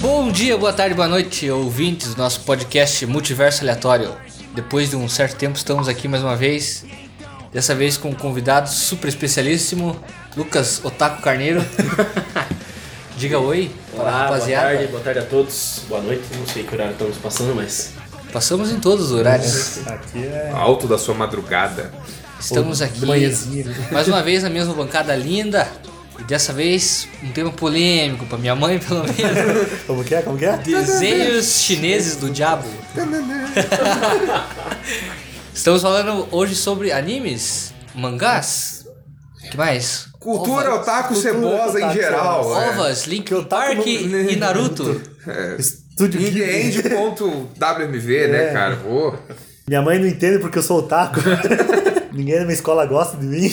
Bom dia, boa tarde, boa noite, ouvintes do nosso podcast Multiverso Aleatório. Depois de um certo tempo, estamos aqui mais uma vez. Dessa vez com um convidado super especialíssimo, Lucas Otaku Carneiro. Diga oi, para a Olá, boa rapaziada. tarde, boa tarde a todos, boa noite, não sei que horário estamos passando, mas Passamos em todos os horários. Aqui é Alto da sua madrugada. Estamos aqui manhãzinha. mais uma vez na mesma bancada linda. E dessa vez, um tema polêmico para minha mãe, pelo menos. Como que é? Como que é? Desenhos chineses do diabo. Estamos falando hoje sobre animes, mangás, que mais? Cultura ovas, otaku Cultura cebosa em otaku geral. é. ovas Link Que eu taco Park no- e Naruto. Estúdio In the Ghibli. end Tipo, ponto É. WMV, né, cara? Ô, Minha mãe não entende porque eu sou otaku. Ninguém na minha escola gosta de mim.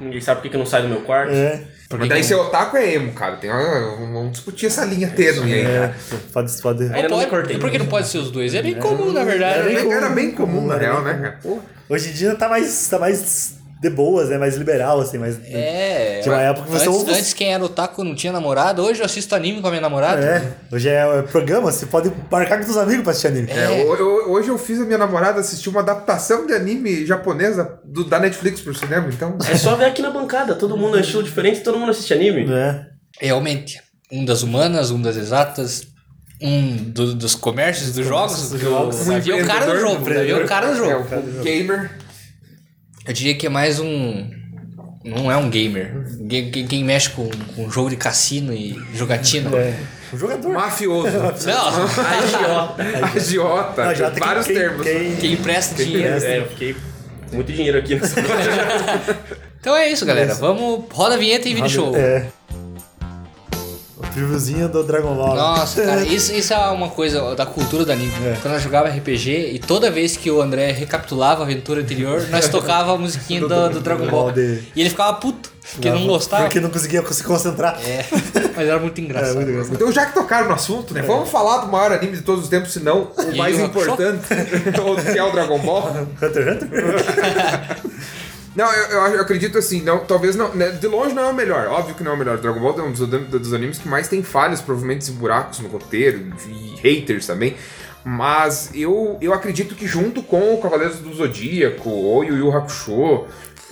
ninguém sabe por que que eu não saio do meu quarto. É. Mas daí ser otaku é emo, cara. Tem uma- vamos discutir essa linha tênue aí, cara. É. Pode, pode. Ainda não Pode- cortei. Por que não pode ser os dois? É bem comum, na verdade. né? bem Era comum, bem comum, na era real, bem né, cara? Pô, Hoje em dia tá mais, tá mais de boas, né? Mais liberal, assim. Mais... É. Tinha uma época que você antes, ouve- antes quem era otaku não tinha namorado, hoje eu assisto anime com a minha namorada. É. Hoje é é programa, você pode marcar com seus amigos pra assistir anime. é, ho- ho- hoje eu fiz a minha namorada assistir uma adaptação de anime japonesa do- da Netflix pro cinema, então. É só ver aqui na bancada, todo mundo é estilo diferente, todo mundo assiste anime. É. Realmente. Um das humanas, um das exatas, um do- dos comércios, dos jogos. dos do- jogos. Davi é o cara do empreendedor, jogo, Davi é o cara do É, jogo. o gamer. Eu diria que é mais um. Não é um gamer. Quem, quem- quem mexe com, com jogo de cassino e jogatina. Um jogador. Mafioso. Não, Agiota. agiota. Não, já tem Tá, vários quem- termos. quem- né? quem empresta dinheiro. É, eu fiquei com muito dinheiro aqui nessa Então é isso, galera. Vamos. Roda a vinheta e vini show. É. O previewzinho do Dragon Ball. Nossa, cara, isso, isso é uma coisa da cultura do anime. É. Quando nós jogava RPG e toda vez que o André recapitulava a aventura anterior, nós tocava a musiquinha do, do Dragon Ball. de- E ele ficava puto, porque não gostava. Porque não conseguia se concentrar. É, mas era muito É, engraçado. muito engraçado. Então, já que tocaram no assunto, né? Vamos falar do maior anime de todos os tempos, senão o E mais o Hakusho? importante, ou que é o Dragon Ball. Hunter x Hunter? Não, eu, eu- eu acredito assim, não, talvez não. né, de longe não é o melhor, óbvio que não é o melhor. Dragon Ball é um dos, dos animes que mais tem falhas, provavelmente e buracos no roteiro, e haters também. Mas eu, eu acredito que junto com o Cavaleiros do Zodíaco, ou Yu Yu Hakusho,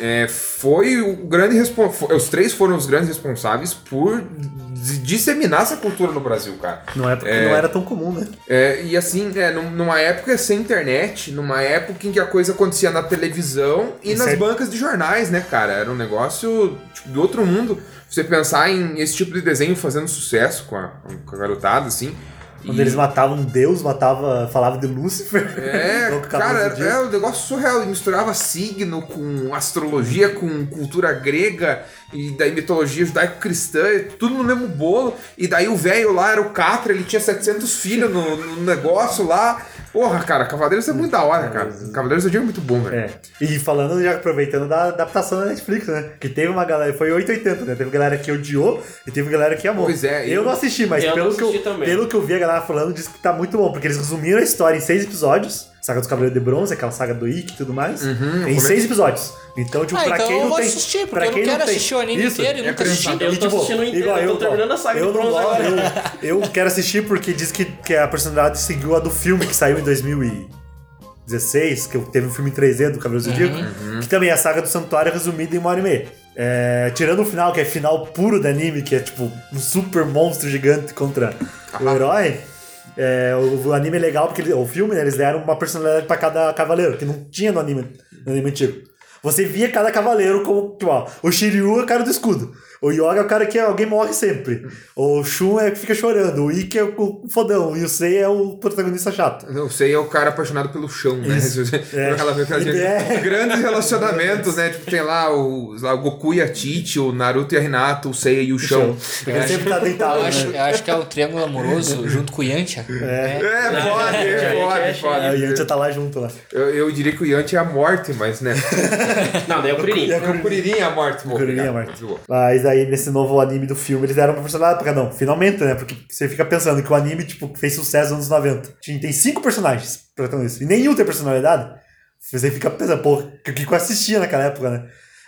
é, foi o grande responsável. Os três foram os grandes responsáveis por dis- disseminar essa cultura no Brasil, cara. Não é porque não era tão comum, né? É, e assim, é, num- numa época sem internet, numa época em que a coisa acontecia na televisão e E nas certo. bancas de jornais, né, cara? Era um negócio tipo, do outro mundo. Você pensar em esse tipo de desenho fazendo sucesso com a, com a garotada, assim. Quando E- eles matavam um deus, matava, falava de Lúcifer. é, Igual que o cara, Cavaleiro era, diz. era um negócio surreal. E misturava signo com astrologia, com cultura grega, e daí mitologia judaico-cristã, e tudo no mesmo bolo. E daí o velho lá era o Catra, ele tinha 700 filhos no, no negócio lá. Porra, cara, Cavaleiros é muito da hora, cara. Cavaleiros é um é muito bom, velho. É. E falando, já aproveitando da adaptação da Netflix, né? Que teve uma galera, foi 880, né? Teve galera que odiou e teve galera que amou. Pois é, Eu, eu- não assisti, mas Eu pelo, não que assisti eu, também. pelo que eu vi a galera falando, disse que tá muito bom, porque eles resumiram a história em seis episódios. Saga dos Cavaleiros de Bronze, aquela saga do Ikki e tudo mais. Uhum, em come- seis episódios. Então, tipo, Ah, pra então quem eu não vou tem... assistir, porque pra eu não quem quero tem- assistir o anime Isso, é inteiro e nunca assisti. Eu tô assistindo inteiro, tipo, igual eu tô terminando a saga eu de não Bronze gosto, agora. Eu, eu quero assistir porque diz que, que a personalidade seguiu a do filme que saiu em 2016, que teve um filme em 3D do Cavaleiro do Zodíaco, Uhum. que também é a saga do Santuário resumida em uma hora e meia. É, tirando o final, que é final puro do anime, que é tipo um super monstro gigante contra o herói. é, o, o anime é legal porque ele- o filme, né, eles deram uma personalidade pra cada cavaleiro, que não tinha no anime, no anime antigo. Você via cada cavaleiro como, tipo, ó, o Shiryu é o cara do escudo. O Yoga é o cara que alguém morre sempre. O Shun é o que fica chorando. O Ikki é o fodão. E o Sei é o protagonista chato. Não sei, é o cara apaixonado pelo chão, né? Por aquela- aquela- É. Grandes relacionamentos, né? Tipo, tem lá o, lá o Goku e a Titi, o Naruto e a Renata, o Seiya e o chão. Ele sempre tá deitado. É. Eu acho, Né? eu acho que é o Triângulo Amoroso junto com o Yantia. É, pode, pode, É, o pode. Yantia tá lá junto lá. Eu, eu diria que o Yanti é a morte, mas né? Não, daí é o Kuririn. É o Kuririn é a morte, pô. Kuririn é a obrigado. morte. Muito bom. Mas aí, nesse novo anime do filme, eles deram uma personalidade pra cada um. Finalmente, né? Porque você fica pensando que o anime, tipo, fez sucesso nos anos 90. Tinha- Tem cinco personagens tratando isso. E nenhum tem personalidade. Você fica pensando, pô, o que que eu assistia naquela época, né?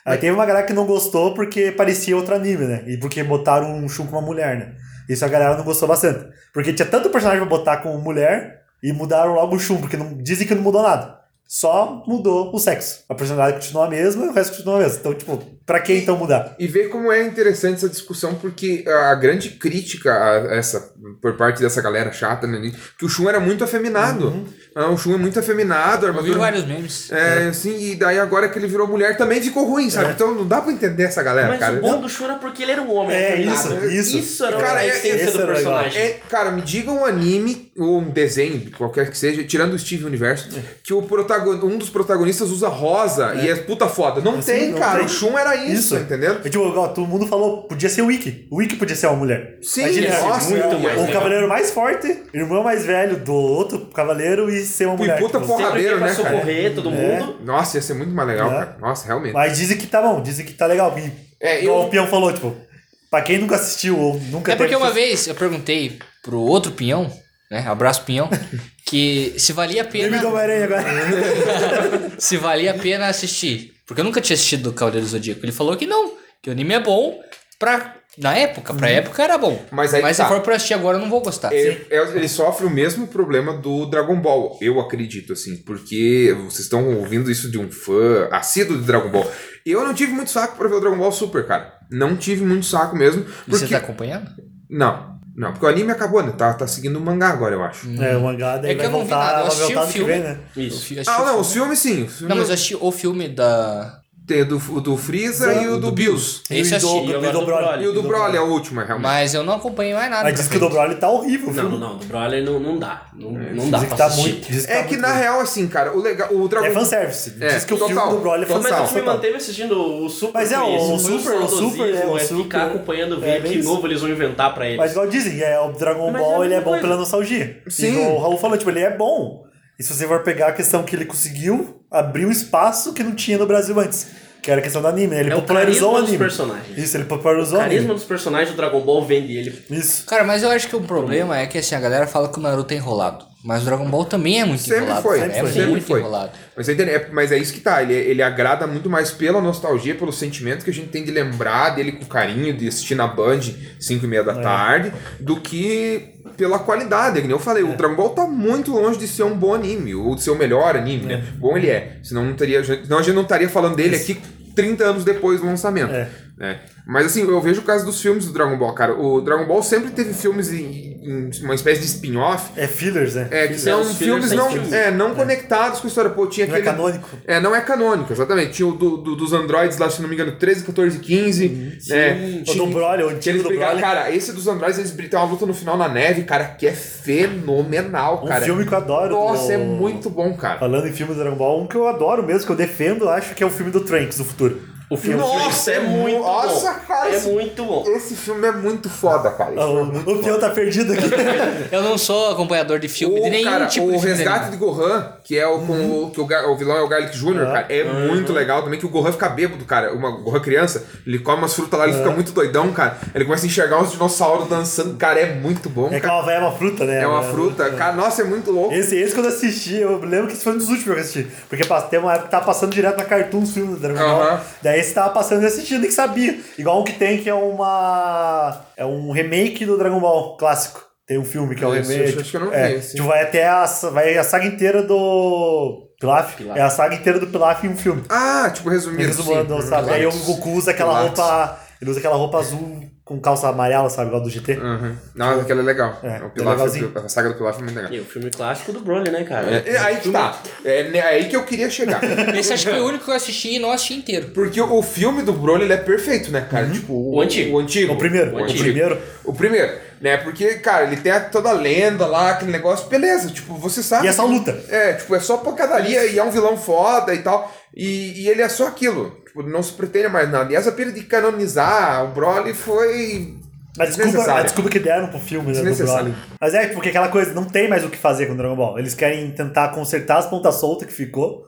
Aí teve uma galera que não gostou porque parecia outro anime, né? E porque botaram um Shun com uma mulher, né? Isso a galera não gostou bastante. Porque tinha tanto personagem pra botar como mulher e mudaram logo o Shun, porque não, dizem que não mudou nada. Só mudou o sexo. A personalidade continua a mesma e o resto continua a mesma. Então, tipo, pra que então mudar? E ver como é interessante essa discussão, porque a grande crítica a essa, por parte dessa galera chata, né, que o Shun era muito afeminado. Ah, o Shun é muito afeminado, a Eu vi armadura... vários memes. É, assim, e daí agora que ele virou mulher também ficou ruim, sabe? Então não dá pra entender essa galera, Mas cara. o bom do Shura é porque ele era um homem. É, afetado. isso, isso. era Cara, a é- essência esse do era o legal. personagem. É, cara, me diga um anime ou um desenho, qualquer que seja, tirando o Steve Universo, que o protagon... um dos protagonistas usa rosa e é puta foda. Não tem, não cara. tem. O Shun era isso, entendeu? É, Tipo, ó, todo mundo falou, podia ser o Wiki. O Wiki podia ser uma mulher. Sim, é, Imagina, nossa, muito mais o legal. cavaleiro mais forte, irmão mais velho do outro cavaleiro e ser uma E mulher. puta tipo, porra. Sempre porradeiro, alguém pra né, cara? socorrer todo mundo. Nossa, ia ser muito mais legal, É. cara. Nossa, realmente. Mas dizem que tá bom, dizem que tá legal. E, É, igual eu- O peão falou, tipo, pra quem nunca assistiu ou nunca É porque teve- uma vez eu perguntei pro outro pinhão, né? Abraço pinhão, que se valia a Meme do pena, Homem-Aranha agora. se valia a pena assistir. Porque eu nunca tinha assistido o Cavaleiro do Zodíaco. Ele falou que não, que o anime é bom pra. Na época, pra época era bom. Uhum. Mas aí se tá. for pra assistir agora, eu não vou gostar. Ele, é- ele sofre o mesmo problema do Dragon Ball, eu acredito, assim, porque vocês estão ouvindo isso de um fã assíduo de Dragon Ball. Eu não tive muito saco pra ver o Dragon Ball Super, cara. Não tive muito saco mesmo. E Porque... Você tá acompanhando? Não, não, porque o anime acabou, né? Tá, tá seguindo o mangá agora, eu acho. É, o mangá daí É que vai eu não vi nada, voltar, eu vai assisti voltar o no que filme. vem, né? Isso. Eu assisti Ah, o não, filme. os filmes sim. Os filmes Não, mas eu eu- assisti o filme da. Tem o do, o do Freeza e o do, Bills. E Esse o eu do- assisti. E e agora o do do Broly. Broly. E o do Broly é o último, é realmente. Mas eu não acompanhei mais nada. Mas diz que o do Broly tá horrível, o Não, filme. não, não. Do Brawler não, não dá. Não, não dá pra Diz que tá assistir. muito. diz É tá que muito na ruim. real, assim, cara, o legal. O Dragon É fanservice. É, Diz que o total. filme do Broly é Total. Mas é que fanservice. me total. manteve assistindo o Super. Mas é, por o- isso. o Foi Super- o saudosismo, Super, é, o é Super- ficar acompanhando, é, ver bem que isso. novo eles vão inventar pra eles. Mas igual dizem, é, o Dragon Mas é a Ball ele é mesma bom coisa. pela nostalgia. Sim. E o Raul falou, tipo, ele é bom. E se você for pegar a questão que ele conseguiu, abriu um espaço que não tinha no Brasil antes. Que era a questão do anime, né? Ele É o popularizou o carisma dos anime. personagens. Isso, ele O popularizou o carisma anime. dos personagens do Dragon Ball vende ele. Isso. Cara, mas eu acho que o problema é que assim, a galera fala que o Naruto é enrolado. Mas o Dragon Ball também é muito Sempre enrolado. foi, cara. sempre é foi. muito Sempre foi. enrolado. Mas, você entende? É- mas é isso que tá, ele, ele agrada muito mais pela nostalgia, pelo sentimento que a gente tem de lembrar dele com carinho, de assistir na Band 5 e meia da tarde, do que pela qualidade. Que nem eu falei, o Dragon Ball tá muito longe de ser um bom anime, ou de ser o melhor anime, né? Bom ele é, senão, não teria, senão a gente não estaria falando dele aqui 30 anos depois do lançamento. É. né? Mas assim, eu vejo o caso dos filmes do Dragon Ball, cara. O Dragon Ball sempre teve filmes em, em uma espécie de spin-off, É fillers, né? é, que Fizeram são os filmes filmes sem não, filme. é, não conectados com a história. Pô, tinha Não é aquele... canônico. É, não é canônico, exatamente. Tinha o do- do- dos androides lá, se não me engano, 13, 14, 15. Uhum, né? O do Broly, o Que eles antigo do brigaram, Broly. cara, esse dos androides, eles br- tem uma luta no final na neve, cara, que é fenomenal, Um cara. filme que eu adoro. Nossa, do- é muito bom, cara. Falando em filmes do Dragon Ball, um que eu adoro mesmo, que eu defendo, acho que é o filme do Trunks, do futuro. O filme Nossa, é é muito mu- nossa, bom. cara, É esse- muito bom. Esse filme é muito foda, cara. Esse Ah, filme é O, muito o peão tá perdido aqui. Eu não sou acompanhador de filme, de nenhum cara, tipo o de filme. resgate de Gohan, que é o, com o- que o, gar- o vilão é o Garlic Jr., Uhum. cara, é muito legal também que o Gohan fica bêbado, cara. Uma o Gohan criança, ele come umas frutas lá, ele Uhum. fica muito doidão, cara. Ele começa a enxergar uns dinossauros dançando, cara, é muito bom. É que cara. ela vai, é uma fruta, né? É uma fruta, cara, nossa, é muito louco. Esse, esse quando eu assisti, eu lembro que esse foi um dos últimos que eu assisti. Porque passa- tem uma época que tava passando direto na Cartoon os filmes do Dragon Ball. Aham. Daí esse tava passando e assistindo, nem sabia. Igual um que tem que é uma. É um remake do Dragon Ball clássico. Tem um filme que é o Isso, remake. acho- acho que eu não é, vi esse. Tipo, vai até a, sa- vai a saga inteira do. Pilaf? Pilaf. É a saga inteira do Pilaf em um filme. Ah, tipo, resumindo. Resumando, sim. sabe? Aí o Uhum. Goku usa aquela Pilates. roupa. Ele usa aquela roupa azul com calça amarela, sabe? Igual do GT. Uhum. Nossa, aquela é legal. É, o é Pilaf, legalzinho. a saga do Pilaf é muito legal. E o filme clássico do Broly, né, cara? É, é aí que tá. É, né, aí que eu queria chegar. Esse acho que foi o único que eu assisti e não assisti inteiro. Porque o o filme do Broly ele é perfeito, né, cara? Tipo, O antigo. O antigo. Uhum. É O primeiro, o primeiro. O primeiro, né? Porque, cara, ele tem a- toda a lenda lá, aquele negócio, beleza, tipo, você sabe. E é só luta. É, tipo, é só pancadaria e é um vilão foda e tal. E, e ele é só aquilo. Tipo, não se pretende mais nada. E essa pira de canonizar o Broly foi. A desculpa, a desnecessária. desculpa que deram pro filme, né, do Desnecessário. Broly. Mas é, porque aquela coisa, não tem mais o que fazer com o Dragon Ball. Eles querem tentar consertar as pontas soltas que ficou,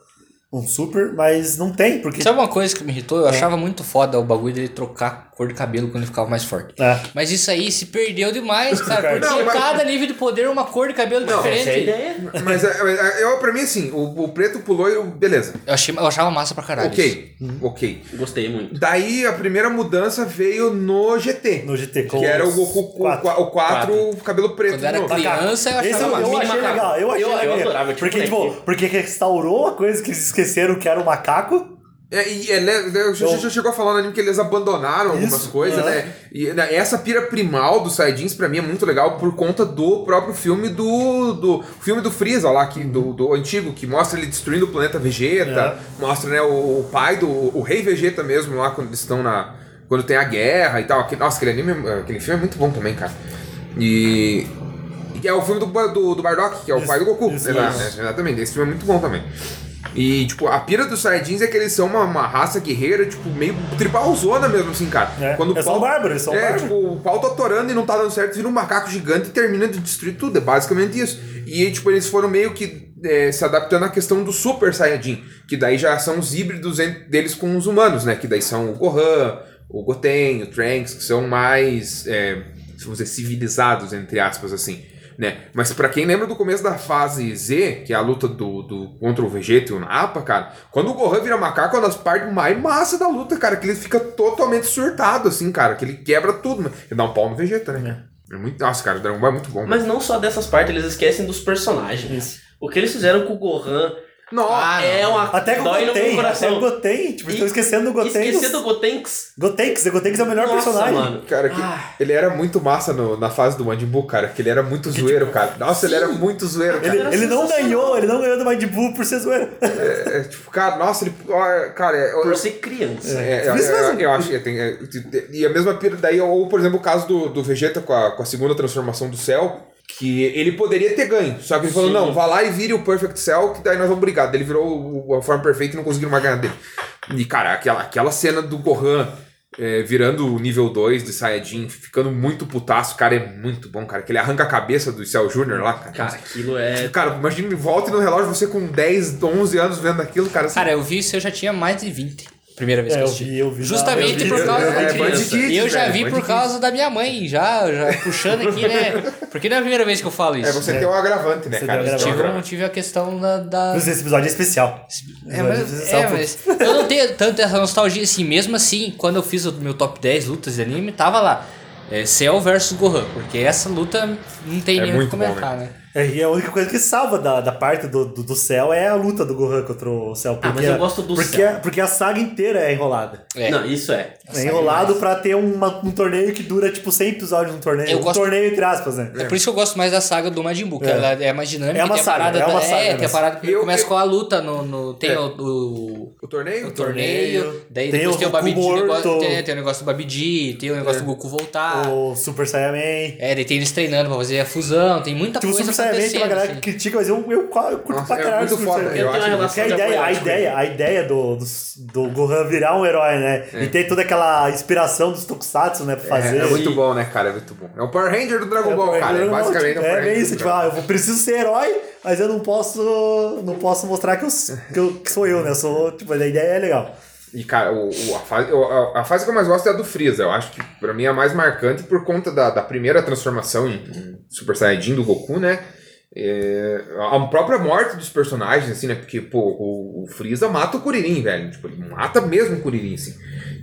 um super, mas não tem, porque... Sabe uma coisa que me irritou? Eu achava muito foda o bagulho dele trocar cor do cabelo quando ele ficava mais forte. É. Mas isso aí se perdeu demais, cara. Porque Não, mas- cada nível de poder é uma cor de cabelo Essa é a diferente. ideia. Mas é, é, é, eu, pra mim, assim, o, o preto pulou e eu- beleza. Eu, achei, eu achava massa pra caralho. isso. Ok, Uhum. ok. Gostei muito. Daí a primeira mudança veio no GT. No GT com Que era o os Goku com quatro. o 4 cabelo preto. Quando era de novo. criança. eu achava Esse eu, uma eu mini achei macaco. legal, eu achei Eu- eu legal. adorava, tipo, porque, tipo, moleque. porque restaurou a coisa que eles esqueceram que era o macaco. É, e ele, já, já chegou a falar no anime que eles abandonaram algumas Então Isso, é. coisas, aham. né? E né, essa pira primal do Saiyajins pra mim é muito legal por conta do próprio filme do. do o filme do Freeza lá, que, do, do antigo, que mostra ele destruindo o planeta É. Vegeta, mostra né, o, o pai do. o rei Vegeta mesmo lá quando eles estão na. Quando tem a guerra e tal. Aquele- nossa, aquele anime. é- Aquele filme é muito bom também, cara. E. Que é o filme do, Ba- do, do Bardock, que é o Isso, pai do Goku. isso, Ela- isso. é, Exatamente, esse filme é muito bom também. E, tipo, a pira dos Saiyajins é que eles são uma, uma raça guerreira, tipo, meio tribalzona mesmo, assim, cara. É, Quando o é só pau- bárbaro, é só É, bárbaro. tipo, o pau tá atorando e não tá dando certo, vira um macaco gigante e termina de destruir tudo. É basicamente isso. E, tipo, eles foram meio que é, se adaptando à questão do Super Saiyajin, que daí já são os híbridos en- deles com os humanos, né? Que daí são o Gohan, o Goten, o Trunks, que são mais, é, vamos dizer, civilizados, entre aspas, assim né? Mas pra quem lembra do começo da fase Z, que é a luta do, do contra o Vegeta e o Nappa, cara, quando o Gohan vira macaco, é uma das partes mais massa da luta, cara, que ele fica totalmente surtado, assim, cara, que ele quebra tudo, né? Ele dá um pau no Vegeta, né? É muito, nossa, cara, o Dragon Ball é muito bom. Mas não só dessas partes, eles esquecem dos personagens. O que eles fizeram com o Gohan Nossa, Ah, não. é uma. Até com o dói no meu Goten, até coração. o Goten. Tipo, E- estão esquecendo o Goten. Esquecer do Gotenks. Gotenks, o Gotenks é o melhor Nossa, personagem. mano. cara, que- ele era muito massa no- na fase do Majin Buu, cara, que ele era muito zoeiro, cara. Nossa, ele era muito zoeiro, cara. Ele, Era ele não sensacional. ganhou, ele não ganhou do Mind Buu por ser zoeiro. É, tipo, cara, nossa, ele, ó, cara, é- Por ser criança. É, eu, Por isso eu- mesmo. eu acho que tem. é, e a mesma pira daí, ou por exemplo, o caso do, do Vegeta com a, com a segunda transformação do Cell, que ele poderia ter ganho. Só que ele falou: Sim. não, vá lá e vire o Perfect Cell, que daí nós vamos brigar. Daí ele virou o- a forma perfeita e não conseguiram mais ganhar dele. E cara, aquela, aquela cena do Gohan. é, virando o nível 2 de Saiyajin, ficando muito putaço, cara, é muito bom, cara. Que ele arranca a cabeça do Cell Jr. lá, cara. Cara, aquilo é. Cara, imagina, volta no relógio você com 10, 11 anos vendo aquilo, cara. assim, Cara, eu vi isso, eu já tinha mais de 20. Primeira vez É, que eu eu assisti. vi, eu vi. Justamente Eu vi, por eu- causa eu- da é, criança. Band Kids, E eu já velho, vi Band por Kids. causa da minha mãe, já, já puxando aqui, né? Porque não é a primeira vez que eu falo isso. É, você tem um agravante, né, Você cara? tem um Você tem um Tive, agravante. um- tive a questão da. da- Mas Esse episódio é especial. É, mas, é, um mas eu não tenho tanto essa nostalgia assim. Mesmo assim, quando eu fiz o meu top 10 lutas de anime, tava lá. É, Cell versus Gohan, porque essa luta não tem É nem o que muito bom, comentar, né? É, e a única coisa que salva da, da parte do, do, do céu é a luta do Gohan contra o céu. Porque, mas eu gosto do porque, Cell. Porque a saga inteira é enrolada. É. Não, isso é. É enrolado pra ter uma- um torneio que dura tipo 100 episódios um torneio. Eu um gosto- torneio entre aspas, né? É por isso que eu gosto mais da saga do Majin Buu, que É. ela é mais dinâmica. É uma tem a saga, parada, é uma da- saga é, tem a mesmo. parada que Eu- começa eu- com a luta no... no- tem É. o, o- O torneio? o torneio, torneio, daí tem depois o tem o Goku Babidi, morto. É. negócio- tem, tem o negócio do Babidi, tem o negócio do Goku voltar. O Super Saiyaman. É, daí tem eles treinando pra fazer a fusão, tem muita Tipo, o coisa Super Saiyaman tem uma Tá acontecendo. galera assim. que critica, mas eu, eu, eu curto Nossa, pra é caralho. o muito Super foda, Saiyaman. eu Eu tenho acho uma Porque relação a de ideia, a apoiante com ele. ideia, a ideia do, do, do Gohan virar um herói, né? E tem toda aquela inspiração dos Tokusatsu, né? Pra É, fazer. é muito E- bom, né, cara? É muito bom. É o Power Ranger do Dragon É, Ball, é, cara. tá- É é, basicamente tipo, o Power é Ranger. bem isso, do tipo, Dragon Ball. ah, eu preciso ser herói, mas eu não posso. Não posso mostrar que, eu, s- que, eu- que sou eu, né? Eu sou. Tipo, a ideia é legal. E, cara, o, o- a, fase, o- a, a fase que eu mais gosto é a do Freeza. Eu acho que pra mim é a mais marcante por conta da, da primeira transformação em, em Super Saiyajin do Goku, né? É, a a própria morte dos personagens, assim, né? Porque, pô, o, o Freeza mata o Kuririn, velho. Tipo, ele mata mesmo o Kuririn, assim.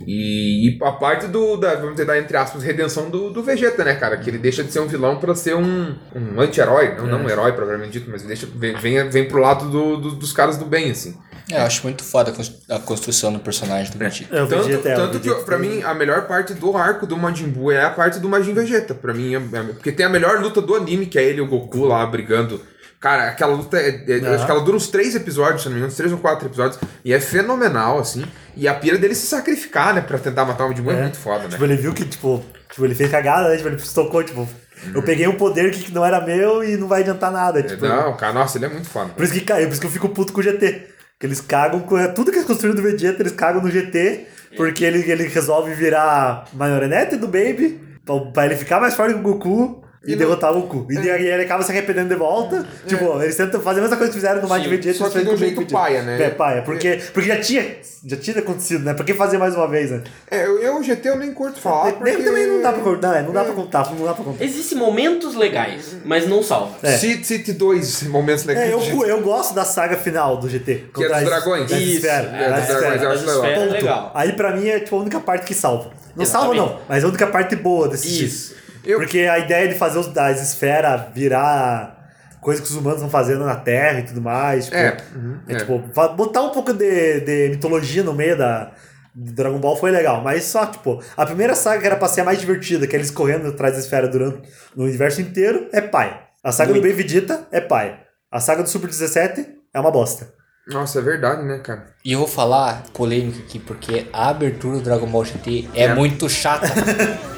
E, e a parte do, da, vamos dizer, da, entre aspas, redenção do, do Vegeta, né, cara? Que ele deixa de ser um vilão pra ser um, um anti-herói. Não, não um herói, propriamente dito, mas deixa, vem, vem, vem pro lado do- do- dos caras do bem, assim. É, eu acho muito foda a cons- a construção do personagem do Vegeta. É, o Tanto, Vegeta é, o tanto que, Vegeta pra tem- mim, a melhor parte do arco do Majin Buu é a parte do Majin Vegeta. Pra mim, é- é- porque tem a melhor luta do anime, que é ele e o Goku lá brigando. Cara, aquela luta, é, é- Aham. acho que ela dura uns três episódios, se não me engano, uns três ou quatro episódios. E é fenomenal, assim. E a pira dele se sacrificar, né, pra tentar matar o Majin Buu é, É. muito foda, né? Tipo, ele viu que, tipo, tipo, ele fez cagada, né? Tipo, ele se tocou, tipo, eu peguei um poder que não era meu e não vai adiantar nada. É, Tipo, Não, cara, nossa, ele é muito foda. Por isso que caiu, por isso que eu fico puto com o GT. Que eles cagam com. é, Tudo que eles construíram do Vegeta, eles cagam no GT, porque ele, ele resolve virar marionete do Baby, pra, pra ele ficar mais forte que o Goku. e, derrotava o Ku. E, daí ele acaba se arrependendo de volta. Tipo, eles tentam fazer a mesma coisa que fizeram no Mind Sim, Vegeta. só eles que fazem de um com o jeito Mind Vegeta. paia, né? É, paia. Porque, porque já, tinha, já tinha acontecido, né? Pra que fazer mais uma vez, né? É, eu, eu GT eu nem curto falar. Nem- Ah, porque- Também não dá pra contar, né? não, dá pra contar, não dá pra contar. Existem momentos legais, mas não salva. É. City, City 2, momentos legais. É, do GT. eu, eu gosto da saga final do GT. Que é dos contra as- dragões. das Isso, esferas, é, das dos dragões, esferas. eu acho Mas legal. esfera é Ponto. legal. Aí pra mim é tipo a única parte que salva. Não Exatamente. salva não, mas a única parte boa desse Isso. tipo. Eu- Porque a ideia de fazer os- as esferas virar coisa que os humanos estão fazendo na Terra e tudo mais. Tipo, É. é Uhum. É. tipo, fa- botar um pouco de, de mitologia no meio da. do Dragon Ball foi legal, mas só, tipo, a primeira saga que era pra ser a mais divertida, que é eles correndo atrás da esfera durante no universo inteiro, é pai. A saga do Ben Vegeta é pai. A saga do Super 17 é uma bosta. Nossa, é verdade, né, cara? E eu vou falar polêmica aqui, porque a abertura do Dragon Ball GT é, É. muito chata.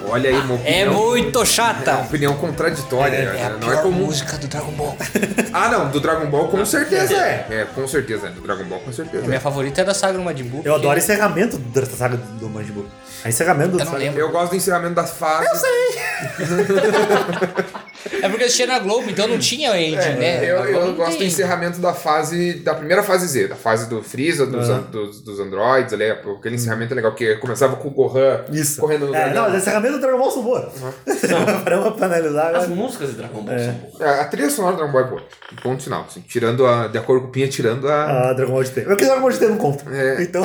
Olha aí, uma opinião. é muito é uma chata! opinião contraditória, É, né? a não é pior comum. música do Dragon Ball. Ah, não, do Dragon Ball com certeza é. É, com certeza é. Do Dragon Ball com A certeza minha é. favorita é da saga do Majin Buu. Eu porque- adoro encerramento da saga do, do Majin Buu. A encerramento da Eu não saga. lembro. Eu gosto do encerramento das fases. Eu sei. É porque eu assistia na Globo, então não tinha ending, né? É, eu Na Globo não gosto do tem. encerramento da fase. Da primeira fase Z, da fase do Freeza, dos, an- dos, dos androids ali. Aquele encerramento é legal, porque começava com o Gohan Isso. correndo no é, dragão. não, mas encerramento do Dragon Ball são boas. Paramos pra analisar As agora. músicas de Dragon Ball são boas. É, A trilha sonora do Dragon Ball é boa. Ponto final. assim, tirando a. De acordo com o Pinha, tirando a. Ah, Dragon Ball GT. Eu que Dragon Ball GT não conta. É, então.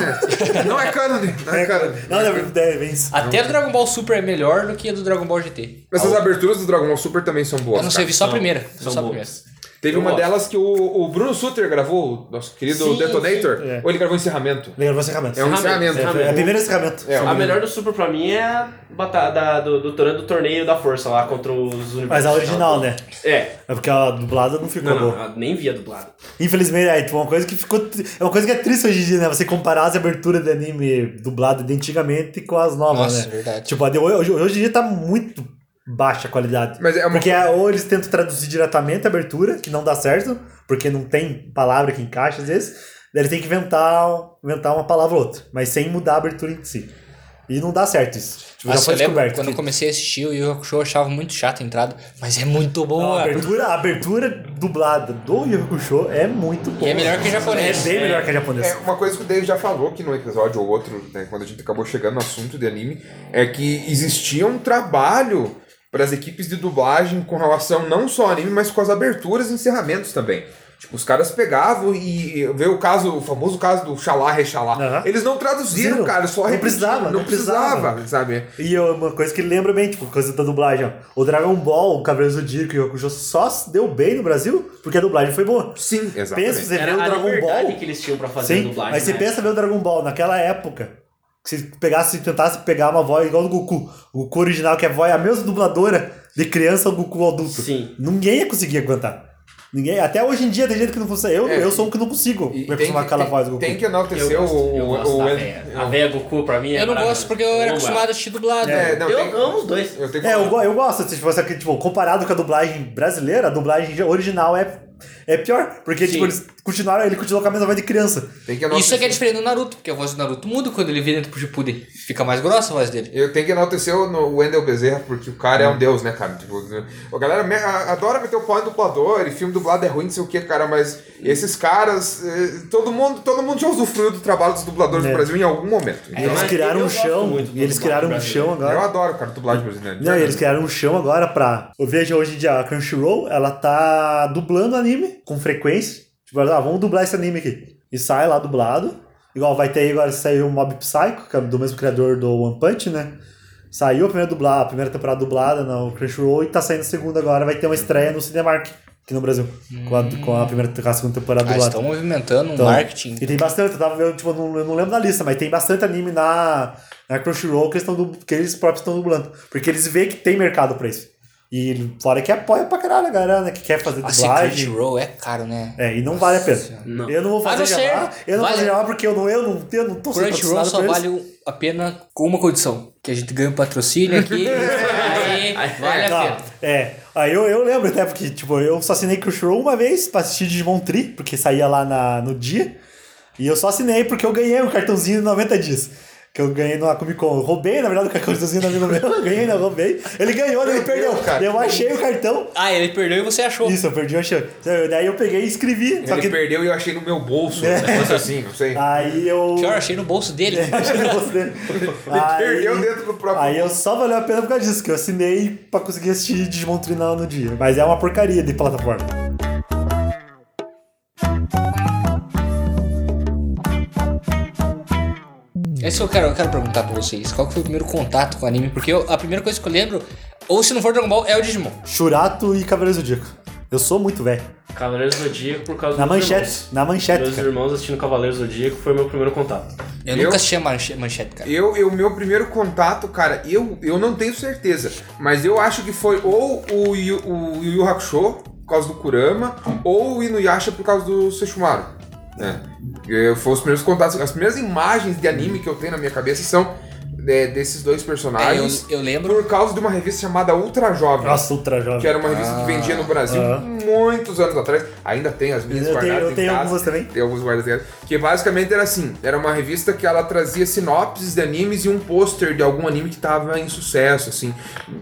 Não é cânone, não é cânone. Não, não, é bem isso. Até o Dragon Ball Super é melhor do que a do Dragon Ball GT. Mas as aberturas do Dragon Ball Super também são boas. Eu não sei, cara. vi só a São- primeira. vi são só a primeira. boas. Teve Eu uma gosto. delas que o, o Bruno Sutter gravou, o nosso querido Sim, Detonator, sim, é. ou ele gravou encerramento. Legal, vou encerramento. É um Encerramento, encerramento. É, é o primeiro encerramento. É, A melhor do Super pra mim é a bata- da- do, do, torneio, do torneio da força lá contra os universos. Mas a original, né? É. É porque a dublada não ficou Não, não, boa. eu nem via dublado. Infelizmente, é tipo, uma coisa que ficou. tri- É uma coisa que é triste hoje em dia, né? Você comparar as aberturas de anime dublado de antigamente com as novas, Nossa, é né? verdade. Tipo, a de hoje, hoje em dia tá muito baixa a qualidade. Mas é uma Porque é, ou eles tentam traduzir diretamente a abertura, que não dá certo, porque não tem palavra que encaixa às vezes. Daí eles têm que inventar, um, inventar uma palavra ou outra, mas sem mudar a abertura em si. E não dá certo isso. Tipo, já Nossa, foi eu lembro, descoberto. quando eu que- comecei a assistir o Yu Yu Hakusho, eu achava muito chato a entrada, mas é muito Não, a, boa. abertura, a abertura dublada do Yu Yu Hakusho é muito boa. E é melhor que o japonês. É bem melhor que a É, japonesa. uma coisa que o Dave já falou que num episódio ou outro, né, quando a gente acabou chegando no assunto de anime, é que existia um trabalho para as equipes de dublagem com relação não só ao anime, mas com as aberturas e encerramentos também. Tipo, os caras pegavam e veio o caso, o famoso caso do xalá, rexalá. Aham. Eles não traduziram, Zero. cara, só Não repetiram. precisava, Não não precisava. precisava, sabe? E é uma coisa que lembra bem, tipo, coisa da dublagem, ó. O Dragon Ball, o Cavaleiro Zodíaco e o Hakusho só se deu bem no Brasil porque a dublagem foi boa. Sim, exatamente. Pensa, você vê Era o a Dragon liberdade Ball. que eles tinham pra fazer Sim, dublagem. mas você né? pensa ver o Dragon Ball naquela época. que Se pegasse e tentasse pegar uma voz igual do Goku. O Goku original, que é a voz, a mesma dubladora de criança ao Goku adulto. Sim. Ninguém ia conseguir aguentar. Ninguém, até hoje em dia tem gente que não consegue. Eu, É. eu sou um que não consigo E me acostumar com aquela voz do Goku. tem que enaltecer Eu gosto, o, eu gosto o, da o- véia. A véia Goku pra mim é Eu não maravilhosa. gosto porque eu era não acostumado a gosto. assistir dublado. É, não, tem- Eu amo os dois. eu tenho que É, eu, go- eu gosto, se fosse aqui, tipo, comparado com a dublagem brasileira, a dublagem original é, é pior. Porque, Sim. tipo, eles continuaram, ele continuou com a mesma voz de criança. tem que enaltecer. Isso é que é diferente do Naruto, porque a voz do Naruto muda quando ele vira dentro pro Shippuden. Fica mais grossa a voz dele. Eu tenho que enaltecer o no- o Wendel Bezerra, porque o cara é Hum. um deus, né, cara? Tipo, a galera me- a- adora meter o pau em dublador e filme dublado é ruim, não sei o que, cara, mas esses caras, eh, todo mundo, todo mundo já usufruiu do trabalho dos dubladores É. do Brasil em algum momento. Então, Eles É, mas criaram eu um gosto chão, muito do e eles dublagem criaram um brasileira. chão agora. eu adoro, cara, dublagem brasileira. Não, e eles Verdade. criaram um chão agora pra. Eu vejo hoje em dia a Crunchyroll, ela tá dublando anime com frequência. Tipo, ah, vamos dublar esse anime aqui. E sai lá dublado. Igual vai ter aí agora saiu o Mob Psycho, que é do mesmo criador do One Punch, né? Saiu a primeira, dubla, a primeira temporada dublada no Crunchyroll e tá saindo a segunda agora. Vai ter uma estreia no Cinemark aqui no Brasil. Com, a, com a primeira, com a segunda temporada Ah, dublada. estão movimentando um Então, marketing. E tem bastante, eu, tava, eu, tipo, não, eu não lembro da lista, mas tem bastante anime na, na Crunchyroll que eles, tão dub- que eles próprios estão dublando. Porque eles veem que tem mercado pra isso. E fora que apoia pra caralho a galera, né? Que quer fazer A Secret dublagem. Row é caro, né? É, e não vale a pena. Senhora. Não. Eu não vou A fazer não ser- jabá, eu não vou vale- fazer jabá porque eu não, eu não, eu não tô sendo Crunchyroll patrocinado só por tá eles. vale a pena com uma condição, que a gente ganha um patrocínio aqui, aí vale a Não, pena. é, aí eu, eu lembro até porque, tipo, eu só assinei Crunchyroll uma vez pra assistir Digimon Tri, porque saía lá na, no dia. E eu só assinei porque eu ganhei um cartãozinho de 90 dias. Que eu ganhei na Comic Con. Eu roubei, na verdade, o cartãozinho do amigo meu. Eu ganhei, não, eu roubei. Ele ganhou, ele Perdeu, perdeu. cara. Eu achei o cartão. Ah, ele perdeu e você achou. Isso, eu perdi a chance. Daí eu peguei e escrevi. só Ele que É. Ah, perdeu e eu achei no meu bolso. Um negócio assim, não sei. aí eu. Pior, achei no bolso dele. Achei no bolso dele. perdeu dentro do próprio Aí eu só valeu a pena por causa disso, que eu assinei pra conseguir assistir Digimon Trinal no dia. Mas é uma porcaria de plataforma. É isso que eu quero, eu quero perguntar pra vocês. Qual que foi o primeiro contato com o anime? Porque eu- a primeira coisa que eu lembro, ou se não for Dragon Ball, é o Digimon. Churato e Cavaleiros do Zodíaco. Eu sou muito velho. Cavaleiros do Zodíaco por causa Na dos manchete, irmãos. na manchete, Meus cara. irmãos assistindo Cavaleiros do Zodíaco foi meu primeiro contato. Eu, Eu? nunca assisti a manche- manchete, cara. Eu, eu, meu primeiro contato, cara, eu, eu não tenho certeza, mas eu acho que foi ou o Yu, o Yu Yu Hakusho, por causa do Kurama, ou o Inuyasha por causa do Sesshomaru. né? Eu- Foram os primeiros contatos, as primeiras imagens de anime que eu tenho na minha cabeça são é, desses É, dois eu, personagens. eu lembro. Por causa de uma revista chamada Ultra Jovem. Nossa, ultra jovem. Que era uma revista que vendia no Brasil Ah. muitos anos atrás. Ainda tem as minhas Eu tenho- guardadas eu em tenho casa. algumas também. Tem alguns guardadas em casa. Que basicamente era assim. Era uma revista que ela trazia sinopses de animes e um pôster de algum anime que tava em sucesso, assim.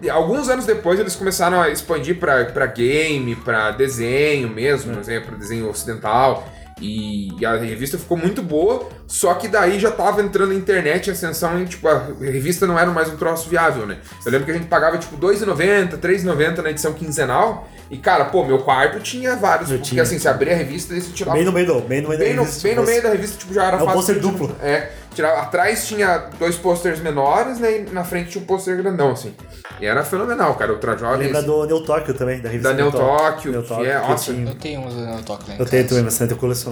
E Alguns anos depois eles começaram a expandir pra, pra game, pra desenho mesmo, por exemplo, pra desenho ocidental. E e a revista ficou muito boa, só que daí já tava entrando na internet em ascensão e, tipo, a revista não era mais um troço viável, né? Eu lembro que a gente pagava, tipo, R$2,90, R$3,90 na edição quinzenal. E, cara, pô, meu quarto tinha vários. Eu porque, tinha. assim, você abria a revista e você tirava Bem no meio do, bem no meio da é- bem no, revista, bem no tipo, meio da revista, tipo, já era É um pôster de- duplo. É, tirava, atrás tinha dois posters menores, né? E na frente tinha um pôster grandão, assim. E era fenomenal, cara. O Trajoli, Lembra esse- do Neo Tóquio também, da revista da Neo Tóquio, Neo que Tóquio, é, eu nossa, tinha. Eu tenho uns no toque lá em Eu tenho casa. também, bastante, eu colecionava.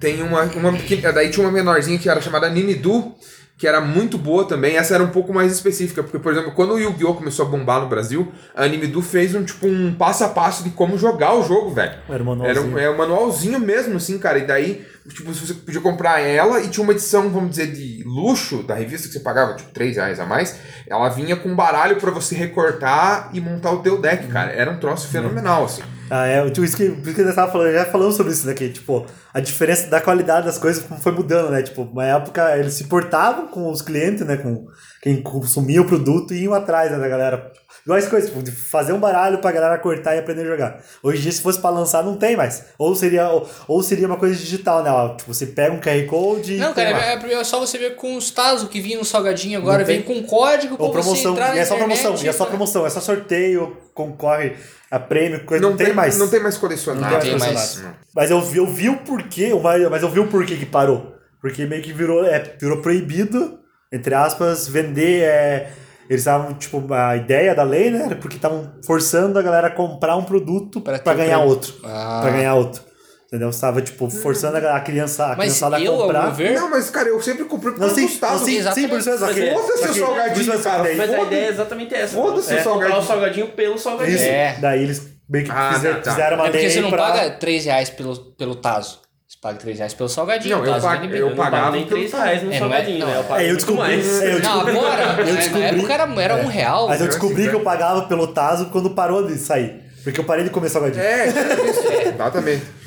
tem uma, uma pequena, daí tinha uma menorzinha que era chamada Ninidu, que era muito boa também. Essa era um pouco mais específica, porque, por exemplo, quando o Yu-Gi-Oh! começou a bombar no Brasil, a Ninidu fez um, tipo, um passo a passo de como jogar o jogo, velho. Era o Era manualzinho. um, é um manualzinho mesmo, assim, cara. E daí, tipo, se você podia comprar ela e tinha uma edição, vamos dizer, de luxo da revista que você pagava, tipo, 3 reais a mais. Ela vinha com um baralho pra você recortar e montar o teu deck, cara. Era um troço fenomenal, assim. Ah, é, tipo, isso que, por isso que eu tava falando, já falamos sobre isso, né? Que, tipo, a diferença da qualidade das coisas como foi mudando, né? Tipo, uma época eles se portavam com os clientes, né? Com quem consumia o produto e iam atrás, né, da galera. Igual as coisas, tipo, de fazer um baralho pra galera cortar e aprender a jogar. Hoje em dia, se fosse pra lançar, não tem mais. Ou seria, ou, ou seria uma coisa digital, né? ó, Tipo, você pega um QR Code e. Não, tem cara, lá. é, é- é só você ver com os Tazo que vinha no salgadinho agora, Não tem- vem com código, Ou pra você promoção, entrar na e é só internet, promoção, e é só tá? promoção, é só sorteio, concorre a prêmio, coisa, não, tem, mais. Não tem mais colecionável. Não tem mais. é Mas eu vi, eu vi o porquê, uma- mas eu vi o porquê que parou. Porque meio que virou, é, virou proibido, entre aspas, vender. é, eles estavam, tipo, a ideia da lei, né? Era porque estavam forçando a galera a comprar um produto Pra pra, ter ganhar prêmio. outro. Ah. Pra ganhar outro. Entendeu? Você tava, tipo, forçando a a criança, a Mas criançada a eu, ao comprar. meu ver, Não, mas, cara, eu sempre comprei por Não, causa sim, do não, Gustavo. sim, sim, por isso é só Mas que- é- Foda-se só o que- salgadinho, por isso é só que cara. daí- Mas a Foda- ideia é exatamente essa. Foda-se o é, comprar salgadinho. o salgadinho pelo salgadinho. Isso. É. Daí eles meio que Ah, fizeram, não, tá. fizeram uma é porque lei você não pra... paga 3 reais pelo, pelo Tazo. Você paga 3 reais pelo salgadinho. Não, o eu Tazo pago- vem liberado. eu Eu não pagava pago nem pelo 3 reais É, no não é- salgadinho, né? não. Eu pago É, eu muito descobri. mais. É, eu Não, descobri. agora, né, eu na descobri- É. época era, era um real. Mas eu descobri Sim, que eu né? pagava pelo Tazo quando parou de sair. Porque eu parei de comer salgadinho. É, isso, exatamente.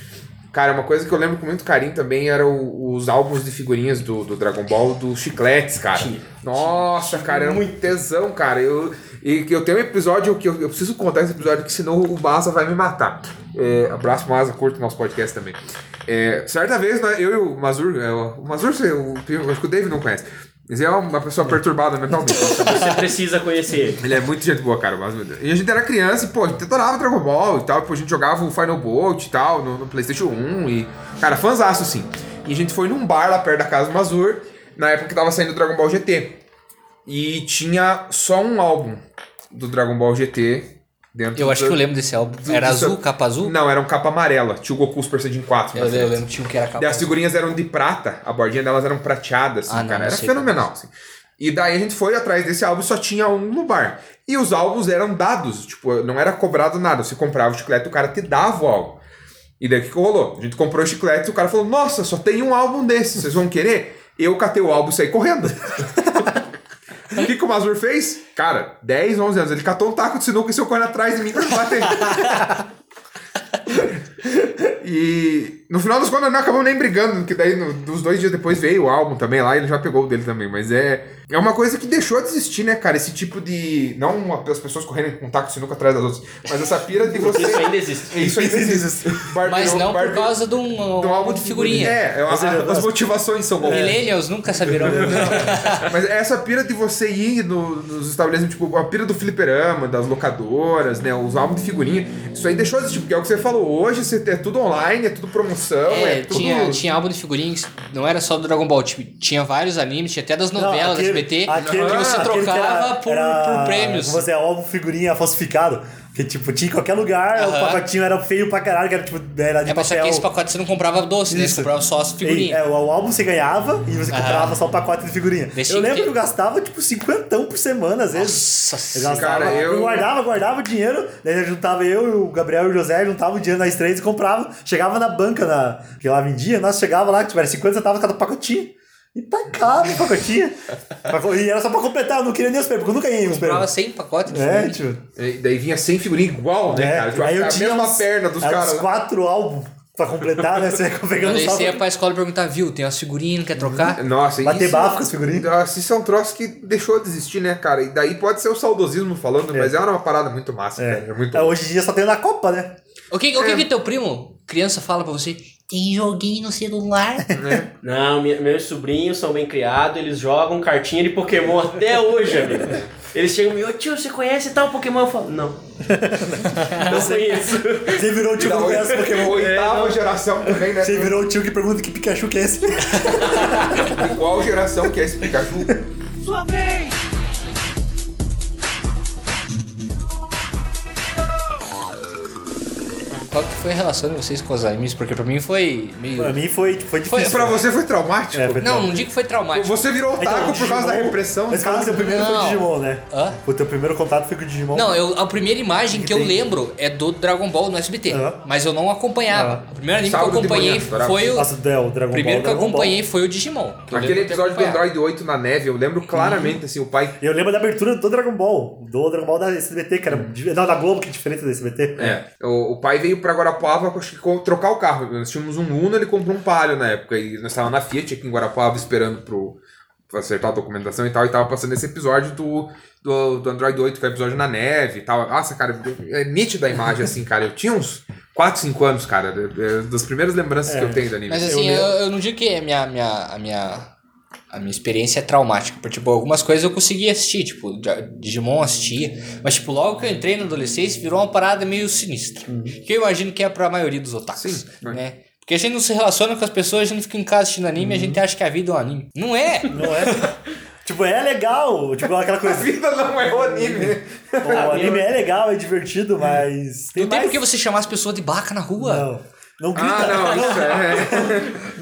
Cara, uma coisa que eu lembro com muito carinho também era o- os álbuns de figurinhas do, do Dragon Ball dos chicletes, cara. Nossa, cara, era muito tesão, cara. Eu, e que eu tenho um episódio que eu, eu preciso contar esse episódio, que senão o Maza vai me matar. É, abraço, Maza, curto nosso podcast também. É, certa vez, né, eu e o Mazur, é, o Mazur, você- o, eu acho que o Dave não conhece, mas ele é uma pessoa perturbada mentalmente. Você precisa conhecer ele. Ele é muito gente boa, cara, mas meu Deus. E a gente era criança e, pô, a gente adorava Dragon Ball e tal. Pô, a gente jogava o Final Bolt e tal no, no PlayStation 1 e. Cara, fãzaço, sim. E a gente foi num bar lá perto da casa do Mazur, na época que tava saindo o Dragon Ball GT. E tinha só um álbum do Dragon Ball GT dentro Eu acho do- que eu lembro desse álbum. do- Era do- azul, capa azul? Não, era um capa amarela. Tinha o Goku Super Saiyajin 4. Eu, né? eu lembro que tinha um que era capa E as azul. figurinhas eram de prata, a bordinha delas eram prateadas, assim, Ah, não, cara. não Era sei fenomenal, assim. E daí a gente foi atrás desse álbum e só tinha um no bar. E os álbuns eram dados, tipo, não era cobrado nada. Você comprava o chiclete, o cara te dava o álbum. E daí o que que rolou? A gente comprou o chiclete e o cara falou: Nossa, só tem um álbum desse, vocês vão querer? Eu catei o álbum e saí correndo. O que, que o Mazur fez? Cara, 10, 11 anos. Ele catou um taco de sinuca e saiu correndo atrás de mim pra me bater. e No final das contas, não acabamos nem brigando, que daí no- dos dois dias depois veio o álbum também lá e ele já pegou o dele também. Mas é, é uma coisa que deixou de existir, né, cara? Esse tipo de. Não uma- as pessoas correndo com um taco de sinuca atrás das outras, mas essa pira de você. Isso ainda existe. Isso ainda existe. Barbeiro- Mas não por barbeiro- causa de um, um álbum de figurinha. É, a- Ou seja, a- as motivações são boas. Millennials nunca saberão. Mas essa pira de você ir no- nos estabelecimentos, tipo, a pira do fliperama, das locadoras, né? Os álbuns de figurinha. Isso aí deixou de existir, porque é o que você falou. Hoje você- é tudo online, é tudo promoção, é, É, tudo. tinha, tinha álbum de figurinhas, não era só do Dragon Ball, tipo, tinha vários animes, tinha até das novelas do SBT, que Ah, você aquele que trocava por, por prêmios. como Você é álbum figurinha falsificado. Que tipo, tinha em qualquer lugar, o Aham. pacotinho era feio pra caralho, que era tipo, era de É, mas só papel. que esse pacote você não comprava doce, né? Você Isso. comprava só as E, figurinhas. é, o, o álbum você ganhava e você comprava só o pacote de figurinha. Deixa eu em lembro que- que eu gastava tipo cinquentão por semana, às vezes. Nossa Eu senhora. gastava, cara, eu- eu guardava, guardava o dinheiro, daí eu juntava eu e o Gabriel e o José, juntava o dinheiro nas três e comprava. Chegava na banca na, que lá vendia, nós chegava lá, tipo, era 50 centavos cada pacotinho. E tacava o pacotinho. Pra co- e era só pra completar, eu não queria nem os prêmios, porque eu nunca ganhei os Comprava prêmios. 100 pacotes de É, figurinha. tipo. E daí vinha sem figurinha igual, né, é, assim. cara? Tipo, a mesma uns- perna dos era caras. Uns quatro álbuns pra completar, né? Você Eu pegando só descia pra pra escola e perguntava, viu, tem umas figurinhas, Uhum. quer trocar? Nossa, bater isso- é bafo com as figurinhas. Nossa, isso é um troço que deixou de existir, né, cara? E daí pode ser o saudosismo falando, mas era uma parada muito massa, É. cara. É muito É, hoje em dia só tem na Copa, né? O que o que, que teu primo, criança, fala pra você? Tem joguinho no celular. Não, minha- meus sobrinhos são bem criados, eles jogam cartinha de Pokémon até hoje, amigo. Eles chegam e me ô tio, você conhece tal Pokémon? Eu falo, não. Não conheço. Você virou o tio Da que É, não oit- conhece Pokémon. oitava geração também, né? Você virou o tio que pergunta que Pikachu que é esse. Qual geração que é esse Pikachu? Qual que foi a relação de vocês com os animes? Porque pra mim foi meio... pra mim foi, Foi foi difícil. Pra você foi traumático? É, foi Não, não digo que foi traumático. Você virou Então, otaku por causa da Digimon- repressão? Mas cara, o seu primeiro foi Não. o Digimon, né? Hã? O teu primeiro contato foi com o Digimon. Não, eu, a primeira imagem que eu tem? lembro é do Dragon Ball no SBT. Aham. Mas eu não acompanhava. O primeiro anime Sábado que eu de manhã, acompanhei adorava. foi o... Nossa, é, o Dragon primeiro Ball. que eu Dragon Ball. acompanhei foi o Digimon. que eu Aquele lembro de ter episódio do acompanhado. Android 8 na neve, eu lembro claramente, assim, o pai... Eu lembro da abertura do Dragon Ball. Do Dragon Ball da SBT, que era. Não, da Globo, que é diferente da SBT. É, o, o pai veio pra Guarapuava acho que, co- trocar o carro. Nós tínhamos um Uno, ele comprou um Palio na época. E nós estávamos na Fiat aqui em Guarapuava esperando pro, pra acertar a documentação e tal. E tava passando esse episódio do, do, do Android 8, que é o episódio na neve e tal. Nossa, cara, é nítida a imagem, assim, cara. Eu tinha uns 4, 5 anos, cara. é- é das primeiras lembranças que eu tenho do anime. Mas assim, eu, lembro. eu não digo que a minha, minha, a minha, a minha experiência é traumática. Porque, tipo, algumas coisas eu consegui assistir, tipo, Dra- Digimon eu assistia. Mas, tipo, logo que eu entrei na adolescência, virou uma parada meio sinistra. Que eu imagino que é pra maioria dos otakus, Sim, né? né? Porque a gente não se relaciona com as pessoas, a gente não fica em casa assistindo anime, a gente acha que a vida é um anime. Não é! Não é? tipo, é legal. Tipo, aquela A coisa. vida não é o anime. o anime é legal, é divertido, mas. Tem Não tem mais... por que você chamar as pessoas de baca na rua. Não. Não grita. Ah, não, isso é...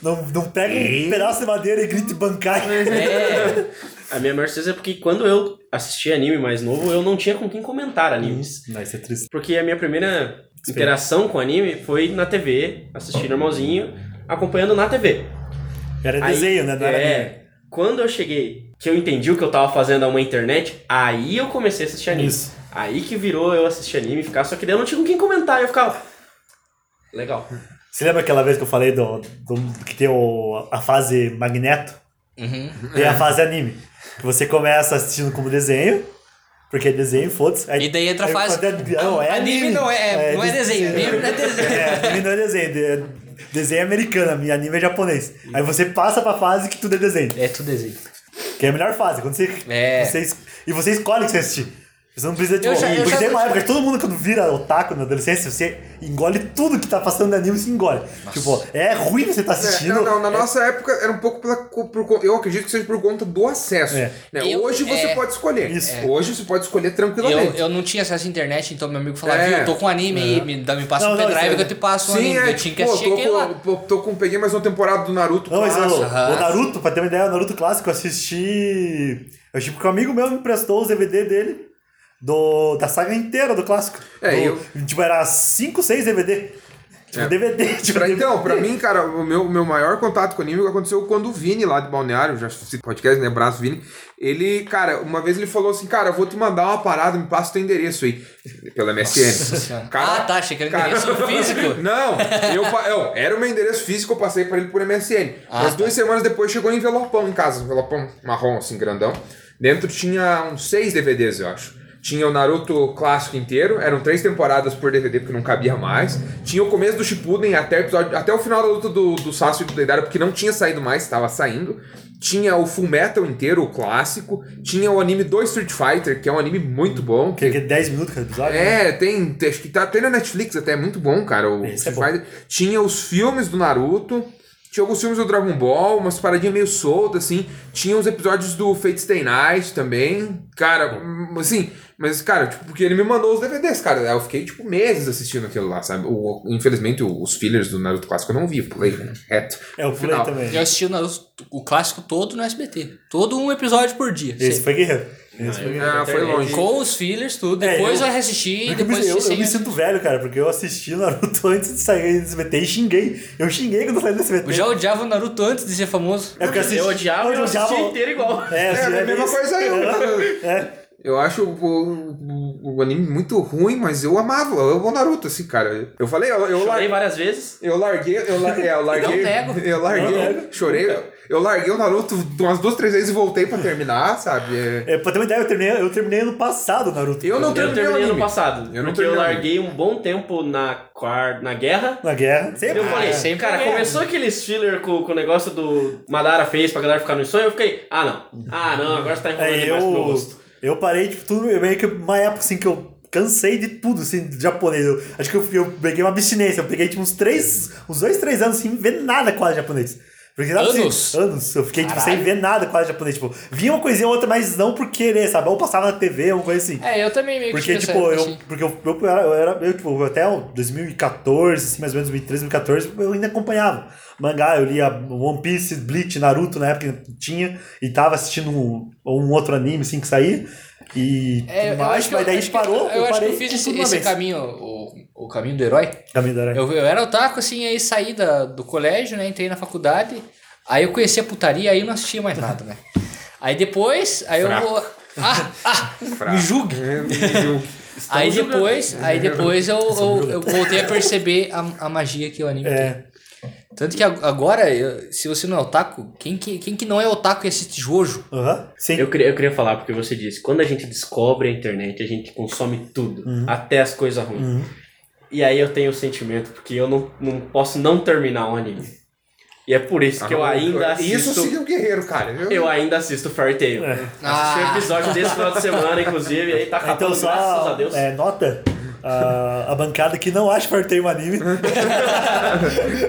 não, não, não pega um pedaço de madeira e grita e bancar. É, A minha maior certeza é porque quando eu assisti anime mais novo, eu não tinha com quem comentar animes. Não, isso é triste. Porque a minha primeira interação com anime foi na TV, assistindo normalzinho, acompanhando na TV. Era Aí- desenho, né? Não era é. anime. Quando eu cheguei, que eu entendi o que eu tava fazendo a uma internet, aí eu comecei a assistir anime. Isso. Aí que virou eu assistir anime e ficar, só que daí eu não tinha com quem comentar, eu ficava. Legal. Você lembra aquela vez que eu falei do, do- que tem o, a fase magneto? Uhum. É. Tem a fase anime. Que você começa assistindo como desenho, porque é desenho, foda-se. aí- E daí entra a aí fase. quando é- não, é anime, Anime não é, não é desenho, anime não é desenho. É, anime não é desenho. de- Desenho é americano, ami- anime é japonês. Aí você passa pra fase que tudo é desenho. É tudo desenho. Que é a melhor fase. Quando você, É. você es- e você escolhe o que você assistir. Você não precisa de um Eu já- eu Porque já- tem uma época que todo mundo, quando vira otaku na adolescência, você engole tudo que tá passando de anime, você engole. Tipo, é ruim você tá É, assistindo. não, não, na nossa época era um pouco pela, co- por con- eu acredito que seja por conta do acesso. É. né? Eu- Hoje você é, pode escolher. isso. É. Hoje você pode escolher Eu, tranquilamente. eu não tinha acesso à internet, então meu amigo falava, É. viu, eu tô com anime aí, me, dá- me passa Não, um não, pendrive isso que é- eu te passo um Sim, anime. é, eu tinha que pô, assistir tô aquele com, lá. pô, tô com- peguei mais uma temporada do Naruto Não, mas o, clássico. Aham. o Naruto, pra ter uma ideia, o Naruto clássico, eu assisti. Eu assisti porque um amigo meu me emprestou os DVD dele. Do, da saga inteira do clássico. É, Do- Tipo, era 5, 6 DVD. Tipo, DVD. Tipo, Pra- DVD. então, pra mim, cara, o meu, meu maior contato com anime aconteceu quando o Vini lá de Balneário, já cito podcast, né? Abraço, Vini. Ele, cara, uma vez ele falou assim, cara, eu vou te mandar uma parada, me passa o teu endereço aí. Pela MSN. Cara, ah, tá, achei que era cara- endereço físico. Não, eu, pa- eu- era o meu endereço físico, eu passei pra ele por MSN. Ah, Mas tá. duas semanas depois chegou um envelopão em casa, um envelopão marrom, assim, grandão. Dentro tinha uns seis DVDs, eu acho. Tinha o Naruto clássico inteiro, eram três temporadas por DVD porque não cabia mais. Tinha o começo do Shippuden até, o episódio- até o final da luta do, do Sasuke e do Deidara, porque não tinha saído mais, estava saindo. Tinha o Full Metal inteiro, o clássico. Tinha o anime do Street Fighter, que é um anime muito bom. Que, que é 10 minutos cada episódio? né? É, tem, tem- acho que tá até na Netflix até, é muito bom, cara. O Esse é Street bom. Fighter. Tinha os filmes do Naruto, tinha alguns filmes do Dragon Ball, umas paradinhas meio soltas, assim. Tinha uns episódios do Fate Stay Night também. Cara, hum, assim, mas, cara, tipo, porque ele me mandou os DVDs, cara. Eu fiquei, tipo, meses assistindo aquilo lá, sabe? O- infelizmente, o- os fillers do Naruto Clássico eu não vi, pulei né? reto. É o No Play final. também. Eu assisti o, Naruto- o clássico todo no SBT. Todo um episódio por dia. Esse sempre. foi guerreiro. Esse foi guerreiro. Ah, foi longe. Com os fillers, tudo. É, Depois eu- eu, assisti e Eu me- depois eu, assisti eu me sem- sinto velho, cara, porque eu assisti Naruto antes de sair do SBT e xinguei. Eu xinguei quando saí do SBT. Eu já odiava o Naruto antes de ser famoso. É porque assisti- Eu odiava e eu assisti odiava- inteiro igual. É, É, assim, a mesma isso. coisa eu. É. Eu acho o, o- o anime muito ruim, mas eu amava, eu amo o Naruto, assim, cara. Eu falei, eu, eu Chorei várias vezes. Eu larguei, eu, la- é, eu larguei. Não nego. Eu larguei, chorei. Eu larguei o Naruto umas duas, três vezes e voltei pra terminar, sabe? É, É, pra ter uma ideia, eu terminei, eu terminei ano passado Naruto. Eu não Eu terminei o terminei ano anime. passado. Eu não porque eu terminei o larguei um bom tempo na, quar... na guerra. Na guerra. E Sempre. Eu falei, sempre cara, é. começou aqueles filler com, com o negócio do Madara fez pra galera ficar no sonho, eu fiquei, ah não, ah não, agora você tá enrolando É, demais pro meu eu, gosto. eu parei, tipo, tudo, eu meio que uma época assim que eu cansei de tudo, assim, de japonês. Eu, acho que eu, eu peguei uma abstinência, eu peguei tipo uns três, uns dois, três anos sem ver nada quase japonês. Porque, sabe, assim, Anos? anos. Eu fiquei tipo, sem ver nada quase japonês. Tipo, via uma coisinha ou outra, mas não por querer, sabe? Ou passava na TV, alguma coisa assim. É, eu também meio que tive Porque, essa tipo, época, eu, assim. porque eu, eu era, eu era- eu, tipo, até o 2014, assim, mais ou menos 2013, 2014, eu ainda acompanhava mangá, eu lia One Piece, Bleach, Naruto na época que tinha, e tava assistindo um, um outro anime, assim, que saía, e tudo É, eu mais, acho que mas eu- daí acho que- parou, Eu, acho que parei eu fiz tudo esse, de uma esse vez. né? É. caminho, o, o caminho do herói. Caminho da Aranha. Eu, eu era otaku, assim, aí saí da, do colégio, né? Entrei na faculdade. Aí eu conheci a putaria, aí eu não assistia mais nada, né? Aí depois, aí Fraco. eu vou. Ah, ah, me julgue. É, me julgue. Aí depois, aí depois eu, eu, eu voltei a perceber a, a magia que o anime tem. É, Tanto que ag- agora, eu- se você não é otaku, quem que, quem que não é otaku e assiste Jojo? aham, sim. Eu queria, eu queria falar porque você disse, quando a gente descobre a internet, a gente consome tudo, Uhum. até as coisas ruins. E aí eu tenho o sentimento, porque eu não, não posso não terminar um anime. E é por isso que eu ainda assisto. Isso sim é um guerreiro, cara. Eu, Eu ainda assisto Fairy Tail. É. Assisti Ah. um episódio desse final de semana, inclusive, e aí tá acabando, Então graças a só, Deus. é, nota, ah, a, a bancada que não acha Fartei um anime,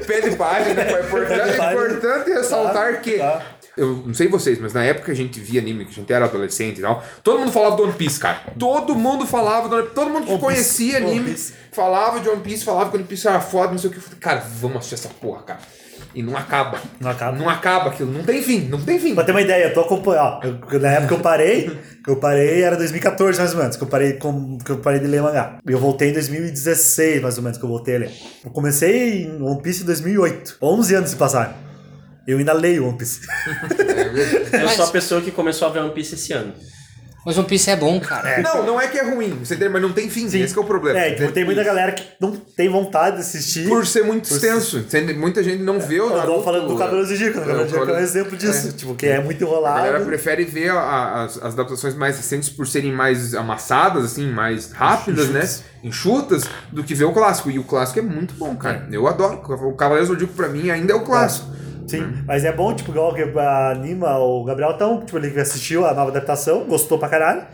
pé de página, é importante, página. é importante ressaltar Tá, que. tá. Eu não sei vocês, mas na época que a gente via anime, que a gente era adolescente e tal, todo mundo falava do One Piece, cara. Todo mundo falava do One Piece, todo mundo que One Piece, conhecia One anime Piece. falava de One Piece, falava que One Piece era foda, não sei o que. Eu falei, Cara, vamos assistir essa porra, cara. E não acaba. Não acaba. Não acaba aquilo, não tem fim, não tem fim. Pra ter uma ideia, eu tô acompanhando. ó, eu- na época que eu parei, que eu parei era 2014 mais ou menos, que eu parei, com, que eu parei de ler mangá. E eu voltei em 2016 mais ou menos, que eu voltei a ler. Eu comecei em One Piece em 2008. 11 anos se passaram. Eu ainda leio One Piece. Eu Mas- sou a pessoa que começou a ver One Piece esse ano. Mas One Piece é bom, cara. Não, não é que é ruim, você entende? Mas não tem fim, esse que é o problema. É, tipo, tem muita galera que não tem vontade de assistir. Por ser muito extenso, entende? Muita gente não vê o Eu Naruto. tô É, falando do Cabelo de Gico, o Cabelo de Gico é um Cavaleiro- exemplo disso. É. Tipo, que é muito A enrolado. galera prefere ver a- a- as, as adaptações mais recentes por serem mais amassadas, assim, mais rápidas, né? Enxutas, do que ver o clássico. E o clássico é muito bom, cara. Eu adoro. O Cavaleiro Zodíaco, pra mim, ainda é o clássico. Sim, mas é bom, tipo, igual que anima o Gabriel Tão, tipo, ele assistiu a nova adaptação, gostou pra caralho.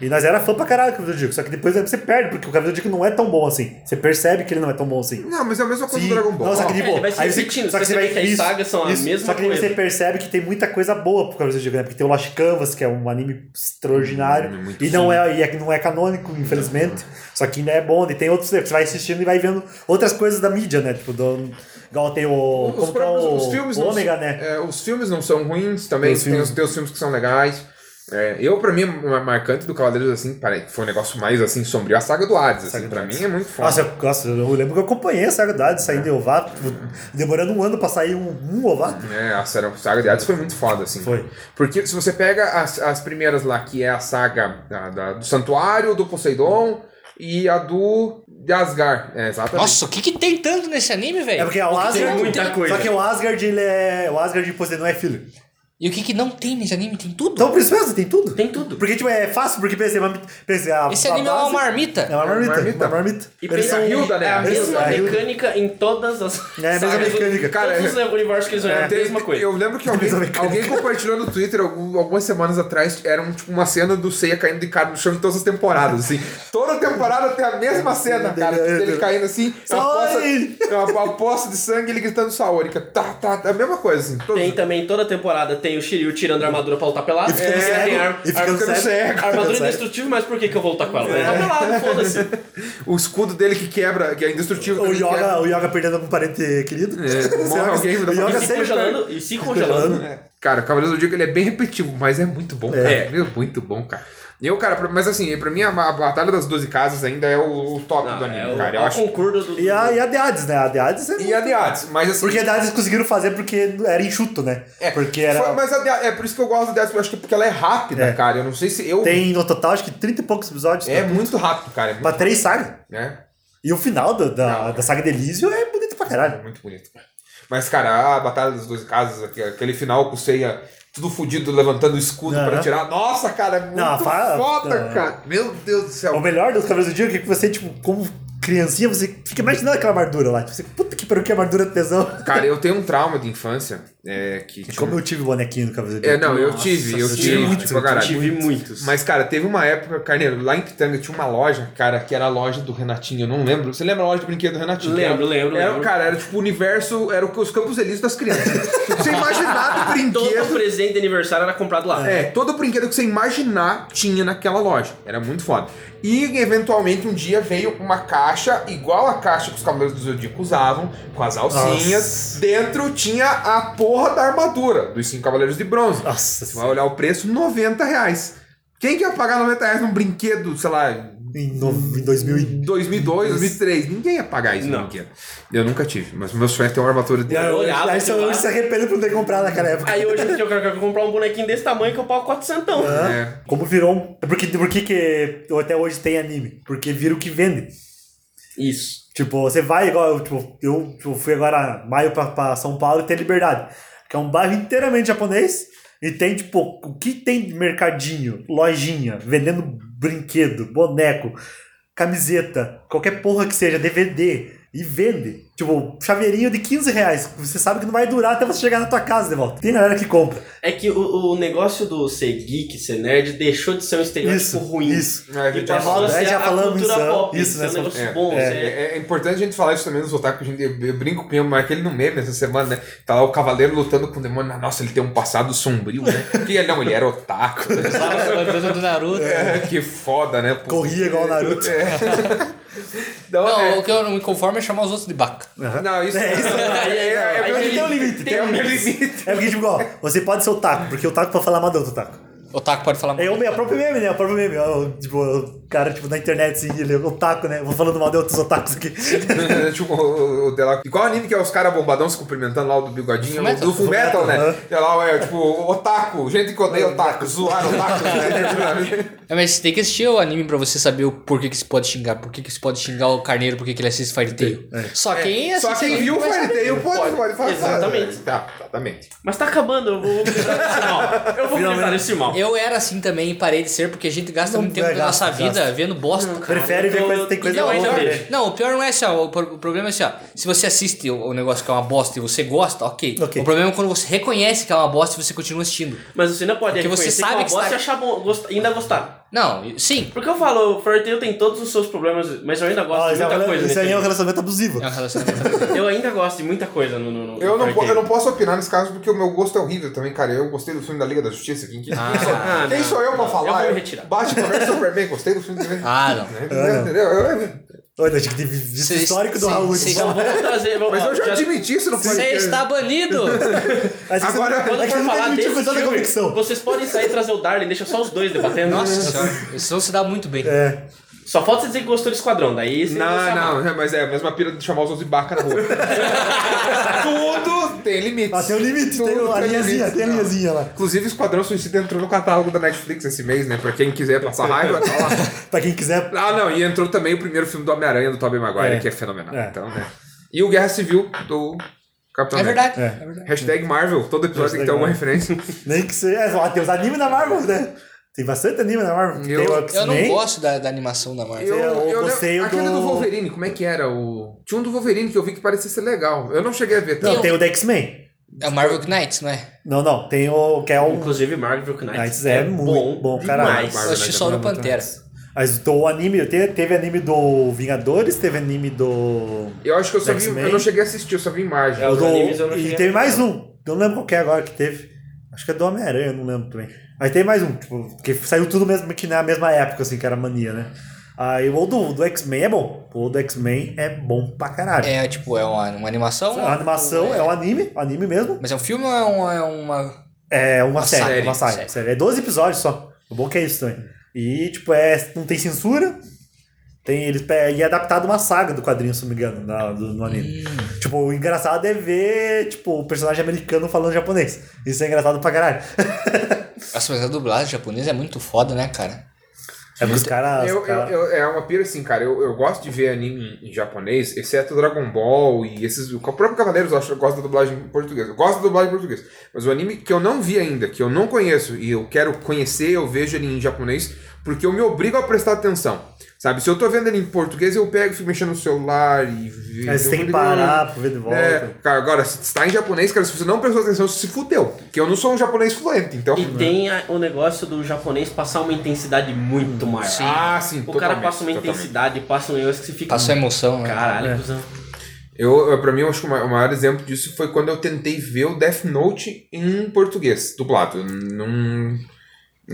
E nós era fã pra caralho do Cavaleiro Dico. Só que depois você perde, porque o Cavaleiro Dico não é tão bom assim. Você percebe que ele não é tão bom assim. Não, mas é a mesma coisa Sim. do Dragon Ball. Não, só que, É, tipo, ele vai se aí você, repetindo, só que você você vai, vê que as isso, sagas são a isso, mesma Só que daí coisa. você percebe que tem muita coisa boa pro Cavaleiro Dico, né? Porque tem o Lost Canvas, que é um anime extraordinário. Hum, muito Uhum. e não é, e é- não é canônico, infelizmente. Só que ainda é bom. E tem outros. Você vai assistindo e vai vendo outras coisas da mídia, né? Tipo, do, igual tem o. Os, como que é próprios- o, os filmes o não Ômega, são, né? é, os filmes não são ruins também. Os Tem filmes. os, tem os filmes que são legais. É, eu, pra mim, uma marcante do Cavaleiros, assim, pare- foi um negócio mais, assim, sombrio. A saga do Hades, assim, Saga do pra Hades. mim é muito foda. Nossa, eu, nossa, eu lembro que eu acompanhei essa verdade, saindo de ovato, tipo, demorando um ano pra sair um, um ovato. É, a série- a saga de Hades foi muito foda, assim. Foi. Porque se você pega as, as primeiras lá, que é a saga da- da- do Santuário, do Poseidon e a do de Asgard. É, exatamente. Nossa, o que, que tem tanto nesse anime, velho? É porque o O que tem- Asgard. muita coisa. Só que o Asgard, ele é. O Asgard de Poseidon é filho. E o que, que não tem nesse anime? Tem tudo. Então, por isso mesmo, tem tudo. Tem tudo. Porque, tipo, é fácil, porque pensei, mas, pensei a, Esse a anime é uma base- marmita. É uma marmita. marmita. Uma marmita. E Eles pensa a são- um Hilda, né? É a Eles- mesma a Hilda. mecânica em todas as. É a mesma sagas. mecânica. Cara, Todos os universos que eles olharam, é a Tem- mesma coisa. Eu lembro que alguém, alguém compartilhou no Twitter algum- algumas semanas atrás, era um, tipo, uma cena do Seiya caindo de cara no chão em todas as temporadas, assim. Toda temporada tem a mesma cena, cara, tipo, dele caindo assim, é uma poça, Saori! é uma, uma poça de sangue e ele gritando Saorica. Tá, tá, tá, a mesma coisa, assim. Todos, Tem também, toda temporada, tem o Shiryu tirando a armadura pra lutar pelado. É, E É, ficando Tem cego, a ar- e ficando ar- cego. Armadura Ficando cego. indestrutível, mas por que, que eu vou lutar com ela? É. Vou lutar pelado, foda-se. O escudo dele que quebra, que é indestrutível. O que ele Yoga, quebra. o Yoga perdendo algum parente querido. É, O morre alguém, o Yoga E se sempre perde. congelando, e se congelando. Cara, o Cavaleiro do Zodíaco ele é bem repetitivo, mas é muito bom, cara. É. Meu, muito bom, cara. Eu, cara, pra- mas assim, pra mim a, a Batalha das 12 Casas ainda é o, o top do Não, anime, é o, cara. Eu é o acho. concurso do. E a, e a de Hades, né? A de Hades é... E a de Hades, mas assim. Porque a de Hades conseguiram fazer porque era enxuto, né? É, Porque era... foi- mas a de- é por isso que eu gosto dessa, eu acho que é porque ela é rápida, É. cara. Eu não sei se eu. Tem no total, acho que 30 e poucos episódios. É né? muito rápido, cara. É muito, Pra três sagas. né? E o final da, da, Não. da saga de Elísio é bonito pra É caralho. muito bonito. cara. Mas, cara, a Batalha das 12 Casas, aqu- aquele final com o Seiya tudo fudido, levantando o escudo Aham. pra tirar. Nossa, cara, é muito Não, fa- foda, ah. cara. Meu Deus do O céu. melhor dos Cavaleiros do Dia é que você, tipo, como criancinha, você fica imaginando aquela armadura lá. Tipo, você, puta que peru que armadura tesão. Tipo, Cara, eu tenho um trauma de infância é, que. tinha- Como eu tive bonequinho no Cavaleiro do É, Dia. não, eu Nossa tive, eu Senhora. tive, Muito, tipo, muito, caralho. Tive muitos. Mas, cara, teve uma época, Carneiro, lá em Pitanga tinha uma loja, cara, que era a loja do Renatinho, eu não lembro. Você lembra a loja de brinquedo do Renatinho? Lembro, Era- um lembro, era, lembro. Cara, era tipo o universo, era o que os campos elíseos das crianças. Tipo, você imaginava o Todo brinquedo. presente de aniversário era comprado lá. É, todo brinquedo que você imaginar tinha naquela loja. Era muito foda. E eventualmente um dia veio uma caixa igual a caixa que os Cavaleiros do Zodíaco usavam, com as alcinhas. Dentro tinha a porra da armadura dos cinco Cavaleiros de Bronze. Você Nossa vai senhora. olhar o preço, 90 reais. Quem que ia pagar 90 reais num brinquedo, sei lá, em Em, no, em 2000 e... 2002, 2003? Ninguém ia pagar isso num Não. brinquedo. Eu nunca tive, mas meus sonhos têm uma armadura de... Eu olhava Aí você aquilo lá. hoje se arrepende por não ter comprado naquela época. Aí hoje em dia eu quero, quero comprar um bonequinho desse tamanho que eu pago 400. Hã? É. Como virou um... Porque, por que que até hoje tem anime? Porque vira o que vende. Isso. Tipo, você vai igual, eu, tipo, eu tipo, fui agora maio pra, pra São Paulo e tem Liberdade, que é um bairro inteiramente japonês e tem, tipo, o que tem de mercadinho, lojinha, vendendo brinquedo, boneco, camiseta, qualquer porra que seja, DVD, e vende. Tipo, chaveirinho de 15 reais, que você sabe que não vai durar até você chegar na tua casa de volta. Tem galera que compra. É que o, o negócio do ser geek, ser nerd, deixou de ser um estereótipo Isso, ruim. isso. É, E verdade. passou a É, ser já a falamos cultura isso, pop. isso, Isso, é um né, negócio é, bom. é, é- é- é importante a gente falar isso também nos otakus. a gente- Eu, eu brinco com mas aquele no meme essa semana, né? Tá lá o cavaleiro lutando com o demônio. Nossa, ele tem um passado sombrio, né? Porque ele, não, ele era otaku. Lá na armadura do Naruto. É, que foda, né? Pô. Corria igual o Naruto. É. Não, é. Não, o que eu não me conformo é chamar os outros de baca. Não, isso É, isso- é, Aí meu tem um limite, tem É o um meu limite. limite. É porque, tipo, ó, você pode ser o taco, porque o taco pode falar mal do outro taco. Otaku pode falar mal. É o meu próprio meme, né? O próprio meme. Ó, tipo, o cara, tipo, na internet, assim, ele é otaku, né? Vou falando mal de outros otakus aqui. tipo, o, o, o Dela- Igual anime que é os caras bombadão se cumprimentando lá o do bigodinho, Fullmetal. do Full Metal, né? Aham. É lá, é, tipo, otaku, gente que odeia otaku, zoar otaku, né? É, mas você tem que assistir o anime pra você saber o porquê que se pode xingar. Por que que se pode xingar o carneiro, por que que ele assiste Fire Tail. É. Só quem assiste É, Só quem anime viu o vai Fire saber. Tail pode, Pode. pode falar. Exatamente. Tá, exatamente. Mas tá acabando, eu vou vou utilizar esse mal. Eu vou utilizar esse mal. Eu era assim também e parei de ser porque a gente gasta Não muito tempo é, da nossa gasta, vida gasta. vendo bosta. cara. Prefere ver eu- coisa, tem eu- coisa Não, eu boa. não, ainda né? vejo. não, o pior não é assim, ó, o, pro- o problema é assim, ó. Se você assiste o, o negócio que é uma bosta e você gosta, ok. Ok. O problema é quando você reconhece que é uma bosta e você continua assistindo. Mas você ainda pode É Porque você reconhecer sabe que que uma bosta tá está- e achar bom, gost- ainda gostar. Não, e- sim. Porque eu falo, o Fairy Tail tem todos os seus problemas, mas eu ainda gosto Ó, de isso é um muita rela- coisa. isso nesse aí é um anime. relacionamento abusivo. É um relacionamento. eu ainda gosto de muita coisa no. no, no Eu não, Fairy po- eu Tail. não posso opinar nesse caso porque o meu gosto é horrível também, cara. Eu gostei do filme da Liga da Justiça. Quem, quem, Ah, quem sou, não, quem sou eu pra não. falar? Eu vou me retirar. Bate conversa Superman, gostei do filme também. Ah, não. Entendeu? Eu- eu- Olha, a gente teve visto o Cês- histórico do sim, Raul. sim. então. Vamos trazer, vamos- Mas ó, eu já admiti isso no Você podcast. está banido! Mas você- Agora- é que Quando você for não falar admitiu desse com tanta filme, convicção. vocês podem sair e trazer o Darling, deixa só os dois debatendo. Nossa senhora, isso não se dá muito bem. É. Só falta você dizer que gostou do Esquadrão, daí você Não, vai chamar. não, é, mas é a mesma pira de chamar os outros de baca na rua. Tudo tem limite. Ah, tem um limite, tem Tudo a linhazinha, limite, tem a não. linhazinha lá. Inclusive, Esquadrão Suicida entrou no catálogo da Netflix esse mês, né? Pra quem quiser passar raiva, tá lá. Pra quem quiser. Ah, não, e entrou também o primeiro filme do Homem-Aranha, do Tobey Maguire, É. que é fenomenal. É. Então, né? E o Guerra Civil do Capitão É América. verdade. É, é verdade. Hashtag Marvel, todo episódio tem que ter Hashtag alguma Marvel. referência. Nem que seja. é, ó, Tem os animes da Marvel, né? Tem bastante anime da Eu- Marvel. tem o Eu não X-Men. gosto da, da animação da Marvel. Eu, Eu eu, lembro- é gostei do- aquele do... Wolverine, como é que era? O... Tinha um do Wolverine que eu vi que parecia ser legal. Eu não cheguei a ver tanto. Não, tem o da X-Men. É o Marvel Knights, não é? Não, não. Tem o. Que é o. Inclusive, Marvel Knights Knights é muito bom, caralho. demais. Eu assisti só é o do né? Pantera. Mas o anime. Teve, teve anime do Vingadores, teve anime do. Eu acho que eu só vi. X-Men. Eu não cheguei a assistir, eu só vi imagem. É, O os do- animes eu não e cheguei teve a- mais um. Eu não lembro qual que é agora que teve. Acho que é do Homem-Aranha, eu não lembro também. Mas tem mais um, tipo, que saiu tudo mesmo que na mesma época, assim, que era mania, né? Aí o do, do X-Men é bom. O do X-Men é bom pra caralho. É tipo, é uma, uma animação. A animação é um anime, um anime mesmo. Mas é um filme ou é uma. é uma- É uma, Uma série, série, uma série, série. série. É 12 episódios só. O bom que é isso também. E, tipo, é, não tem censura. Tem, ele, é, e é adaptado uma saga do quadrinho, se não me engano, na- do, no anime. Hum. Tipo, o engraçado é ver, tipo, o personagem americano falando japonês. Isso é engraçado pra caralho. Nossa, mas a dublagem japonesa é muito foda, né, cara? É pros caras. Eu- eu- cara- eu- é uma pira assim, cara. Eu, eu gosto de ver anime em, em japonês, exceto Dragon Ball e esses. O próprio Cavaleiros eu acho que eu gosto da dublagem em português. Eu gosto da dublagem em português. Mas o anime que eu não vi ainda, que eu não conheço e eu quero conhecer, eu vejo ele em japonês, porque eu me obrigo a prestar atenção. Sabe? Se eu tô vendo ele em português, eu pego e fico mexendo no celular e. vi- Aí você tem que vi- É, parar pra ver de volta. É, cara, agora, se está em japonês, cara, se você não prestou atenção, você se fudeu. Porque eu não sou um japonês fluente, então. né? E tem a- o negócio do japonês passar uma intensidade muito maior. Sim. Ah, sim, O cara totalmente, passa uma totalmente. intensidade, passa um negócio que você fica. Passou a emoção, né? Caralho, cuzão. Eu, eu, pra mim, eu acho que o ma- o maior exemplo disso foi quando eu tentei ver o Death Note em português, dublado. Eu Não,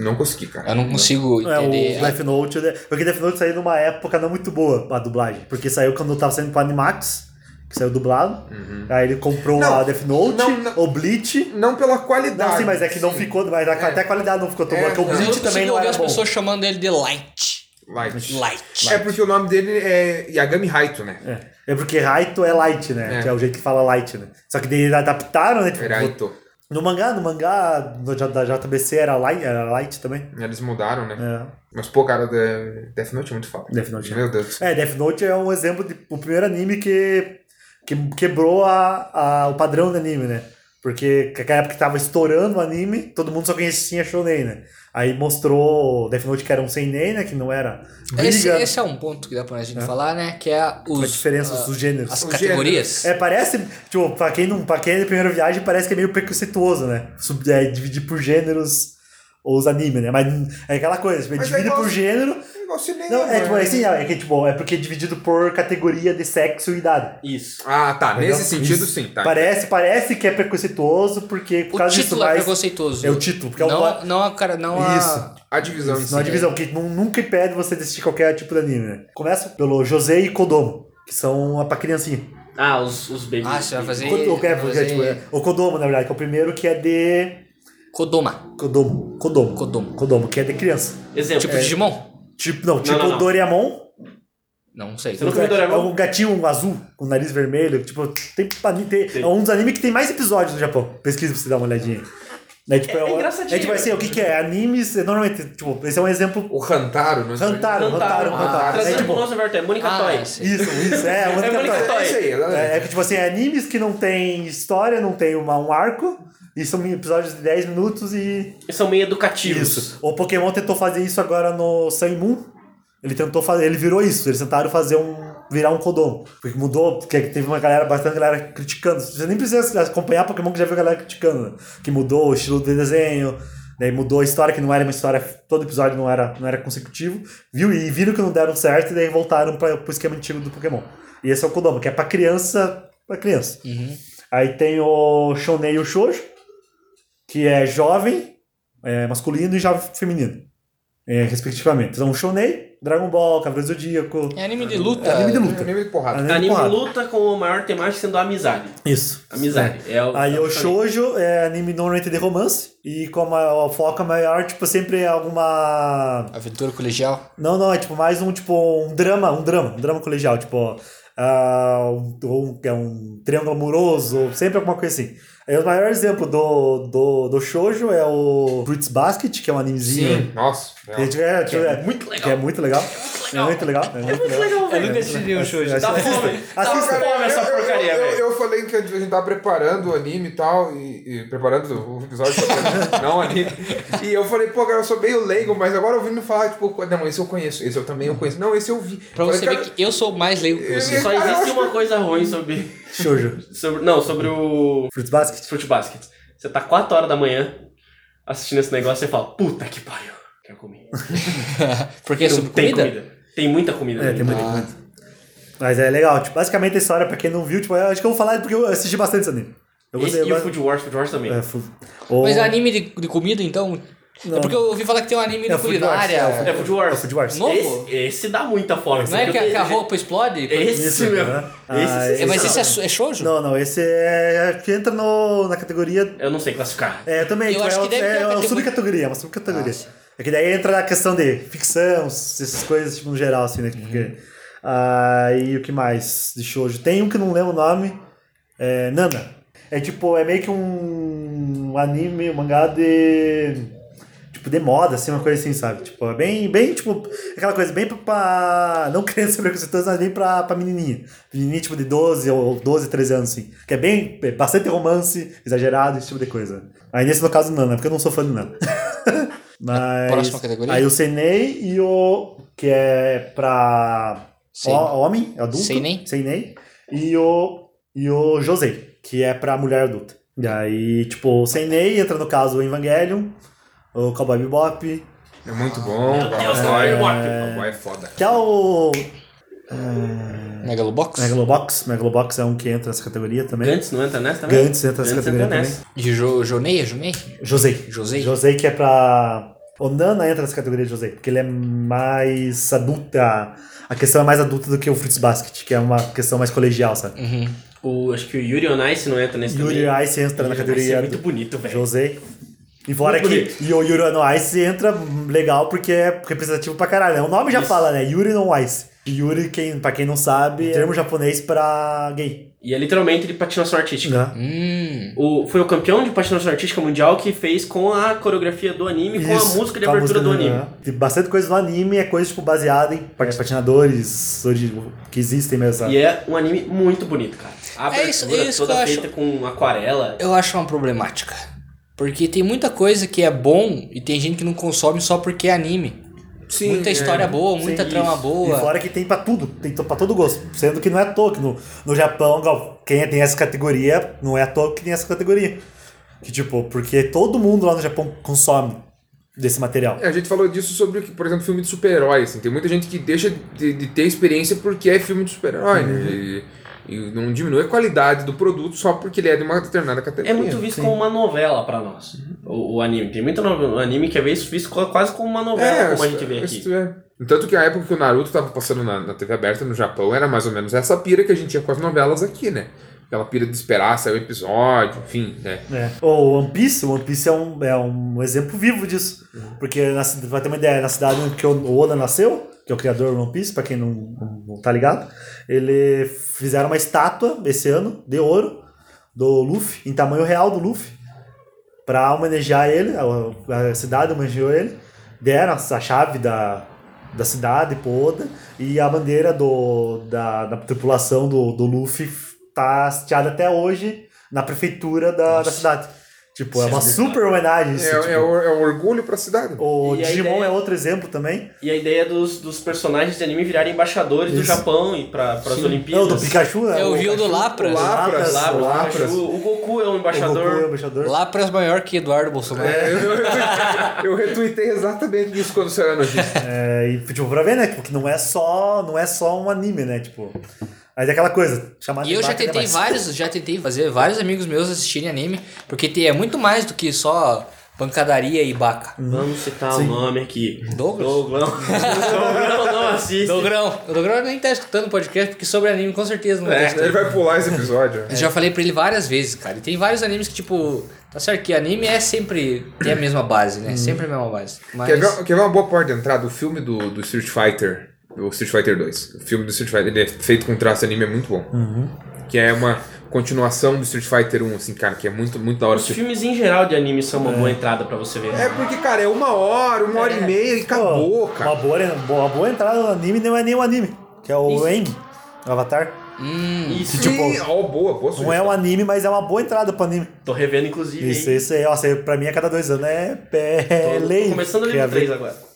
não consegui, cara. Eu não consigo É, o entender. Death Note, né? porque Death Note saiu numa época não muito boa a dublagem, porque saiu quando eu tava saindo pro Animax, que saiu dublado, aí ele comprou Uhum. Não, a Death Note, não, não. o Bleach, Não pela não, qualidade. sim, mas é que não sim. ficou, mas a- até a qualidade não ficou tão É, boa, porque o não. Mas eu Bleach não também consigo não ouvir era as bom. pessoas chamando ele de Light. Light. Light. É porque o nome dele é Yagami Raito, né? É. É porque Raito é light, né? É. Que é o jeito que fala light, né? Só que daí eles adaptaram, né? Tipo, Raito. no mangá, no mangá do J- da JBC era light, era light também. Eles mudaram, né? É. Mas, pô, cara, de- Death Note é muito foda. Death Note é. Meu Deus. É, Death Note é um exemplo de o primeiro anime que, que quebrou a, a- o padrão do anime, né? Porque naquela época que tava estourando o anime, todo mundo só conhecia Shonen, né? Aí mostrou Death Note que era um seinen, né? Que não era briga, né? Esse, esse é um ponto que dá pra gente falar, né? Que é os, a diferença ah, dos gêneros. as Os categorias. É, parece, tipo, pra quem não, pra quem é de primeira viagem, parece que é meio preconceituoso, né? Sub- é, dividir por gêneros os animes, né? Mas é aquela coisa, tipo, é Mas é dividir igual- por gênero. É igual cinema. Não, é, tipo, né? é, assim, é, que, tipo, é porque é dividido por categoria de sexo e idade. Isso. Ah, tá. Entendeu? Nesse sentido, Isso. sim, tá. Parece, parece que é preconceituoso, porque por O causa disso, título é mas. preconceituoso. É o título, porque é o não, ba- não a cara, não a. Isso. A divisão em si. né? Não é divisão, porque nu- nunca impede você de assistir qualquer tipo de anime, né? Começa pelo José e Kodomo, que são a pra criancinha. Ah, os, os babies. Ah, você vai fazer- Kodo- é, porque, Josei- tipo, é- o Kodomo, na verdade, que é o primeiro que é de. Kodoma. Kodomo. Kodomo. Kodomo. Kodomo, que é de criança. Exemplo. É. Tipo Digimon? Tipo, não, tipo não, não. o Doraemon. Não sei. Você não- viu Doraemon? É um gatinho um azul, com nariz vermelho. Tipo, tem, tem, Sim. é um dos animes que tem mais episódios no Japão. Pesquisa pra você dar uma olhadinha. É, tipo, É- é uma- engraçadinho. É tipo assim, o que que é? Animes, é, normalmente, tipo, esse é um exemplo O Hantaro, não sei. É. Rantaro, Rantaro, Rantaro. É Trazendo pro tipo, nosso Alberto, é Mônica Ah, Toy. esse. isso, isso, é, um É outro Mônica cantor. É isso aí, galera. É, é que tipo assim, é animes que não tem história, não tem uma, um arco, e são episódios de 10 minutos e. Eles São meio educativos. Isso. O Pokémon tentou fazer isso agora no Sun e Moon. Ele tentou fazer. Ele virou isso. Eles tentaram fazer um. virar um Kodomo. Porque mudou, porque teve uma galera, bastante galera criticando. Você nem precisa acompanhar Pokémon que já viu galera criticando. né? Que mudou o estilo de desenho. Daí mudou a história, que não era uma história. Todo episódio não era, não era consecutivo. Viu? E viram que não deram certo, e daí voltaram para pro esquema antigo do Pokémon. E esse é o Kodomo, que é pra criança. pra criança. Aí tem o Shonei e o Shoujo, que é jovem, é, masculino e jovem feminino, é, respectivamente. Então, o Shonei, Dragon Ball, Cavaleiros do Zodíaco. É anime de luta. anime de luta. Anime de porrada. Anime- Anime porrada. luta com a maior temática sendo a amizade. Isso. Amizade. É, o, Aí é o shoujo é anime normalmente de romance e como a, a foca maior, tipo, sempre é alguma... Aventura colegial. Não, não, é tipo mais um, tipo, um drama, um drama, um drama colegial, tipo, ah, um, um, é um triângulo amoroso, sempre alguma coisa assim. Aí o maior exemplo do, do, do shoujo é o Fruits Basket, que é um animezinho. Sim, Nossa. Que é, é. tipo, é, tipo, é, muito legal. que é muito legal. É muito legal. É muito legal. Eu nunca assisti um show. Dá fome. Assista. Cara, Come essa eu- eu- porcaria, eu, velho. eu, falei que a gente tava preparando o anime e tal, e, e preparando o episódio, pra- né? não o anime. E eu falei, pô, cara, eu sou meio leigo, mas agora ouvindo falar, tipo, não, esse eu conheço, esse eu também eu conheço. Não, esse eu vi. Pra Eu falei, você cara, ver que eu sou mais leigo que você. Só existe uma coisa ruim sobre, Shoujo. sobre. Não, sobre o Fruits Basket. Fruit Basket. Você tá 4 horas da manhã assistindo esse negócio e você fala, puta que pariu, quero comer. Porque é Não sobre tem comida? Tem muita comida. É, nele. tem muito encanto. Mas é legal, tipo, basicamente a história, pra quem não viu, tipo, eu acho que eu vou falar porque eu assisti bastante esse anime. Eu Esse gostei. e o eu Food Wars, Food Wars também. É, fu- o- Mas é anime de, de comida, então? Não. É porque eu ouvi falar que tem um anime de É, Food Wars, culinária. é, É, Food Wars. É Food Wars. Novo? Esse, esse dá muita fome. Não é porque que a, eu- que a roupa explode? Esse, Isso, meu. né? Esse, Ah, sim. esse É, mas não. esse é, so- é shoujo? Não, não, esse é. que entra no, na categoria. Eu não sei classificar. É, também, Eu tipo, acho é, que deve ter é, a é uma categoria- subcategoria, é uma subcategoria. é que daí entra a questão de ficção, essas coisas, tipo, no geral, assim, né? Porque, ah, e o que mais de shoujo? Tem um que eu não lembro o nome, é Nana. É tipo, é meio que um anime, um mangá de. Tipo, de moda, assim, uma coisa assim, sabe? Tipo, é bem, bem, tipo, aquela coisa, bem pra. pra não criança preconceituosa, mas bem pra, pra menininha. Menininha, tipo, de 12 ou 12, 13 anos, assim. Que é bem. é bastante romance, exagerado, esse tipo de coisa. Aí nesse no caso, Nana, porque eu não sou fã de Nana. mas. Próxima categoria? Aí o Senei e o. que é pra. Sei. ho- homem, é adulto. Seinen. Seinei. E o, e o Josei, que é pra mulher adulta. E aí, tipo, o Seinei entra no caso o Evangelion, o Cowboy Bebop, É muito bom. Meu Deus, Cowboy, é- Cowboy é foda. que é o... Megalobox? Megalobox. Megalobox é um que entra nessa categoria também. Gantz não entra nessa também? Gantz entra nessa Gantz categoria entra também. nessa. De jo, Jonei? é Jonei? Josei. Josei? Josei que é pra... O Nana entra nessa categoria de Josei, porque ele é mais adulta. A questão é mais adulta do que o Fruits Basket, que é uma questão mais colegial, sabe? Uhum. O, acho que o Yuri on Ice não entra nesse Yuri também. Ice entra na Yuri on Ice categoria é muito bonito, velho. José. E fora Muito que e o Yuri on Ice entra legal porque é representativo pra caralho. né? O nome já Isso. fala, né? Yuri on Ice. E Yuri, quem, pra quem não sabe, é termo japonês pra gay. E é literalmente de patinação artística. Né? Hum. O, foi o campeão de patinação artística mundial que fez com a coreografia do anime, com a música de com a abertura música do anime. né? Tem bastante coisa no anime, é coisa tipo, baseada em pat- patinadores ori- que existem mesmo. sabe? E é um anime muito bonito, cara. A abertura É isso- é isso que toda eu acho. feita com aquarela. Eu acho uma problemática. Porque tem muita coisa que é bom e tem gente que não consome só porque é anime. Sim, muita é. história boa, Sim, muita trama isso. boa. E fora que tem pra tudo, tem to- pra todo gosto. Sendo que não é à toa que no, no Japão, Gal, quem tem essa categoria, não é à toa que tem essa categoria. Que tipo, porque todo mundo lá no Japão consome desse material. É, a gente falou disso sobre, por exemplo, filme de super-herói. Assim. Tem muita gente que deixa de, de ter experiência porque é filme de super-herói. né? Uhum. E, e não diminui a qualidade do produto só porque ele é de uma determinada É categoria. muito visto como uma novela pra nós, o, o anime. Tem muito no- anime que é visto visto co- quase como uma novela, É, como a gente vê É, aqui. isso é. Tanto que a época que o Naruto tava passando na, na TV aberta no Japão era mais ou menos essa pira que a gente tinha com as novelas aqui, né? Aquela pira de esperar sair o episódio, enfim, né? É. O One Piece, o One Piece é um, é um exemplo vivo disso. Porque, na, ci- pra ter uma ideia, na cidade onde que o Oda nasceu, que é o criador do One Piece, pra quem não, não- não tá ligado, ele fizeram uma estátua esse ano, de ouro, do Luffy, em tamanho real do Luffy, pra homenagear ele, a, a cidade homenageou ele, deram a chave da, da cidade pro Oda, e a bandeira do, da, da tripulação do, do Luffy tá hasteada até hoje na prefeitura da, da cidade. Tipo, é uma Isso é super homenagem isso. é, tipo. é o- é um orgulho pra cidade. O E a Digimon ideia- é outro exemplo também. E a ideia dos, dos personagens de anime virarem embaixadores do Isso. Japão e para as Olimpíadas. Não, do Pikachu. É o Rio Pikachu. do Lapras. O Lapras, Lá, o o Lapras. Pikachu. O Goku é um O Goku é o embaixador. embaixador. Lapras maior que Eduardo Bolsonaro. É. Eu, eu retuitei exatamente isso quando saiu a notícia. É, e tipo, pra ver, né? Tipo, que não é só, não é só um anime, né? Tipo. Mas é aquela coisa, chamada E eu de já vaca, né, tentei mas- vários, já tentei fazer vários amigos meus assistirem anime, porque tem- é muito mais do que só Pancadaria e Baca. Vamos citar o nome aqui. Douglas? Douglão. Douglão não assiste. Dogrão. O Dogrão nem tá escutando o podcast, porque sobre anime com certeza não tá É, escutando. ele vai pular esse episódio. É, Eu já falei pra ele várias vezes, cara. E tem vários animes que, tipo, tá certo que anime é sempre. tem a mesma base, Uhum. né? Sempre a mesma base. Mas. Quer, ver, quer ver uma boa porta de entrada? O filme do, do Street Fighter, do Street Fighter 2. O filme do Street Fighter, ele é feito com traço anime, é muito bom. Uhum. Que é uma continuação do Street Fighter 1, assim, cara, que é muito, muito da hora. Os filmes em geral de anime são É. uma boa entrada pra você ver. É porque, cara, é uma hora, uma hora e meia e acabou, cara. Uma boa, né, uma boa entrada no anime não é nem um anime, que é o Isso. Eng, o Avatar. Hum, Isso. tipo, Sim, ó, boa, boa Não é sugestão. um anime, mas é uma boa entrada pro anime. Tô revendo, inclusive. Isso, hein? isso aí, ó, você- pra mim a cada dois anos é, Tô- é tô lei. começando o Quer livro ver? 3 agora.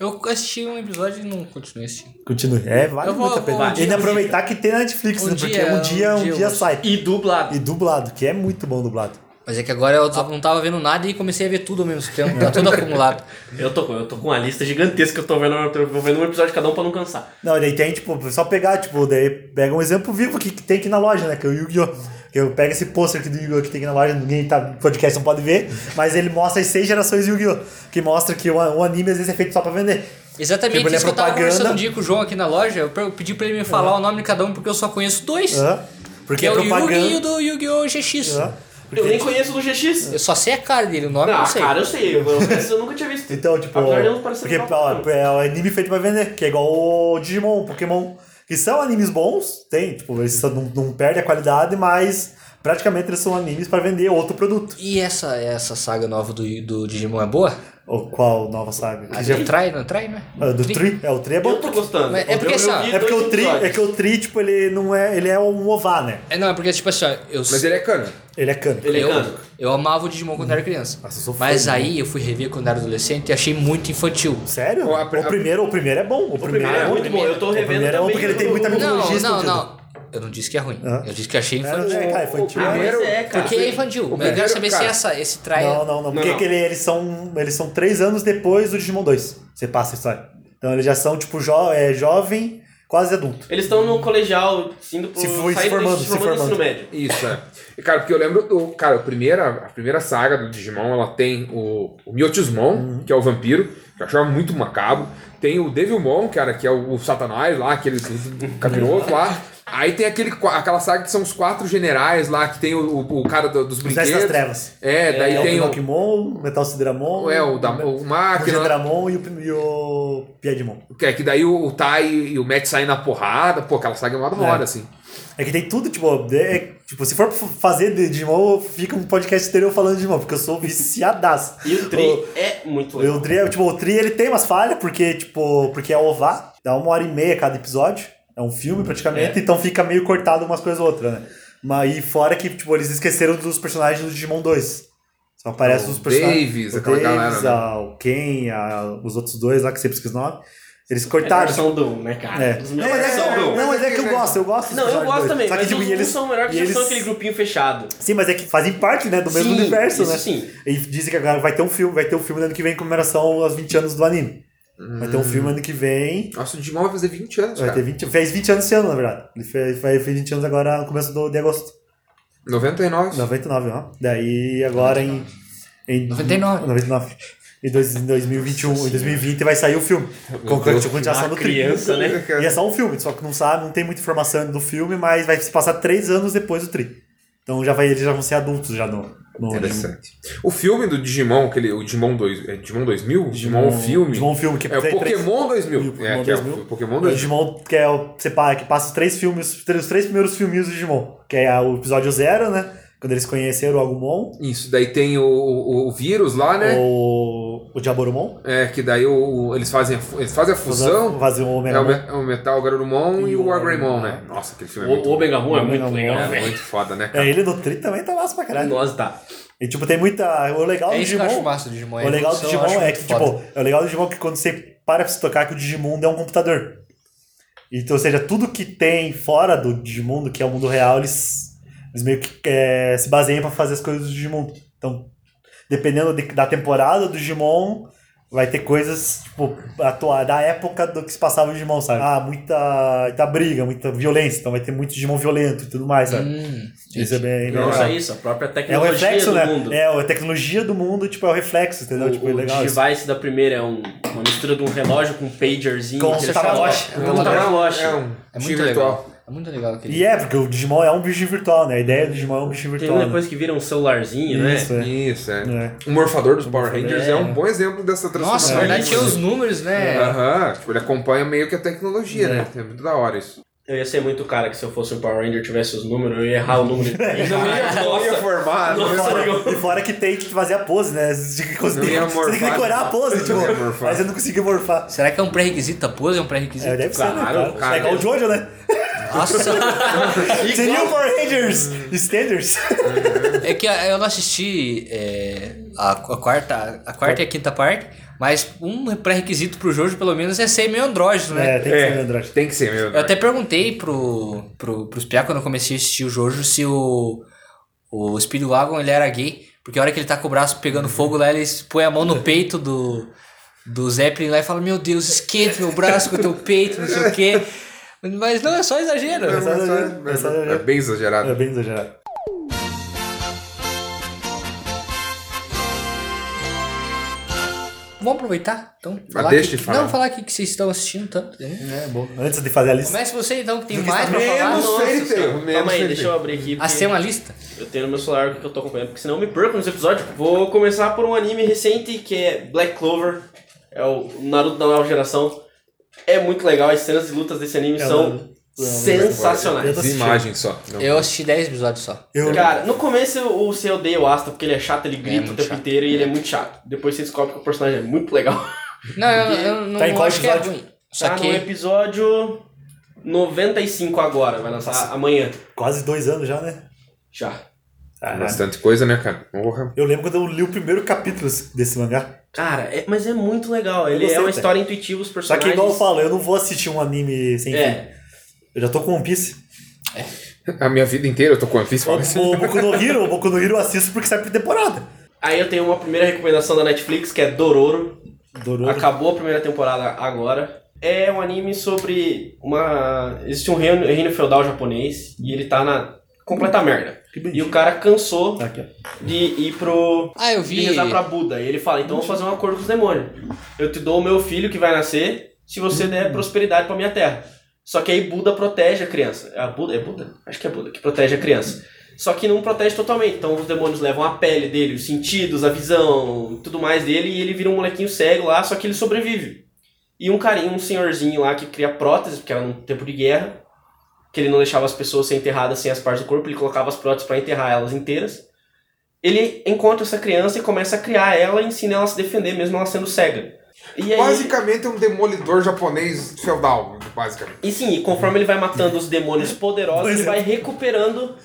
eu assisti um episódio e não continuei assistindo. Continue. É, vale Eu vou- muito a vou um pena. dia- E ainda aproveitar que tem na Netflix, um né? Porque dia- um dia, um um dia eu dia vou- sai. E dublado. E dublado, que é muito bom dublado. Mas é que agora eu tava- não tava vendo nada e comecei a ver tudo ao mesmo tempo, tá tudo acumulado. Eu tô, com- eu tô com uma lista gigantesca que eu tô vendo, eu tô vendo um episódio de cada um pra não cansar. Não, daí tem, tipo, só pegar, tipo, daí pega um exemplo vivo que que tem aqui na loja, né? Que é o Yu-Gi-Oh! Que eu pego esse pôster aqui do Yu-Gi-Oh! que tem aqui na loja, ninguém tá no podcast, não pode ver, mas ele mostra as seis gerações de Yu-Gi-Oh! Que mostra que o o anime às vezes é feito só pra vender. Exatamente, Tipo, ele é isso que eu tava propaganda. conversando um dia com o João aqui na loja, eu per- eu pedi pra ele me falar o nome de cada um, porque eu só conheço dois. Hã? Porque Que é é o Yugi e o propaganda. É. do Yu-Gi-Oh! GX. Hã? Eu nem conheço do GX. É. Eu só sei a cara dele, o nome eu Ah, não sei. cara, eu sei. Eu, eu nunca tinha visto. Então, tipo, Apesar de não parecer porque legal, ó, não. é um anime feito pra vender, que é igual o Digimon, Pokémon, que são animes bons, tem, tipo, eles só não, não perdem a qualidade, mas praticamente eles são animes pra vender outro produto. E essa, essa saga nova do, do Digimon é boa? Ou qual nova saga? Que A já- gente trai, não trai, né? Ah, do Tri? É, o Tri é bom. Eu tô gostando. Mas é Eu- porque eu só- vi É porque dois o Tri, é episódios. que o Tri, tipo, ele não é. Ele é um ová, né? É, não, é porque, tipo assim, ó, eu, Mas ele é cano. Ele é cânico. Ele é eu, cano. eu amava o Digimon quando era criança. Nossa, eu sou fã né? mas dele. aí eu fui rever quando era adolescente e achei muito infantil. é- Sério? Ou a- O primeiro, o primeiro é bom. O, O primeiro é muito bom. Eu tô O revendo. primeiro é bom também porque ele tem o- muita Não, mitologia não, escondida. não. Eu não disse que é ruim. Hã? Eu disse que achei Era, infantil. é, cara, infantil. O Ah, primeiro- mas é, cara. Porque é infantil. Mas eu primeiro, quero saber se é cara- essa, esse trai. Não, não, não. Porque não. que ele- eles são. Eles são três anos depois do Digimon 2. Você passa a história. Então eles já são, tipo, jo é, jovem, quase adulto. Eles estão no colegial, indo pro Se foi se saindo do- formando, se se formando no ensino formando. médio. Isso, é. E, Cara, porque eu lembro do. Cara, a primeira, a primeira saga do Digimon, ela tem o, o Miotismon, Uhum. que é o vampiro, que eu achava muito macabro. Tem o Devilmon, cara, que é o, o Satanás lá, aquele capiroto lá. Aí tem aquele, qua- aquela saga que são os quatro generais lá, que tem o, o- o cara do- dos Os Dez das brinquedos. Trevas. É, daí é, tem o o. Pinocchimon, o Metal Sidramon. É, o, da, o O Máquina. Gedramon e o, Pin- e o Piedmon. Que, é que daí o, o Tai e o Matt saem na porrada. Pô, aquela saga é uma da hora, assim. É que tem tudo, tipo, é- tipo, se for f- fazer de Digimon, fica um podcast inteiro falando de Digimon, porque eu sou viciadaço. E o Tri é muito O, legal. o, tri, é- tipo, o Tri, ele tem umas falhas, porque, tipo, porque é ová, dá uma hora e meia cada episódio, é um filme praticamente, então fica meio cortado umas coisas ou outras, né? Mas e fora que, tipo, eles esqueceram dos personagens do Digimon 2. Só aparecem O os personagens. Davis, o aquela galera, né? a- o Ken, a- os outros dois lá que sempre esqueci o nome. Eles a cortaram. versão do 1, né, cara? É. Os Não, melhores mas é, são que, do um. não, mas é que eu gosto, eu gosto. do Não, eu episódio gosto dois. também, Só que, mas tipo, os e eles eles, são melhores que e eles... são eles- aquele grupinho fechado. Sim, mas é que fazem parte, né, do mesmo Sim, universo, isso né? sim. E dizem que agora vai ter um filme, vai ter um filme no ano que vem em comemoração aos 20 anos do anime. Vai ter um filme ano que vem. Hum. Nossa, o Digimon vai fazer 20 anos, Vai cara. ter 20, fez 20 anos esse ano, na verdade. Ele fez, fez 20 anos agora no começo do, de agosto. 99. 99, ó. Daí agora em. em 99. 99. Em, dois, em 2021, em 2020 vai sair o filme. Com tipo, a Deus. continuação do Uma tri. criança, né? E é só um filme, só que não sabe, não tem muita informação do filme, mas vai se passar três anos depois do tri. Então já vai, eles já vão ser adultos já no. no Interessante. O filme do Digimon, aquele, o Digimon 2, é Digimon 2000? Digimon, o filme? Digimon um filme, que é o tem três- Pokémon 2000. E o Pokémon é, que é 2000. o Pokémon O 2000. Digimon, que é o que separa- que passa os três filmes, os três, os três primeiros filminhos do Digimon. Que é o episódio zero, né? Quando eles conheceram o Agumon, Isso, daí tem o, o, o vírus lá, né? o, o Diaboromon, É, que daí o, o- eles, fazem a, fu- eles fazem a fusão. fazer o É o, Omega me- é o Metal Garurumon e, o Agreymon, né? Nossa, aquele filme é muito, O Omega Room é Omega muito Room. legal, é velho. muito foda, né, cara? É, ele no Tri também tá massa pra caralho. Nós tá. E tipo, tem muita. O legal É do isso que eu acho Digimon. massa do Digimon. O legal do Digimon é que, tipo. tipo, é o legal do Digimon é que quando você para pra se tocar que o Digimundo é um computador. Então, ou seja, tudo que tem fora do Digimundo, que é o mundo real, eles, eles meio que é, se baseiam pra fazer as coisas do Digimundo. Então, dependendo de- da temporada do Digimon, Vai ter coisas, tipo, atua- da época do que se passava o Digimon, sabe? Ah, muita, muita briga, muita violência, então vai ter muito Digimon violento e tudo mais, Uhum. sabe? Hum, Isso é bem Não legal. só isso, a própria É o tecnologia reflexo, do né? mundo. É, a tecnologia do mundo, tipo, é o reflexo, entendeu? O, tipo, é o legal isso. device da primeira é um- uma mistura de um relógio com um pagerzinho. Com que ele o Tamagotchi. chama- É um Um Tamagotchi. É um é X muito virtual. legal. É muito legal aquele. E é, porque o Digimon é um bicho virtual, né? A ideia do Digimon é um bicho Tem virtual. uma né? coisa que vira um celularzinho, né? Isso, é. Isso, é. É. O Morfador dos Power Rangers é, É. um bom exemplo dessa transformação. Nossa, na verdade tinha os números, né? Aham, tipo, ele acompanha meio que a tecnologia, né? É muito da hora isso. Eu ia ser muito cara que se eu fosse um Power Ranger tivesse os números, eu ia errar o número. Não ia, não ia formar, não ia E né? formar. fora, e fora que tem que fazer a pose, né? Você tem que, você ia tem que morfar. decorar a pose, tipo, Não ia morfar. mas eu não consegui morfar. Será que é um pré-requisito? A pose é um pré-requisito? É, deve ser, né? Claro, Claro. cara. É igual o Jojo, né? Nossa! Seria o Power Rangers Standards. é que eu não assisti é, a, a quarta, a quarta e a quinta parte, mas um pré-requisito pro Jojo, pelo menos, é ser meio andrógeno, né? É, tem que ser É, o Android. tem que ser, meu. Eu até perguntei pro, pro, pros piá quando eu comecei a assistir o Jojo se o, o Speedwagon ele era gay, porque a hora que ele tá com o braço pegando fogo lá, ele põe a mão no peito do, do Zeppelin lá e fala: Meu Deus, esquenta meu braço com o teu peito, não sei o quê. Mas não, é só exagero. É, só exagero, mas é só é- exagero. é bem exagerado. É bem exagerado. Vamos aproveitar, então. deixa que- de falar. Não, falar aqui que vocês estão assistindo tanto. né? É bom. Antes de fazer a lista. Comece você então, que tem mais pra menos falar. Nossa Fairy Tail, Senhora. menos Calma aí, Fairy deixa eu Tail. abrir aqui. Ah, porque você tem uma lista? Eu tenho no meu celular o que eu tô acompanhando, porque senão eu me perco nos episódios. Vou começar por um anime recente que é Black Clover. É o Naruto da nova geração. É muito legal, as cenas de lutas desse anime É, são não, não, sensacionais. não. De imagem só. Não. Eu assisti 10 episódios só. Eu, Cara, no começo o você odeia o Asta porque ele é chato, ele grita o muito tempo chato. inteiro e ele é muito chato. Depois você descobre que o personagem é muito legal. Não, eu, eu não Tá em qual acho que é episódio? ruim. Só tá que. no episódio 95 agora, vai lançar amanhã quase dois anos já, né? já. Caralho. Bastante coisa, né, cara? Porra. Eu lembro quando eu li o primeiro capítulo desse mangá. Cara, é- mas é muito legal. Ele gostei, é uma cara. história intuitiva, os Só personagens. que igual eu falo, eu não vou assistir um anime sem fim. É, Eu já tô com One Piece. A minha vida inteira eu tô com a Fist O, o Boku no Hero, o Boku no Hero eu assisto porque sai por temporada. Aí eu tenho uma primeira recomendação da Netflix que é Dororo. Dororo. Acabou a primeira temporada agora. É um anime sobre uma. Existe um reino, reino feudal japonês e ele tá na completa merda. Que E bem. o cara cansou Tá aqui, ó. de ir pro. Ah, eu de vi. rezar pra Buda. E ele fala: então eu vou fazer um acordo com os demônios. Eu te dou o meu filho que vai nascer se você der prosperidade pra minha terra. Só que aí Buda protege a criança. É a Buda? É Buda? Acho que é Buda que protege a criança. Só que não protege totalmente. Então os demônios levam a pele dele, os sentidos, a visão, tudo mais dele, e ele vira um molequinho cego lá, só que ele sobrevive. E um carinho, um senhorzinho lá que cria prótese, porque era num tempo de guerra, que ele não deixava as pessoas ser enterradas sem as partes do corpo, ele colocava as próteses para enterrar elas inteiras. Ele encontra essa criança e começa a criar ela e ensina ela a se defender, mesmo ela sendo cega. E aí- Basicamente é um demolidor japonês feudal, basicamente. E sim, e conforme ele vai matando os demônios poderosos, Pois ele é. vai recuperando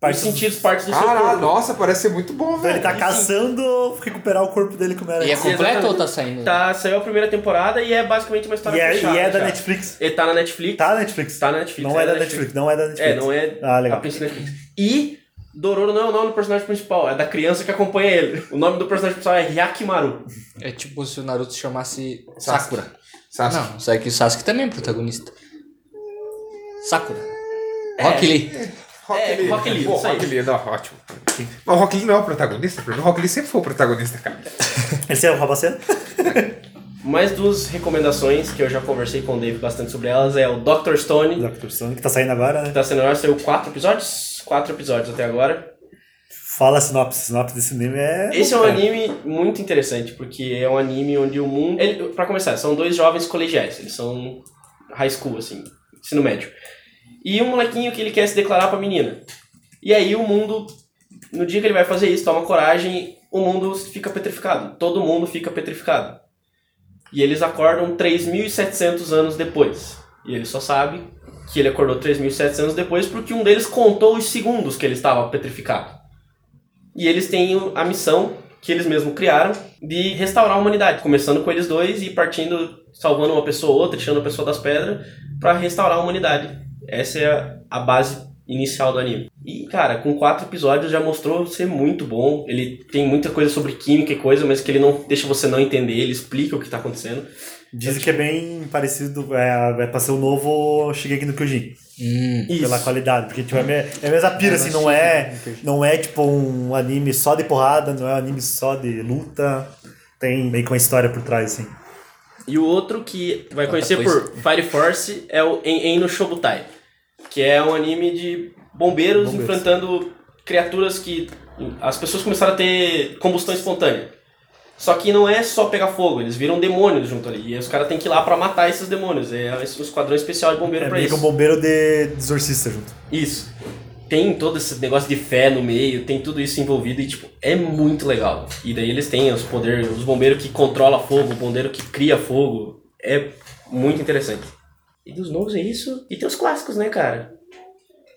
Partes- os sentidos, partes é do seu Caralho, corpo. nossa, parece ser muito bom, Então ele velho. tá caçando recuperar o corpo dele como era. E é antes. completo ou tá saindo? Tá, saiu a primeira temporada e é basicamente uma história E é, fechada. e é da já. Netflix. Ele tá na Netflix. Tá na Netflix. Tá na Netflix. Não é da Netflix, não é da Netflix. É, não é Ah, legal. a princípio da Netflix. E Dororo não é o nome do personagem principal, é da criança que acompanha ele. O nome do personagem principal é Hyakimaru. É tipo se o Naruto se chamasse Sakura. Sasuke. Não, só que o Sasuke também é protagonista. Sakura. Rock Lee. Rock É, Lee. Rock Lee, Pô, isso aí. Rock Lee, não, ótimo. Mas o Rock Lee não é o protagonista? Pra mim, o Rock Lee sempre foi o protagonista, cara. Esse é o Rabacena? Mais duas recomendações que eu já conversei com o Dave bastante sobre elas é o Dr. Stone, Dr. Stone, que tá saindo agora, que né? tá sendo agora, saiu quatro episódios? Quatro episódios até agora. Fala a sinopse. Sinopse desse anime é. Esse é um anime muito interessante, porque é um anime onde o mundo. Ele, pra começar, são dois jovens colegiais, eles são high school, assim, ensino médio. E um molequinho que ele quer se declarar pra menina. E aí o mundo, no dia que ele vai fazer isso, toma coragem, o mundo fica petrificado. Todo mundo fica petrificado. E eles acordam 3.700 anos depois. E ele só sabe que ele acordou 3.700 anos depois porque um deles contou os segundos que ele estava petrificado. E eles têm o- a missão que eles mesmos criaram de restaurar a humanidade, começando com eles dois e partindo, salvando uma pessoa ou outra, tirando a pessoa das pedras, para restaurar a humanidade. Essa é a- a base inicial do anime. E, cara, com quatro episódios já mostrou ser muito bom. Ele tem muita coisa sobre química e coisa, mas que ele não deixa você não entender, ele explica o que tá acontecendo. Dizem que é bem parecido, é, vai pra ser o novo Shigeki no Kyojin, Hum. Isso. pela qualidade, porque tipo, é, me, é a mesma pira, assim, não é, não é tipo um anime só de porrada, não é um anime só de luta, tem meio que uma história por trás, assim. E o outro que vai Tá, conhecer coisa. por Fire Force é o En En no Shobutai, que é um anime de bombeiros, Bombeiros. enfrentando criaturas que as pessoas começaram a ter combustão espontânea. Só que não é só pegar fogo, eles viram demônios junto ali. E os caras têm que ir lá pra matar esses demônios. É um esquadrão especial de bombeiro É pra meio que isso. um bombeiro de, de exorcista junto. Isso. Tem todo esse negócio de fé no meio, tem tudo isso envolvido e, tipo, é muito legal. E daí eles têm os poderes, os bombeiros que controla fogo, o bombeiro que cria fogo. É muito interessante. E dos novos é isso. E tem os clássicos, né, cara?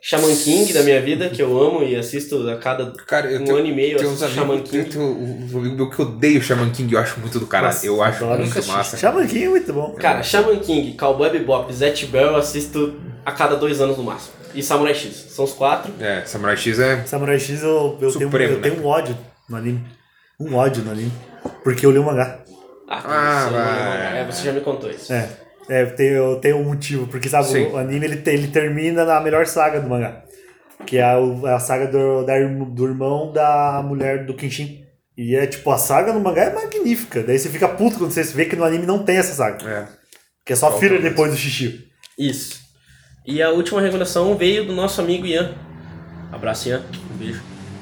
Shaman King da minha vida, que eu amo e assisto a cada Cara, eu um tenho, ano e meio, eu tenho uns assisto Shaman amigos, King. tem, tem uns amigos meu que odeio Shaman King, eu acho muito do caralho. Nossa, eu acho adoro. muito Nunca massa. Shaman King é muito bom. Cara, Shaman King, Cowboy Bebop, Zet Bell eu assisto a cada dois anos no máximo. E Samurai X. São os quatro. É, Samurai X é. Samurai X eu, eu, Supremo, tenho, eu né? tenho um ódio no anime, um ódio no anime, porque eu li o mangá. Ah, tem Ah, isso, vai. é, você já me contou isso. É, é eu, tenho, eu tenho um motivo, porque sabe, Sim. o anime ele, te- ele termina na melhor saga do mangá. Que é a, a saga do, da irm- do irmão da mulher do Kenshin. E é tipo, a saga no mangá é magnífica. Daí você fica puto quando você vê que no anime não tem essa saga. é. Que é só Qual filler que é? depois do xixi. Isso. E a última recomendação veio do nosso amigo Ian. Abraço, Ian. Um beijo.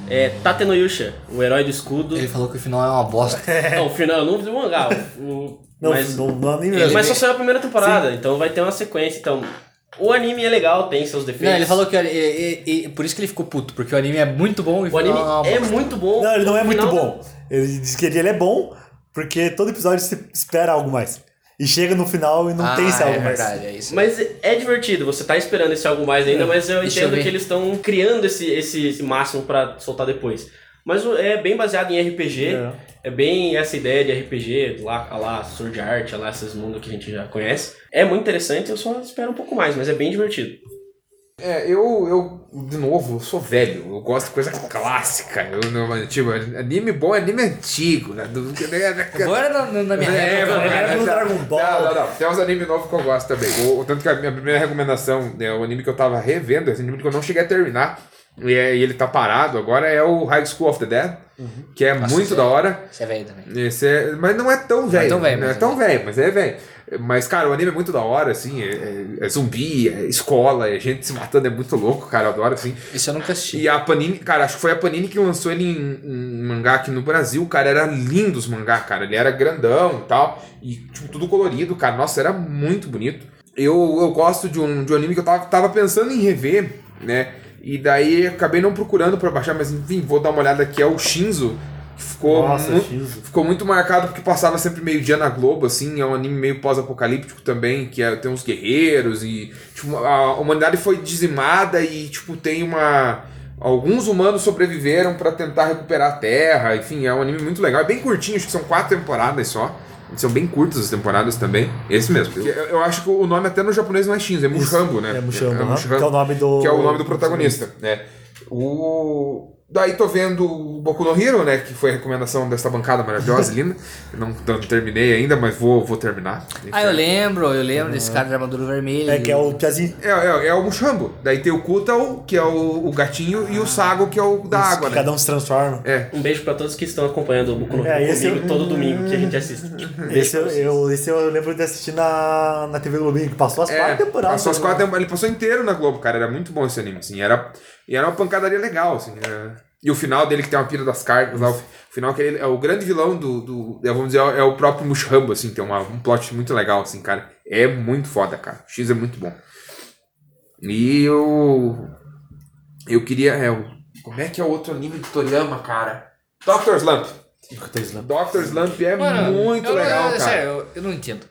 É Tate no Yusha, o herói do escudo. Ele falou que o final é uma bosta. Não, o final não vi o mangá. o- o- Não, mas, não, no anime é assim. ele- mas só saiu a primeira temporada, então vai ter uma sequência. Então, o anime é legal, tem seus defeitos. Não, ele falou que. ele- ele- ele- por isso que ele ficou puto, porque o anime é muito bom e O anime é muito bom. Não, ele não é O muito final bom. Ele diz que ele ele é bom, porque todo episódio você espera algo mais. E chega no final e não ah, tem esse algo é mais. verdade, é isso. Mas é divertido, você tá esperando esse algo mais É, ainda, mas eu Deixa eu entendo ver. que eles estão criando esse, esse, esse máximo pra soltar depois. Mas o- é bem baseado em RPG, É. é, bem essa ideia de RPG, lá, a lá Sword Art, a lá esses mundos que a gente já conhece. É muito interessante, eu só espero um pouco mais, mas é bem divertido. É, eu, eu, de novo, eu sou velho, eu gosto de coisa clássica. Eu, não- tipo, anime bom é anime antigo. Né? Do- Agora na, na- na minha É, época, mano, né? era no Dragon Ball. Não, não, não. Tem uns animes novos que eu gosto também. O, o tanto que a minha primeira recomendação, né, o anime que eu tava revendo, esse anime que eu não cheguei a terminar, e, é- e ele tá parado agora, é o High School of the Dead, Uhum. que é Nossa, muito é. da hora. Você é velho também. Esse é- mas não é tão velho. tão velho, não é mas- tão velho, mas é velho. Mas, cara, o anime é muito da hora, assim. É, é- é zumbi, é escola, é gente se matando, é muito louco, cara. Eu adoro, assim. Isso eu nunca assisti. E a Panini, cara, acho que foi a Panini que lançou ele em, em mangá aqui no Brasil, cara. Era lindo os mangá, cara. Ele era grandão e tal. E, tipo, tudo colorido, cara. Nossa, era muito bonito. Eu, eu gosto de um, de um anime que eu tava, tava pensando em rever, né? E daí acabei não procurando pra baixar, mas enfim, vou dar uma olhada aqui. É o Shinzo. que Ficou Nossa, mu- Shinzo. Ficou muito marcado porque passava sempre meio-dia na Globo, assim. É um anime meio pós-apocalíptico também, que é- tem uns guerreiros e. Tipo, a humanidade foi dizimada e, tipo, tem uma. Alguns humanos sobreviveram pra tentar recuperar a Terra. Enfim, é um anime muito legal. É bem curtinho, acho que são quatro temporadas só. São bem curtas as temporadas também. Esse mesmo. Eu, eu acho que o nome até no japonês não é Shinzo, é Mushambo, né? É Mushambo, aham, Mushambo que é o nome do... que é o nome do protagonista, né? O... Daí tô vendo o Boku no Hero, né? Que foi a recomendação desta bancada maravilhosa, linda. Não, não terminei ainda, mas vou, vou terminar. Ah, eu lembro, eu lembro desse cara de armadura vermelha. É, que é o Piazinho. É, é, é o Mushambo. Daí tem o Kutal, que é o, o gatinho, e o Sago, que é o da água, né? Cada um se transforma. É. Um beijo pra todos que estão acompanhando o Boku no É, Hero esse comigo eu- todo domingo que a gente assiste. Esse eu, eu- esse eu lembro de assistir na, na TV Globinho, que passou as É, quatro temporadas. passou as né? quatro temporadas. Ele passou inteiro na Globo, cara. Era muito bom esse anime, assim. Era, e era uma pancadaria legal, assim. era- E o final dele, que tem uma pira das cartas lá. O fi- o final que ele é o grande vilão do... do é, vamos dizer, é o- é o próprio Mushambo, assim. Tem uma, um plot muito legal, assim, cara. É muito foda, cara. O X é muito bom. E eu... Eu queria... É, o- como é que é o outro anime do Toriyama, cara? Doctor Slump. Doctor Slump é Mano, muito eu- legal, eu- cara. Sério, eu, eu não entendo.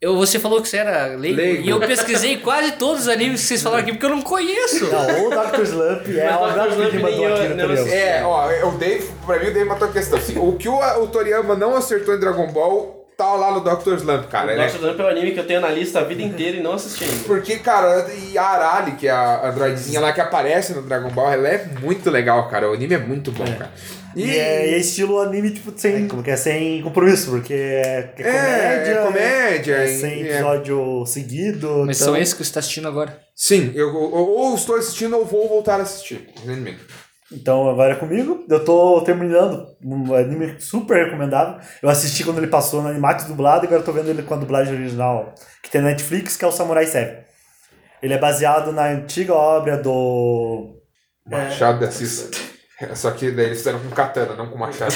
Eu, você falou que você era leigo, Leigo. e eu pesquisei quase todos os animes que vocês falaram aqui porque eu não conheço. Não, o Dr. Slump é Mas a Dr. obra que Slump ele mandou nem aqui eu- no não Toriyama. assisti. É, ó, o Dave, pra mim o Dave matou a questão. Assim, o que o, o Toriyama não acertou em Dragon Ball, total lá no Doctor Slump, cara. Ele é- Doctor Slump é um anime que eu tenho na lista a vida inteira e não assisti ainda. Porque, cara, e a Arali, que é a androidezinha lá que aparece no Dragon Ball, ela é muito legal, cara. O anime é muito bom, cara. E, é, e é estilo anime, tipo, sem, como que é, sem compromisso, porque é, é comédia. é comédia, É, e- sem é- episódio seguido. Mas então- são esses que você está assistindo agora. Sim, eu, eu- ou estou assistindo ou vou voltar a assistir. Entendimento. Então agora é comigo. Eu tô terminando um anime super recomendável. Eu assisti quando ele passou no Animax dublado e agora eu tô vendo ele com a dublagem original que tem na Netflix, que é o Samurai 7. Ele é baseado na antiga obra do. É. Machado de Assis. É, Só que daí eles fizeram com katana, não com machado.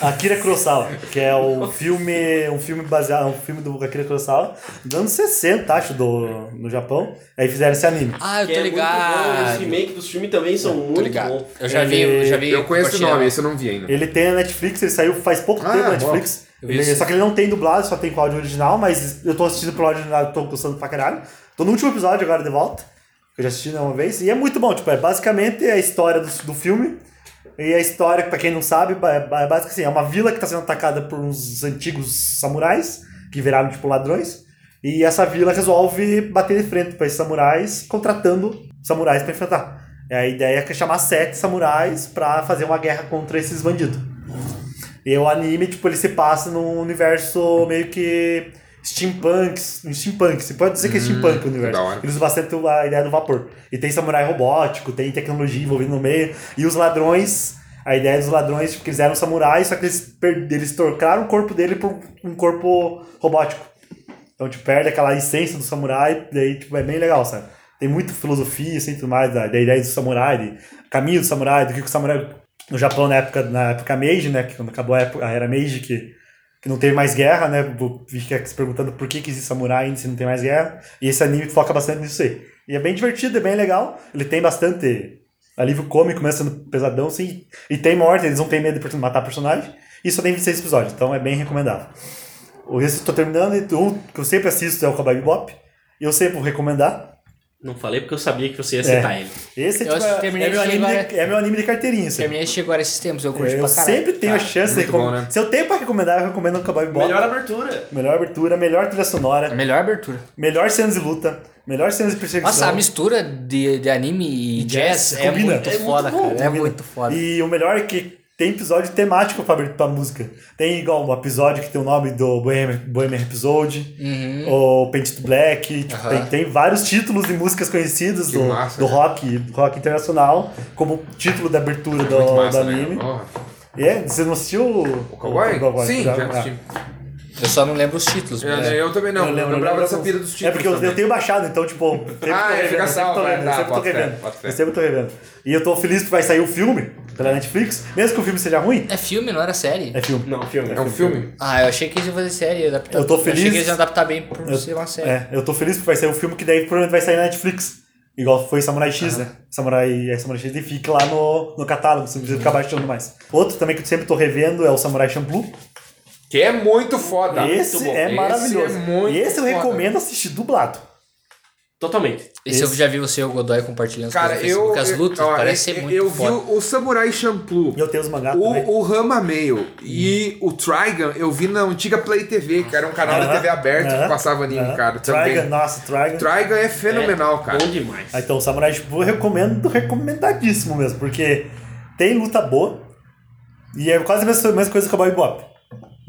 Akira Kurosawa, que é o filme, um filme baseado, um filme do Akira Kurosawa, dos anos 60, acho, do, no Japão. Aí fizeram esse anime. Ah, eu Que tô é Muito bom, os ligado. remakes dos filmes também são Tô muito ligado. bons. Eu já vi, eu já vi. eu conheço o compartilhar. nome, esse eu não vi ainda. Ele tem na Netflix, ele saiu faz pouco Ah, tempo na bom. Netflix. Eu Ele- vi isso. só que ele não tem dublado, só tem com áudio original, mas eu tô assistindo pro áudio original e tô gostando pra caralho. Tô no último episódio agora de volta. que Eu já assisti né, uma vez. E é muito bom, tipo, é basicamente a história do, do filme. E a história, pra quem não sabe, ba- ba- é basicamente assim, é uma vila que tá sendo atacada por uns antigos samurais, que viraram, tipo, ladrões. E essa vila resolve bater de frente pra esses samurais, contratando samurais pra enfrentar. E a ideia é chamar sete samurais pra fazer uma guerra contra esses bandidos. E o anime, tipo, ele se passa num universo meio que steampunk, steampunk, se pode dizer que é steampunk o universo. Hum, da hora. Eles usam bastante a ideia do vapor. E tem samurai robótico, tem tecnologia envolvida no meio, e os ladrões, a ideia dos ladrões, tipo, que eles eram samurais, só que eles, per- eles trocaram o corpo dele por um corpo robótico. Então, tipo, perde aquela essência do samurai, daí, tipo, é bem legal, sabe? Tem muita filosofia, assim, tudo mais, da, da ideia do samurai, de caminho do samurai, do que, que o samurai... No Japão, na época, na época Meiji, né, que quando acabou a, época, a era Meiji, que, que não teve mais guerra, né, do- fica se perguntando por que, que existe samurai ainda se não tem mais guerra, e esse anime foca bastante nisso aí. E é bem divertido, é bem legal, ele tem bastante alívio cômico, mesmo sendo pesadão, assim, e tem morte, eles não têm medo de person- matar personagem, e só tem 26 episódios, então é bem recomendável. O resto eu tô terminando e um que eu sempre assisto é o Cowboy Bebop. E eu sempre vou recomendar. Não falei porque eu sabia que você ia citar ele. Esse é, Eu tipo, assisti- terminei é, meu de anime chegar- de, é meu anime de carteirinha. sabe? Terminei de chegar agora é esses tempos, eu curti É, Eu pra caralho. sempre tenho a Cara, chance de muito bom, recomendar. né? Se eu tenho pra recomendar, eu recomendo o Cowboy Bebop. Melhor Melhor... abertura. abertura, melhor trilha a sonora, melhor abertura. melhor cenas de luta, melhor cenas de perseguição. Nossa, a mistura de, de anime e jazz, é combina. muito É muito foda, bom, cara. É combina. muito foda. E o melhor é que tem episódio temático pra, abrir- pra música. Tem igual um episódio que tem o nome do Bohemian, Bohemian Episode, Uhum. o Paint to Black. tipo, Aham. tem, tem vários títulos de músicas conhecidas Que do, massa, do né? rock, do rock internacional, como título da abertura do, Muito massa, do né? anime. Oh, E é, você não assistiu o, o Cowboy? Sim, já assisti. Eu só não lembro os títulos. Eu, mas- eu também não. Eu, lembro, lembrava lembro dessa alguns. pira dos títulos. É porque eu, também. eu tenho baixado, então, tipo. sempre Ah, tô ele revendo, fica eu sempre tô salvo, revendo, tá, eu sempre tô bota fé, revendo. bota fé. Eu sempre tô revendo. E eu tô feliz que vai sair o filme pela Netflix, mesmo que o filme seja ruim. É filme, não era série? É filme. Não, filme. É um filme? Ah, eu achei que eles iam fazer série. adaptar- Eu tô Eu achei feliz. que eles iam adaptar bem por Eu- ser uma série. É, eu tô feliz porque vai sair um filme que daí provavelmente vai sair na Netflix. Igual foi Samurai X, né? Samurai, é, Samurai X e fica lá no, no catálogo, você não precisa ficar baixando mais. Outro também que eu sempre tô revendo é o Samurai Champloo. Que é muito foda. esse Muito bom. é maravilhoso. Esse é muito e esse eu foda. recomendo assistir dublado. Totalmente. Esse, eu já vi você e o Godoy compartilhando as Cara, coisas no eu. Facebook, as eu- lutas, ó, parece eu- ser muito Eu vi foda. o o Samurai Champloo. E eu tenho os mangás também. O, o Rama Mail Hum. e o Trigon eu vi na antiga Play TV, que era um canal da Aham, TV aberta aham, que passava anime, aham. cara. Trigun, Também. nossa, Trigun. Trigon é fenomenal, cara. Bom demais. Ah, Então, Samurai Champloo eu recomendo, recomendadíssimo mesmo, porque tem luta boa e é quase a mesma, mesma coisa que o Bob Bop.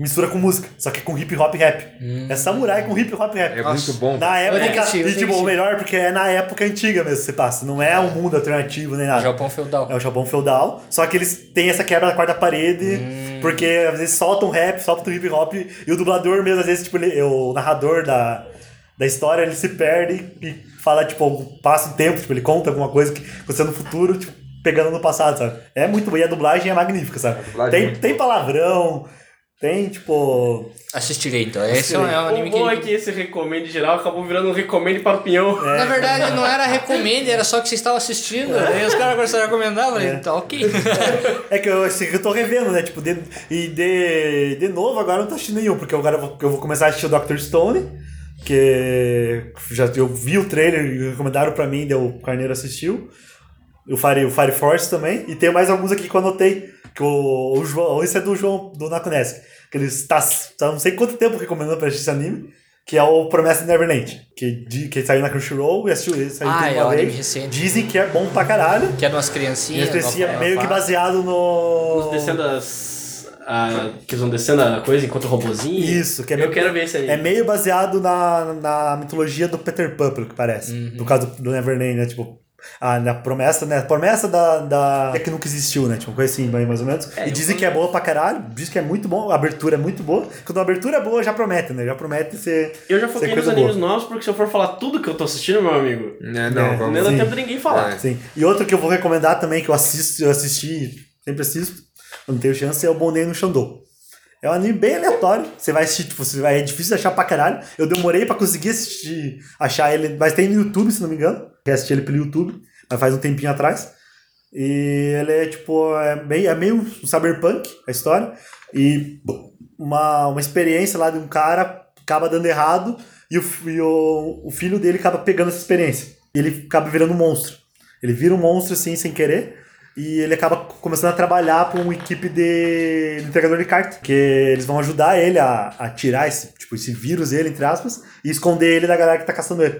Mistura com música, só que com hip hop e rap. É samurai com hip hop e rap. É muito bom. Na época, tenho que assistir, eu e tenho tipo, que o melhor, porque é na época antiga mesmo que você passa, não é um mundo alternativo nem nada. Japão feudal. É o Japão feudal, só que eles têm essa quebra da quarta parede, porque às vezes soltam rap, soltam hip hop, e o dublador mesmo, às vezes, tipo, ele- o narrador da, da história, ele se perde e fala, tipo, passa um tempo, tipo, ele conta alguma coisa que aconteceu no futuro, tipo, pegando no passado, sabe? É muito bom, e a dublagem é magnífica, sabe? dublagem é Tem, muito tem palavrão, tem, tipo... Assistirei então. Esse é um, é um O anime que. bom é que esse recomendo geral acabou virando um recomendo para o pinhão. É. Na verdade, não era recomenda, era só que vocês estavam assistindo. Aí os caras começaram a recomendar, eu falei, tá ok. É que eu, assim, eu tô revendo, né? Tipo, de, e de, de novo agora eu não tô assistindo nenhum, porque agora eu vou, eu vou começar a assistir o Dr. Stone, que já, eu vi o trailer e recomendaram pra mim, daí o Carneiro assistiu. O Fire, o Fire Force também. E tem mais alguns aqui que eu anotei. que Que o, o João, esse é do João, do Nakunesk. Que ele está, está não sei quanto tempo recomendando pra assistir esse anime. Que é o Promessa de Neverland. Que, di- que saiu na Crunchyroll e assistiu ele. Saiu Ah, tudo é uma um anime vez. recente. Dizem que é bom pra caralho. Que é de umas E criancinhas. eu crescia nova- meio que nova- baseado no... Os descendo as. a- que eles vão descendo a coisa enquanto o robozinho. Isso, que é Eu meio- quero ver esse anime. É meio baseado na, na mitologia do Peter Pan, pelo que parece. Uhum. No caso do Neverland, né? Tipo, a, na promessa, né? A promessa da, da. É que nunca existiu, né? Tipo, uma coisa assim, mais mais ou menos. É, e eu- dizem que é boa pra caralho, dizem que é muito bom, a abertura é muito boa. Quando a abertura é boa, já promete, né? Já promete ser. Eu já ser foquei nos coisa animes boa. novos, porque se eu for falar tudo que eu tô assistindo, meu amigo, É, não, É, vamos. não dá sim. tempo de ninguém falar. É. Sim. E outro que eu vou recomendar também, que eu assisto, eu assisti, sempre assisto, quando tenho chance, é o Bondei no Xandô. É um anime bem aleatório. Você vai assistir, tipo, você vai, é difícil achar pra caralho. Eu demorei pra conseguir assistir, achar ele, mas tem no YouTube, se não me engano. Eu assisti ele pelo YouTube, mas faz um tempinho atrás. E ele é tipo, é meio, é meio um cyberpunk a história. E uma, uma experiência lá de um cara acaba dando errado e o, fi- e o, o filho dele acaba pegando essa experiência. E ele acaba virando um monstro. Ele vira um monstro assim, sem querer. E ele acaba começando a trabalhar para uma equipe de de entregador de carta. Que eles vão ajudar ele a, a tirar esse, tipo, esse vírus, ele, entre aspas, e esconder ele da galera que tá caçando ele.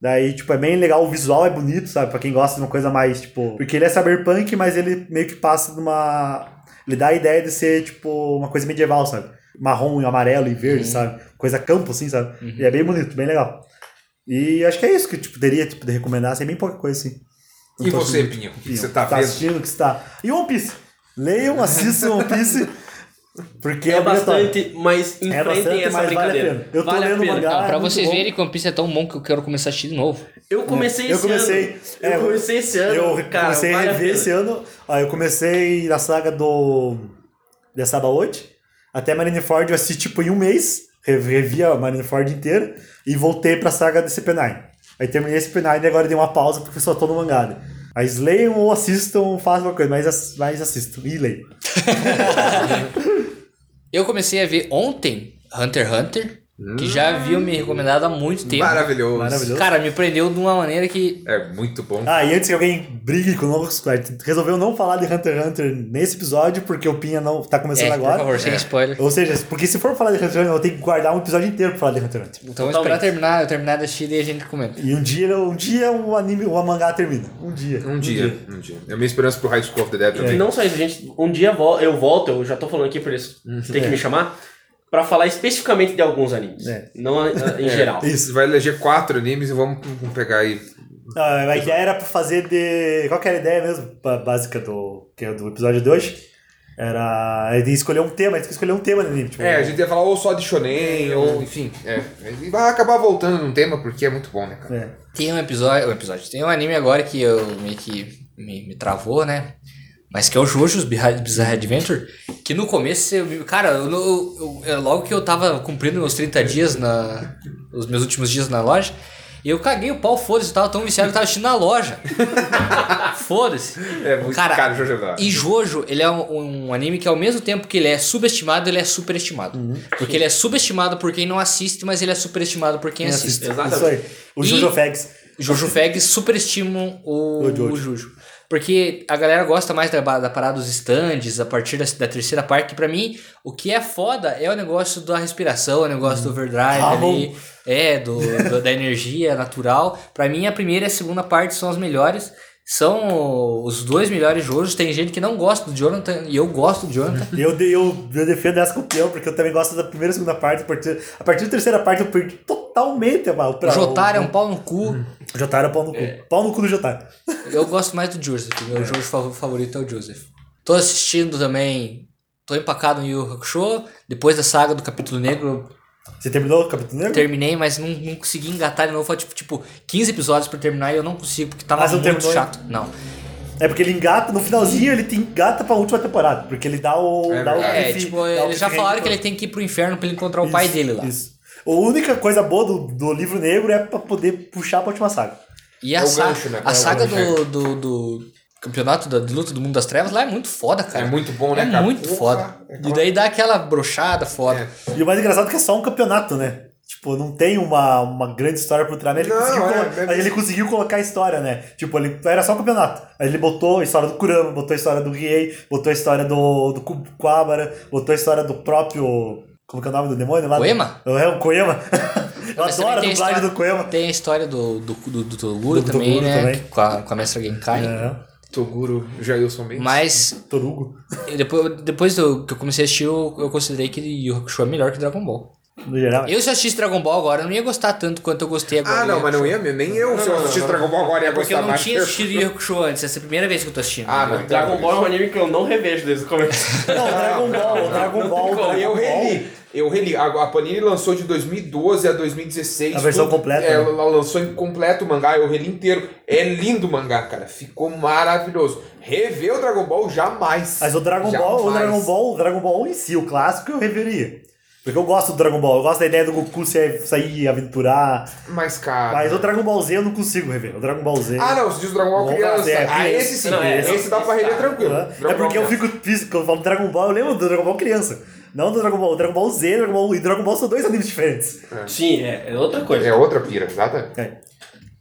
Daí, tipo, é bem legal, o visual é bonito, sabe? Pra quem gosta de uma coisa mais, tipo. Porque ele é cyberpunk, mas ele meio que passa de uma. Ele dá a ideia de ser, tipo, uma coisa medieval, sabe? Marrom e amarelo e verde, sabe? Coisa campo, assim, sabe? E é bem bonito, bem legal. E acho que é isso que, tipo, teria, tipo, de recomendar, assim, bem pouca coisa, assim. E Então, você, assim, Pinho? O que que você tá tá vendo? assistindo, o que você tá. E One Piece! Leiam, assistam One Piece, porque é, É obrigatório. É bastante, mas enfrentem bastante, essa mas vale a brincadeira. pena. Eu tô Vale a lendo o pena. mangá. Não, Não, pra Ah, é vocês muito bom. verem que One Piece é tão bom que eu quero começar a assistir de novo. Eu comecei Eu esse comecei. ano. é, eu comecei esse ano. Eu cara, comecei a vale rever pena. esse ano. Ó, eu comecei na saga do. Da Saba 8. Até Marineford eu assisti tipo em um mês. re- Revi a Marineford inteira. E voltei pra saga do CP9. Aí terminei esse CP9 e agora dei uma pausa porque só tô no mangá. né? Mas leiam ou assistam, façam uma coisa, mas, ass- mas assistam e leiam. Eu comecei a ver ontem Hunter x Hunter, que já haviam me recomendado há muito tempo. Maravilhoso. Maravilhoso. Cara, me prendeu de uma maneira que. É muito bom. Ah, e antes que alguém brigue com o novo Squad, resolveu não falar de Hunter x Hunter nesse episódio porque o Pinha não tá começando É, agora. por favor, sem spoiler. Ou seja, porque se for falar de Hunter x Hunter, eu vou ter que guardar um episódio inteiro pra falar de Hunter x Hunter. Então, Totalmente. esperar terminar, eu terminar de assistir e a gente comenta. E um dia, um dia um anime, uma mangá termina. Um dia. É. Um dia, um dia. É a minha esperança pro High School of the Dead E também. não só isso, gente. Um dia vol- eu volto, eu já tô falando aqui por isso. Você tem que me chamar. Pra falar especificamente de alguns animes. É. Não ah, em geral. Isso. Vai eleger quatro animes e vamos pegar aí. Ah, a ideia era pra fazer de. Qual que era a ideia mesmo? ba- Básica do, que é do episódio 2? Era. é de escolher um tema, a gente tem que escolher um tema do anime. Tipo, É, a gente ia falar ou só de shonen, ou enfim. É. E vai acabar voltando num tema porque é muito bom, né, cara? é. Tem um episódio. Um episódio. Tem um anime agora que eu meio que me, me travou, né? Mas que é o Jojo's Bizarre Bizarre Adventure. Que no começo, eu, cara, eu, eu- eu- logo que eu tava cumprindo meus 30 dias na. Os meus últimos dias na loja. Eu caguei o pau, foda-se, eu tava tão viciado que eu tava assistindo na loja. foda-se. É muito Cara, caro Jojo Bizarre. E Jojo, ele é um, um anime que ao mesmo tempo que ele é subestimado, ele é superestimado. Uhum. Porque ele é subestimado por quem não assiste, mas ele é superestimado por quem assiste. Exatamente. Isso aí. O E- Jojo Fags. Jojo Fag superestimam o, O Jojo. o Jojo. Porque a galera gosta mais da, da parada dos stands, a partir da, da terceira parte, que pra mim, o que é foda é o negócio da respiração, o negócio do overdrive Ah, ali, é, do, do- da energia natural. Pra mim, a primeira e a segunda parte são as melhores. São os dois melhores Jojos. Tem gente que não gosta do Jonathan, e eu gosto do Jonathan. Eu, de- eu, eu defendo essa campeão, porque eu também gosto da primeira e segunda parte. Porque a partir da terceira parte eu perdi totalmente a mal. O Jotaro é um pau no cu. O Jotaro é pau no cu. Pau no cu do Jotaro. Eu gosto mais do Joseph. Meu Jojo fa- favorito é o Joseph. Tô assistindo também. Tô empacado no Yu Hakusho. Depois da saga do Capítulo Negro, Você terminou o Capitão Negro? terminei, mas não, não consegui engatar de novo. Foi tipo, tipo 15 episódios pra terminar e eu não consigo, porque tava Mas não muito terminou, chato. Não. É porque ele engata, no finalzinho ele te engata pra última temporada, porque ele dá o. É dá o É, cliff- tipo, dá o eles já cliffhanger falaram então. pra- que ele tem que ir pro inferno pra ele encontrar o pai Isso, dele lá. Isso. A única coisa boa do, do livro negro é pra poder puxar pra última saga. E a, É o sa- gancho, né? a É o saga do, gancho. do, do campeonato da, de luta do mundo das trevas lá é muito foda, cara. É muito bom, né, É cara? muito Porra, foda. é E daí dá aquela brochada foda. É. E o mais engraçado é que é só um campeonato, né? Tipo, não tem uma, uma grande história por trás, né? Ele, Não, conseguiu, é, colo- é- aí ele conseguiu colocar a história, né? Tipo, ele era só campeonato. Aí ele botou a história do Kurama, botou a história do Riei, botou a história do, do Ku- Kuwabara, botou a história do próprio. Como que é o nome do demônio lá? Koema? É, o Koema. Eu Mas também adoro a tem dublagem história- do Koema. Tem a história do, do, do, do Toguro Do também, Toguro né? também. Com, a, com a mestra Genkai. É, Toguro, Jailson Mendes. Mas Torugo. eu depois, depois do- que eu comecei a assistir, eu, eu considerei que Yu Yu Hakusho é melhor que Dragon Ball. No geral. Eu se eu assistisse Dragon Ball agora, eu não ia gostar tanto quanto eu gostei agora. Ah, do não, Yu mas não Hakusho. ia mesmo. Nem eu, se eu assistisse Dragon Ball agora, ia É Porque gostar eu não mais. tinha assistido Yu Yu Hakusho antes, essa é a primeira vez que eu tô assistindo. Ah, não. Dragon Ball é um anime que eu não revejo desde o começo. Não, o Dragon Ball, o Dragon Ball, o como, Dragon Eu Ball. reli. Eu reli. A, a Panini lançou de 2012 a 2016. A versão completa, é, né? Ela lançou em completo o mangá, eu reli inteiro. É lindo o mangá, cara. Ficou maravilhoso. Rever o Dragon Ball jamais. Mas o Dragon Jamais. Ball, o Dragon Ball, o Dragon Ball em si, o clássico, eu reveria. Porque eu gosto do Dragon Ball, eu gosto da ideia do Goku se- é, sair aventurar. Mas, cara. Mas o Dragon Ball Z eu não consigo rever. O Dragon Ball Z. Ah, não, você diz o Dragon Ball Bom, criança. é, ah, criança. esse sim. Não, é, esse, esse dá pra reler tá. tranquilo. Hã? É Dragon porque eu Ball fico triste quando eu falo Dragon Ball, eu lembro do Dragon Ball criança. Não do Dragon Ball, o Dragon Ball Z Dragon Ball, e Dragon Ball são dois animes diferentes. Sim, é, é outra criança. coisa. É outra pira, exata. É.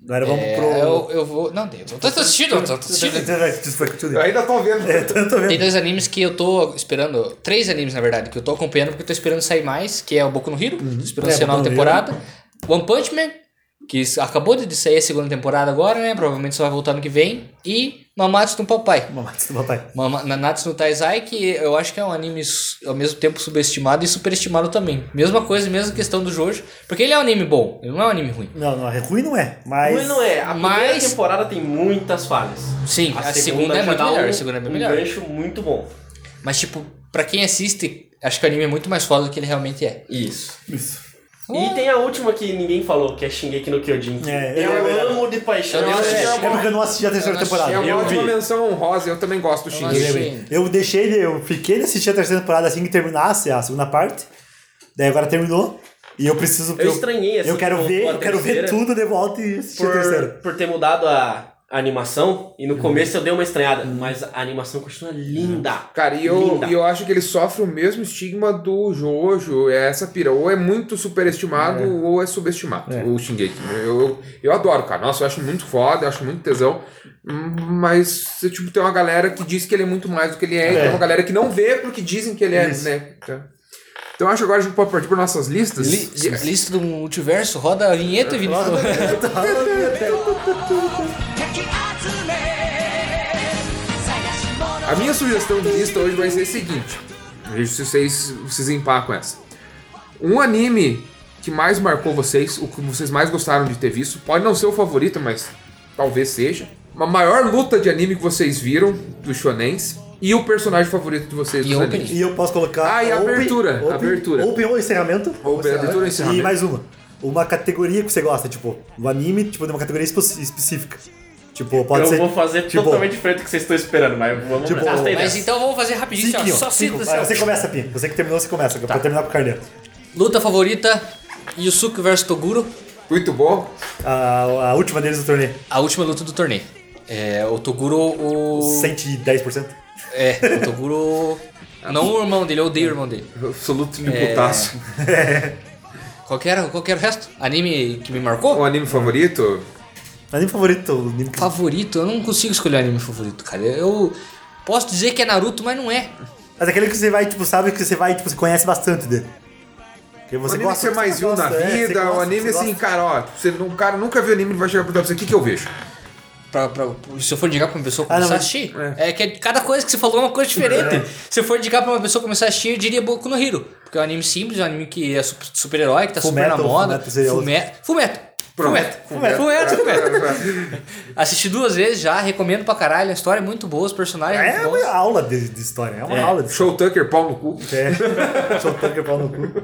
Agora vamos É, pro. eu, eu vou. Não, Deus. Eu tô assistindo, eu tô assistindo. Eu ainda tô vendo. É, tô, tô Tem vendo. dois animes que eu tô esperando, três animes na verdade, que eu tô acompanhando porque eu tô esperando sair mais, que é o Boku no Hero, tô esperando É, sair a Boku nova no Hero. temporada. One Punch Man, que s- acabou de sair a segunda temporada agora, né? Provavelmente só vai voltar no que vem. E Mamatsu no Papai. Mamatsu do papai. Mama- Nanatsu no Taizai, que eu acho que é um anime su- ao mesmo tempo subestimado e superestimado também. Mesma coisa, mesma questão do Jojo, porque ele é um anime bom, ele não é um anime ruim. Não, não, é ruim não é. Mas. Mas não é. A primeira Mas- temporada tem muitas falhas. Sim, a segunda é já muito dá melhor, Um, a segunda é bem um melhor. gancho muito bom. Mas, tipo, pra quem assiste, acho que o anime é muito mais foda do que ele realmente é. Isso. Isso. Ah. E tem a última que ninguém falou, que é Shingeki no Kyojin. que É, eu é verdade. amo de paixão. Eu nem assisti. É porque eu não assisti a terceira Eu não temporada. É uma Eu vi. ótima menção honrosa, eu também gosto do Eu é Shingeki. achei- Eu deixei ele, eu fiquei de assistir a terceira temporada assim que terminasse a segunda parte. Daí agora terminou. E eu preciso. Eu estranhei essa Eu quero com- ver, com a eu quero ver terceira. tudo de volta e assistir a terceira. por, por ter mudado a, a animação. E Uhum. no começo eu dei uma estranhada, mas a animação continua linda. Uhum. Cara, e eu, linda. e eu acho que ele sofre o mesmo estigma do Jojo, é essa pira. Ou é muito superestimado, ou é subestimado, o Shingeki. Eu, eu, eu adoro, cara. Nossa, eu acho muito foda, eu acho muito tesão. Hum, Mas, tipo, tem uma galera que diz que ele é muito mais do que ele é, e tem uma galera que não vê porque dizem que ele é, né? Então, então eu acho que agora a gente pode partir para nossas listas. Li- Lista do um multiverso, roda a É, vinheta, Vini. A minha sugestão de lista hoje vai ser a seguinte. Vejo se vocês, vocês empacam essa. Um anime que mais marcou vocês, o que vocês mais gostaram de ter visto, pode não ser o favorito, mas talvez seja. Uma maior luta de anime que vocês viram, dos shonens, e o personagem favorito de vocês E dos opening. animes. E eu posso colocar. Ah, e a open- abertura, Open, abertura. Open ou encerramento. Ou abertura ou E encerramento. mais uma. Uma categoria que você gosta, tipo, o anime, tipo, de uma categoria espe- específica. Tipo, pode eu ser. vou fazer tipo, totalmente diferente do que vocês estão esperando, mas vamos Tipo, lá. Ah, tem Mas dessa. então vamos fazer rapidinho, assim, ó, Cinquinho, só cinco. cinco. Vai, assim, você ó. começa, Pim. Você que terminou, você começa. Pra terminar pro Carneiro. Luta favorita, Yusuke vs Toguro, Muito bom. A, a última deles do torneio. a última luta do torneio. É, o Toguro, o... 110%. É, o Toguro... Não o irmão dele, eu odeio o irmão dele. Absoluto limputaço. Qual que era, qual que era o resto? Anime que me O marcou? Um anime favorito? Anime é favorito, o anime que Favorito? Eu não consigo escolher o anime favorito, cara. Eu posso dizer que é Naruto, mas não é. Mas aquele que você vai, tipo, sabe que você vai, tipo, você conhece bastante dele. Que O você Um anime que você mais viu na gosta, é, você vida, o gosta, anime você assim, gosta. cara, ó, você, não- o cara nunca viu anime, ele vai chegar e perguntar pra você, o que, que eu vejo? Pra, pra- se eu for indicar pra uma pessoa Ah, não, começar a mas- assistir, é. que cada coisa que você falou é uma coisa diferente. Se eu for indicar pra uma pessoa começar a assistir, eu diria Boku no Hero. Porque é um anime simples, é um anime que é su- super-herói, que tá Full super Metal, na moda. Full Metal seria outro. Fumeto. Fumeto. Pronto. Fumeto. Fumeto. Fumeto. Assisti duas vezes já, recomendo pra caralho. A história é muito boa, os personagens É muito bons. uma aula de, de história, é uma aula de Show Tucker, pau no cu. É. Show Tucker pau no cu.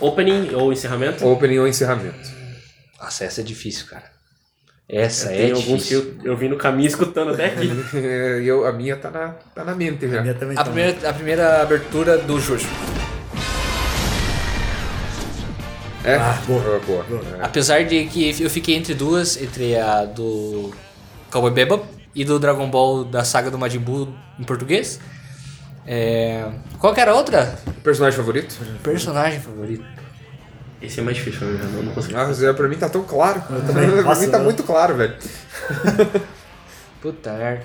Opening ou encerramento? Opening ou encerramento. Nossa, essa é difícil, cara. Essa é tem alguns que difícil. eu, eu vim no caminho escutando até aqui. Uhum. É, eu, a minha tá na, tá na mente já. A minha também A tá. primeira, a primeira abertura do Jojo. É? Ah, boa. É, boa. É. Apesar de que eu fiquei entre duas, entre a do Cowboy Bebop e do Dragon Ball da saga do Majin Buu em português. É... Qual que era a outra? Personagem favorito? Personagem favorito. Esse é mais difícil pra mim, eu não consigo. Ah, Zé, pra mim tá tão claro. também. pra Nossa, mim tá eu- muito claro, velho. Puta merda.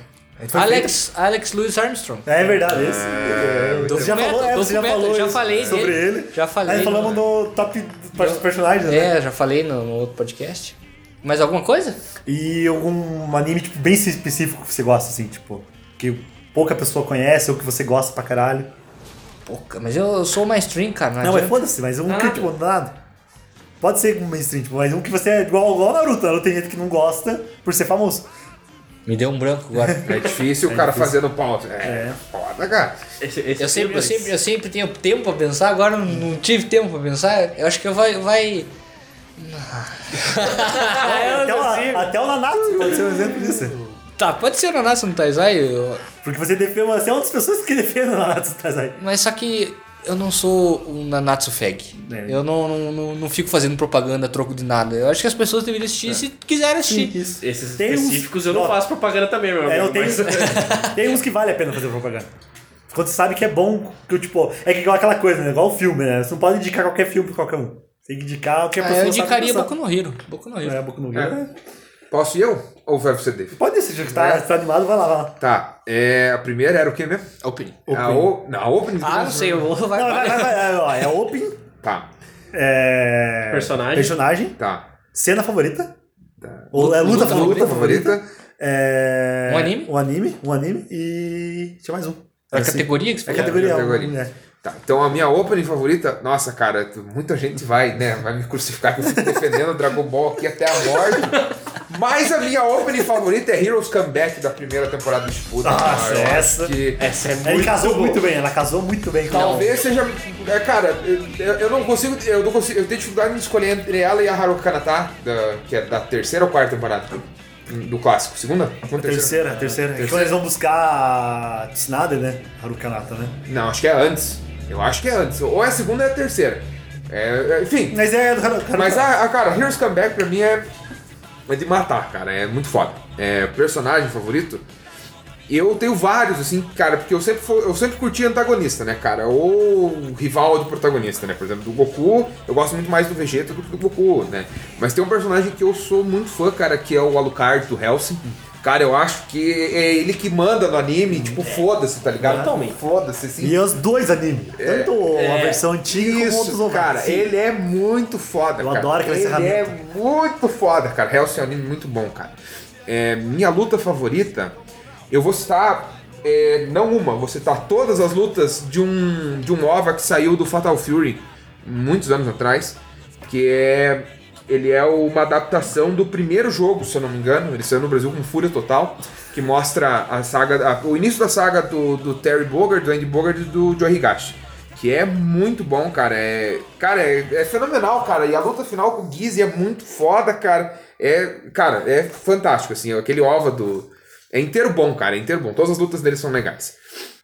foi Alex, Alex Louis Armstrong. É verdade, esse. Documento, Você já falou, é, você já documento, falou já isso, falei sobre dele, ele. já falei. Aí falamos do top dos personagens, né? É, já falei no, no outro podcast. Mais alguma coisa? E algum anime tipo, bem específico que você gosta, assim, tipo, que pouca pessoa conhece ou que você gosta pra caralho. Pouca, mas eu, eu sou mainstream, cara. Não, Não, mas adianta. foda-se, mas um que, Nada. tipo, nada. Pode ser um mainstream, tipo, mas um que você é igual, igual Naruto, Naruto tem gente que não gosta por ser famoso. Me deu um branco agora. É difícil o cara fazendo pauta. É, É. foda, cara. Esse, esse Eu sempre, eu, esse- sempre, eu sempre tenho tempo pra pensar, agora eu não tive tempo pra pensar. Eu acho que eu vai. vai... Ah, É, Eu até, não o- consigo. até o Nanatsu pode ser um exemplo disso. Tá, pode ser o Nanatsu no Taizai, eu- Porque você defende, você é uma das pessoas que defende o Nanatsu tá Taizai. mas só que eu não sou um Nanatsu Fag. É. Eu não, não, não, não fico fazendo propaganda a troco de nada. Eu acho que as pessoas deveriam É. assistir se quiserem assistir. Isso. Esses Tem uns- específicos eu não Ó, faço propaganda também, meu É, amigo. eu tenho, mas- tem uns que vale a pena fazer propaganda. Quando você sabe que é bom, que eu, tipo, é que igual aquela coisa, né? Igual o filme, né? Você não pode indicar qualquer filme pra qualquer um. Tem que indicar o que a Ah, pessoa eu sabe indicaria gostar. Boku no Hiro. Boku no Hiro. É, Boku no Hero. É. Posso ir eu? Ou vai você, Dave? Pode ser, já que tá, tá animado, vai lá, vai lá. Tá, é, a primeira era o quê mesmo? Opening. A o... Não, a opening. Ah, não sei, eu vou. Vai, Não, vai. vai, vai, vai, vai, ó, É Open, Tá, é... Personagem. personagem, tá. cena favorita, ou é luta, Luta favorita, Luta favorita, favorita? é... Um anime? Um anime, um anime e... tinha mais um. A Assim, categoria que você É falou? categoria. categoria. um, é. Tá, então a minha opening favorita, nossa cara, tu- muita gente vai, né, vai me crucificar que eu fico defendendo Dragon Ball aqui até a morte. Mas a minha opening favorita é Heroes Comeback da primeira temporada do Shippuden. cara. Nossa, Eu acho essa- que- Essa é muito Ele casou boa. muito bem, ela casou muito bem com Talvez seja. é, Cara, eu, eu não consigo. Eu não consigo. Eu tenho dificuldade em escolher entre ela e a Haruka Kanata, da- que é da terceira ou quarta temporada do clássico. Segunda? Qual Terceira, terceira. É Quando eles vão buscar a Tsunade, né? Harukanata, né? Não, acho que é antes. Eu acho que é antes. Ou é a segunda ou é a terceira. É, é, enfim. Mas é do Harukanata. Mas ah, a, a cara, Heroes Comeback pra mim é. É de matar, cara. É muito foda. É personagem favorito. Eu tenho vários, assim, cara, porque eu sempre, fo- eu sempre curti antagonista, né, cara? Ou rival do protagonista, né? Por exemplo, do Goku, eu gosto muito mais do Vegeta do que do Goku, né? Mas tem um personagem que eu sou muito fã, cara, que é o Alucard do Helsing. Cara, eu acho que é ele que manda no anime, tipo, foda-se, tá ligado? Totalmente. Foda-se, assim. E os dois animes. Tanto a é, versão antiga como outros Isso, novais. cara, Sim. ele é muito foda, Eu cara. adoro aquela Ele é encerramento. muito foda, cara. Hellsing é um anime muito bom, cara. É, minha luta favorita, eu vou citar, é, não uma, vou citar todas as lutas de um, de um OVA que saiu do Fatal Fury muitos anos atrás, que é... Ele é uma adaptação do primeiro jogo, se eu não me engano. Ele saiu no Brasil com Fúria Total, que mostra a saga, a- o início da saga do, do Terry Bogard, do Andy Bogard e do Joe Higashi. Que é muito bom, cara. É, cara, é, é fenomenal, cara. E a luta final com o Gizzy é muito foda, cara. É, cara, é fantástico, assim. Aquele ova do... É inteiro bom, cara. É inteiro bom. Todas as lutas dele são legais.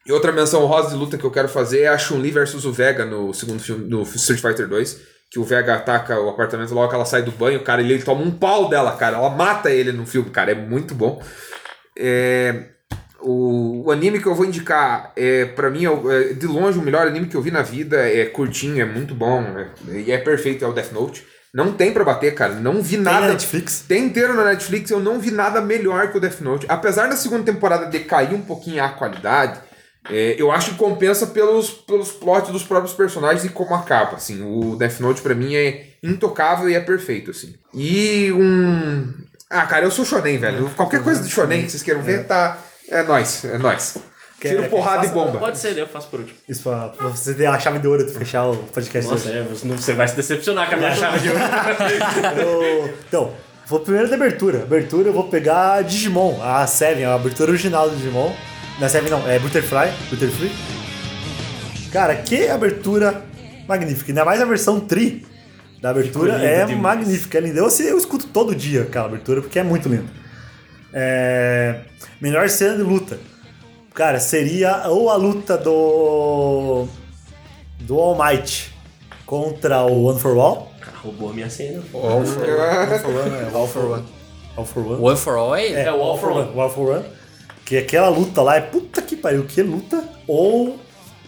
E outra menção rosa de luta que eu quero fazer é a Chun-Li versus o Vega no segundo filme, no Street Fighter 2. Que o Vega ataca o apartamento logo que ela sai do banho, cara. E ele toma um pau dela, cara. Ela mata ele no filme, cara. É muito bom. É, o, o anime que eu vou indicar é para mim é, o- é, de longe o melhor anime que eu vi na vida é curtinho é muito bom é- e é, perfeito é o Death Note não tem pra bater cara não vi Tem nada na Netflix. tem inteiro na Netflix eu não vi nada melhor que o Death Note apesar da segunda temporada decair um pouquinho a qualidade é, eu acho que compensa pelos pelos plots dos próprios personagens e como acaba assim o Death Note pra mim é intocável e é perfeito assim e um ah, cara, eu sou shonen, velho. É. Qualquer coisa de shonen que vocês queiram ver, tá... É nóis, é nóis. Quer- Tiro quer porrada que e faça? bomba. Pode ser, né, eu faço por último. Isso pra, pra você ter a chave de ouro de fechar o podcast Nossa, hoje. é, você não- você vai se decepcionar com a minha chave de ouro. Eu- então, vou primeiro da abertura. Abertura eu vou pegar Digimon, a Seven, a abertura original do Digimon. Na Seven não, é Butterfly, Butterfree. Cara, que abertura magnífica. Ainda mais a versão tri da abertura Ficou lindo é demais. magnífica. É linda. Eu, eu escuto todo dia aquela abertura porque é muito linda. É, melhor cena de luta. Cara, seria ou a luta do. do All Might contra o One for All. Cara, roubou a minha cena. All for One. All for One. One for All é É, o All for One. O All for One. Que aquela luta lá é puta que pariu, que luta. Ou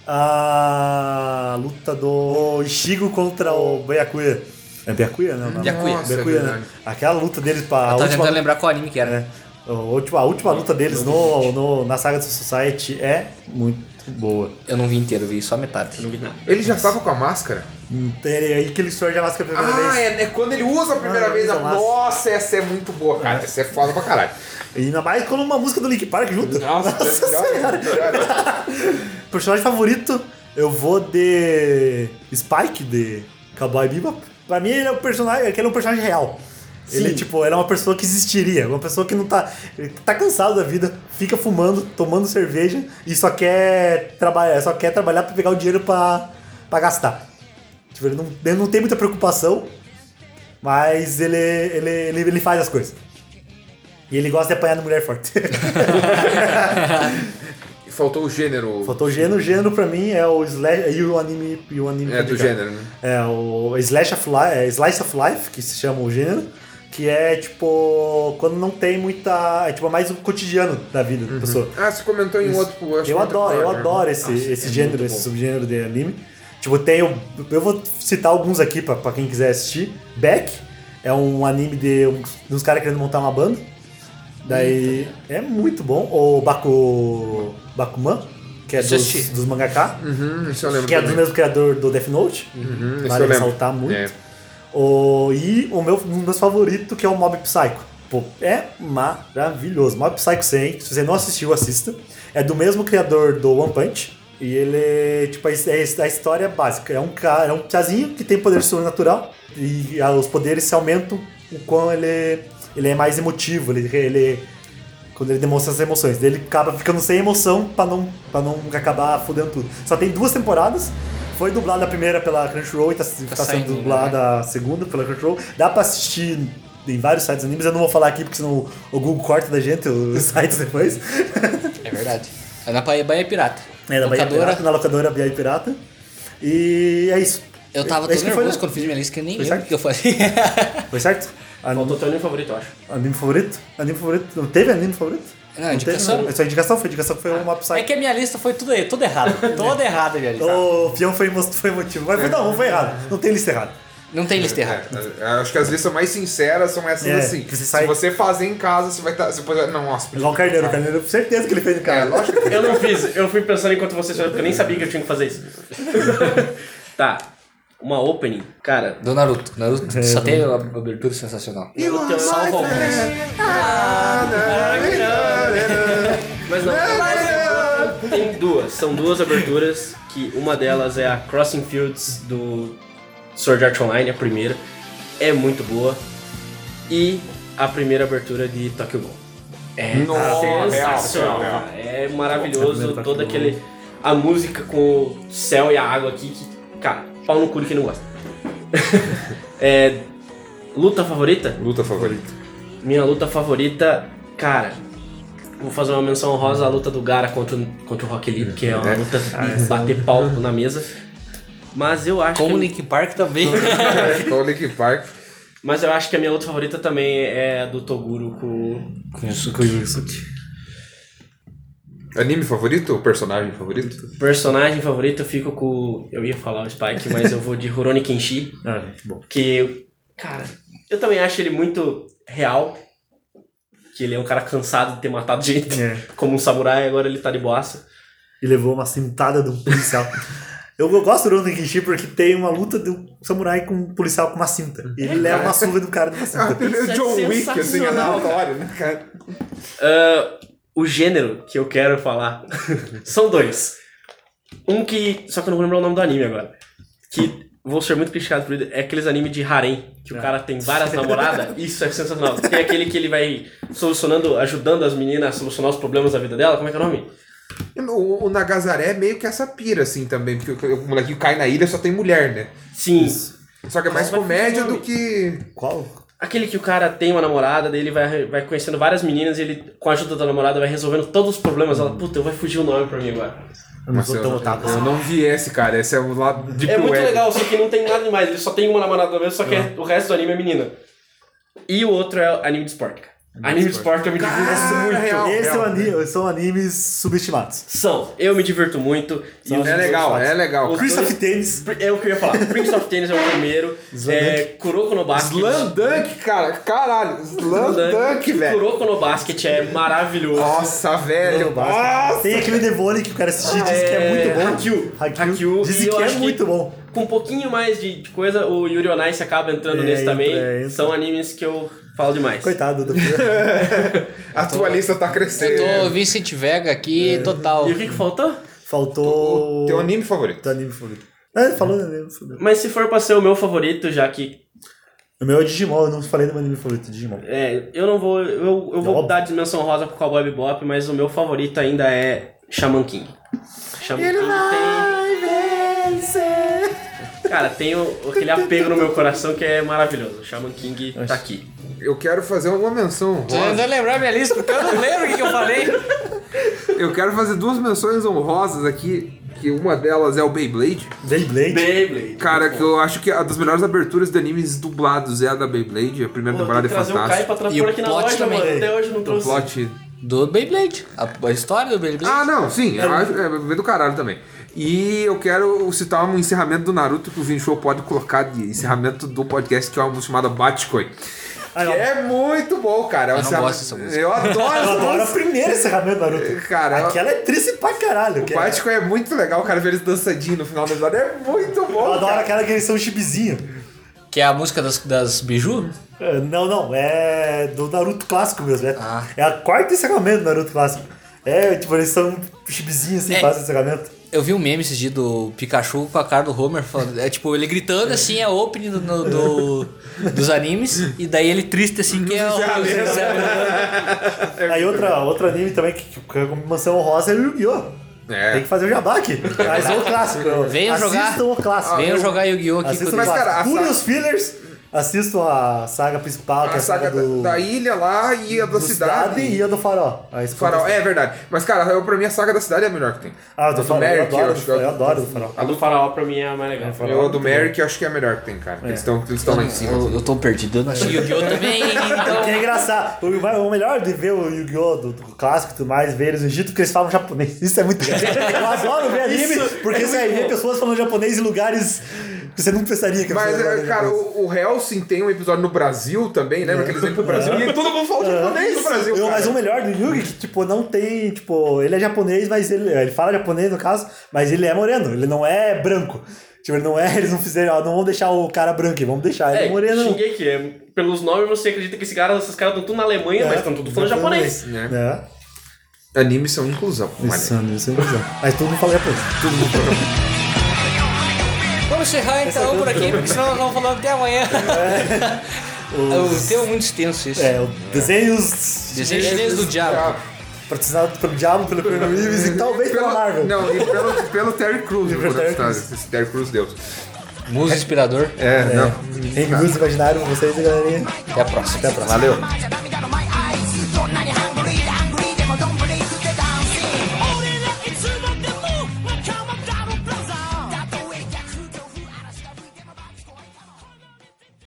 a luta do Ishigo contra o Byakuya. É Byakuya, não? não. Byakuya. Nossa, Byakuya, é né? verdade. Aquela luta deles pra... a Tava última- Tá tentando lembrar qual anime que era. É. A última, a última luta deles no, no- na saga do Society é muito boa. Eu não vi inteiro, vi só metade. Não vi nada. Ele já tava com a máscara? Então, é aí que ele surge a máscara pela primeira Ah, vez. é, é quando ele usa a primeira Ah, vez. usa A... a máscara. Nossa, essa é muito boa, cara. Essa é foda pra caralho. E ainda mais quando uma música do Link Park junto. Nossa, é melhor, melhor. Personagem favorito, eu vou de Spike, de Cowboy Bebop. Pra mim, ele é um personagem, aquele é um personagem real. Ele, tipo, ele é uma pessoa que existiria, uma pessoa que não tá. Ele tá cansado da vida, fica fumando, tomando cerveja e só quer trabalhar, só quer trabalhar pra pegar o dinheiro pra, pra gastar. Tipo, ele não, ele não tem muita preocupação, mas ele, ele, ele, ele faz as coisas. E ele gosta de apanhar de mulher forte. E Faltou o gênero. Faltou gênero. Gênero pra mim é o slash e o anime e o anime É, do complicado. gênero, né? É o slash of life, é, slice of life que se chama o gênero, que é tipo quando não tem muita, é tipo mais o cotidiano da vida da pessoa. Ah, você comentou em outro. acho que Eu outro adoro, eu episódio, né? adoro esse, esse gênero, esse subgênero de anime. Tipo, tem o, eu vou citar alguns aqui pra, pra quem quiser assistir. Beck é um anime de uns, de uns caras querendo montar uma banda. Daí é muito bom. O Baku, Bakuman, que é Isso eu dos, assisti. dos mangaká. Uhum, isso eu lembro. Que é do também. mesmo criador do Death Note. Uhum, isso vale eu lembro. ressaltar muito. É. O, e o meu, um dos meus favoritos, que é o Mob Psycho. Pô, é maravilhoso. Mob Psycho 100, se você não assistiu, assista. É do mesmo criador do One Punch. E ele, tipo, é é a história básica. É um cara, é um piazinho que tem poder sobrenatural. E ah, os poderes se aumentam o quão ele, ele é mais emotivo. Ele, ele, quando ele demonstra as emoções. Daí Ele acaba ficando sem emoção pra não, pra não acabar fudendo tudo. Só tem duas temporadas. Foi dublada a primeira pela Crunchyroll e tá, tá saindo, né? sendo dublada a segunda pela Crunchyroll. Dá pra assistir em vários sites animes. Eu não vou falar aqui porque senão o Google corta da gente os sites depois. É verdade. É na Bahia, Bahia Pirata. É, da Bahia Locadora. Pirata, na locadora Bahia Pirata. E é isso. Eu tava tão Acho que foi- né? nervoso quando fiz minha lista que eu nem Foi lembro o que eu falei. Foi certo? Anime, Faltou teu anime favorito, eu acho. anime favorito? Anime favorito? Não teve anime favorito? Não, teve, indicação. né? É só indicação, foi indicação que foi um o Mob Psycho. é que a minha lista foi tudo, tudo errado. toda errada a minha lista. O peão foi, emo- foi emotivo. Mas foi, não, foi errado. Não tem lista errada. Não tem lista errada. É, acho que as listas mais sinceras são essas É, assim. que você Se sai- você fazer em casa, você vai estar. Você pode... Não, nossa, podia- Igual o Carneiro. O Carneiro, com certeza que ele fez no É, cara. lógico que Eu não fiz, eu fui pensando enquanto você chorava, porque eu nem sabia que eu tinha que fazer isso. tá, uma opening. Cara, Do Naruto. É, Naruto só tem uma abertura sensacional. Naruto é um salva alguns. Mas não, tem duas. São duas aberturas, que uma delas é a Crossing Fields do Sword Art Online, a primeira. É muito boa. E a primeira abertura de Tokyo Ghoul. É Nossa, sensacional. real, cara. É É a maravilhoso primeira todo Tokyo Ghoul. aquele... A música com o céu e a água aqui, que, cara, pau no cu de quem não gosta. é, luta favorita? Luta favorita. Minha luta favorita, cara. Vou fazer uma menção honrosa à luta do Gara contra, o- contra o Rock Lee, porque é uma É. luta de bater pau na mesa. Mas eu acho Como o que, Link Park também. Igual o É, então, Link Park. Mas eu acho que a minha luta favorita também é a do Toguro com. Com o Yusuke. Anime favorito ou personagem favorito? Personagem favorito, eu fico com. Eu ia falar o Spike, mas eu vou de Rurouni Kenshi. Ah, muito bom. Que. Cara, eu também acho ele muito real. Que ele é um cara cansado de ter matado gente. É. Como um samurai, agora ele tá de boaça. E levou uma cintada de um policial. Eu eu gosto do Ronin Kishi porque tem uma luta de um samurai com um policial com uma cinta. E ele leva uma surra do cara de uma Ah, cinta. ele é o John Wick, assim, é sensacional, aleatório, né, cara? Ah, o gênero que eu quero falar são dois. Um que. Só que eu não vou lembrar o nome do anime agora. Que vou ser muito criticado por ele. É aqueles animes de harem, que o É. cara tem várias namoradas. Isso é sensacional. Tem aquele que ele vai solucionando, ajudando as meninas a solucionar os problemas da vida dela. Como é que é o nome? O, o Nagasaré é meio que essa pira, assim, também. Porque o, o molequinho cai na ilha só tem mulher, né? Sim. Só que é mais Mas vai comédia ter nome. do que... Qual? Aquele que o cara tem uma namorada, daí ele vai, vai conhecendo várias meninas e ele, com a ajuda da namorada, vai resolvendo todos os problemas. Ela, puta, eu vai fugir o nome pra mim agora. Eu não Nossa, sou tão otaku. eu, eu não vi esse, cara. Esse é o lado de É muito legal, só que não tem nada demais. Ele só tem uma namorada mesmo, só que o resto do anime é menina. E o outro é anime de esporte, cara. Anime de esporte eu me assim. divirto é muito. real, Esses são real. ani- são animes subestimados. São, eu me divirto muito. E os- É legal, é legal. Os- Prince dois- of Tennis. É o que eu ia falar. Prince of Tennis é o primeiro. É, Kuroko no Basket. Slam Dunk, cara. Caralho, Slam Dunk, velho. Kuroko no Basket é maravilhoso. Nossa, velho. no basket. Nossa. Tem aquele Devone que o cara assistir e diz que é muito bom. Hakyu. Hakyu. Hakyu, Dizem e eu que é acho que- muito bom. Com um pouquinho mais de de coisa, o Yuri on Ice acaba entrando É, nesse entra, também. é, entra. São animes que eu falo demais. Coitado do A tua lista tá Eu crescendo. tô Vincent Vega aqui, É. total. E o que, que faltou? Faltou. Teu anime favorito. Teu anime favorito. Ah, ele falou do anime favorito. Mas se for pra ser o meu favorito, já que. O meu é Digimon, eu não falei do meu anime favorito, Digimon. é, eu não vou. Eu, eu vou Óbvio. dar dimensão rosa pro Cowboy Bebop, mas o meu favorito ainda é Shaman King. Shaman King tem. Cara, tem o- aquele apego no meu coração que é maravilhoso. Shaman King tá aqui. Eu quero fazer uma menção Tô honrosa. tentando lembrar minha lista, porque eu não lembro o que, que eu falei. É. Eu quero fazer duas menções honrosas aqui, que uma delas é o Beyblade. Beyblade. Beyblade. Cara, que eu acho que a das melhores aberturas de animes dublados é a da Beyblade. A primeira Pô, tem temporada que é trazer o Kai fantástica. pra E o transpor aqui na plot loja, também. Então, mano. Até hoje não O trouxe. plot Do Beyblade. A, a história do Beyblade. Ah, não, sim, um- eu acho- é bem do caralho também. E eu quero citar um encerramento do Naruto que o Vincho pode colocar de encerramento do podcast, que é uma música chamada Batkoi. Ah, Que eu- é muito bom, cara. É um Eu não encerra- gosto dessa música. Eu adoro Eu essa adoro a música. primeira encerramento, Naruto. Cara, eu- Aquela é triste pra caralho. que O é- Batkoi é muito legal, cara, ver eles dançadinho no final da episódio. É muito Eu bom, adoro cara. aquela que eles são chibizinho. Que é a música das, das biju. É, Não, não, é do Naruto clássico mesmo. É, Ah. é a quarta encerramento do Naruto clássico. É, tipo, eles são chibizinhos assim, É. fazem encerramento. Eu vi um meme esse dia do Pikachu com a cara do Homer. Falando, é tipo, ele gritando assim, é opening do, no- do- dos animes. E daí ele triste assim, que é o. É Aí outra, outro anime também que, que, que é uma menção honrosa é o Yu-Gi-Oh! É. Tem que fazer o jabá aqui. Mas é o clássico. eu- Venham jogar. Assistam o clássico. Ah, Venham jogar Yu-Gi-Oh! aqui Assistam comigo. o Mas, cara, a clássico. Pulem saga- os fillers, assistam a saga principal, que é A saga da, do... da ilha lá e a da do cidade. e a do farol. Aí do Farol, é verdade. Mas, cara, eu, pra mim a saga da cidade é a melhor que tem. Ah, do do farol. Eu Merrick, eu adoro, acho que eu é- adoro do farol. A do faraó pra mim é a mais legal. Eu a do Merrick acho que é a melhor que tem, cara. Eles estão eles estão lá em cima. um. Eu, eu tô perdido. Eu não tinha Yu-Gi-Oh! também, então. Que é engraçado. O, o melhor de ver o Yu-Gi-Oh! Do, do clássico e tudo mais, ver eles no Egito, porque eles falam japonês. Isso é muito engraçado. Eu adoro ver anime, porque é você vai ver pessoas falando japonês em lugares que você não pensaria que Mas, pessoas é, falavam cara, japonês. o, o Helsing tem um episódio no Brasil também, né? Porque eles vêm pro Brasil e todo mundo fala um japonês no Brasil. É. Eu- cara. mas o melhor do Yugi, que, tipo, não tem, tipo, ele é japonês, mas ele, ele fala japonês, no caso, mas ele é moreno, ele não é branco. Tipo, ele não é, eles não fizeram, ó, não vão deixar o cara branco, vamos deixar ele É, é, moreno. não. xinguei que é. Pelos nomes você acredita que esse cara, esses caras estão tudo na Alemanha, mas estão tudo falando japonês. né? É. Animes são inclusão. Isso, olha. isso é inclusão. Mas todo mundo fala japonês. Todo mundo fala- Vamos encerrar então por aqui, porque senão nós vamos falando até amanhã. O tema é muito extenso isso. É, o desenhos Desenho chinês do diabo. patrocinado pelo Diabo, pelo Keanu Reeves e talvez pela Marvel. Não, e pelo, pelo Terry Crews. tá? pelo Terry Crews. Esse Terry Crews, Deus. Musa inspirador. É, não. Em Blues Imaginário, vocês e galerinha. Até a próxima. Até a próxima. Valeu. Imagina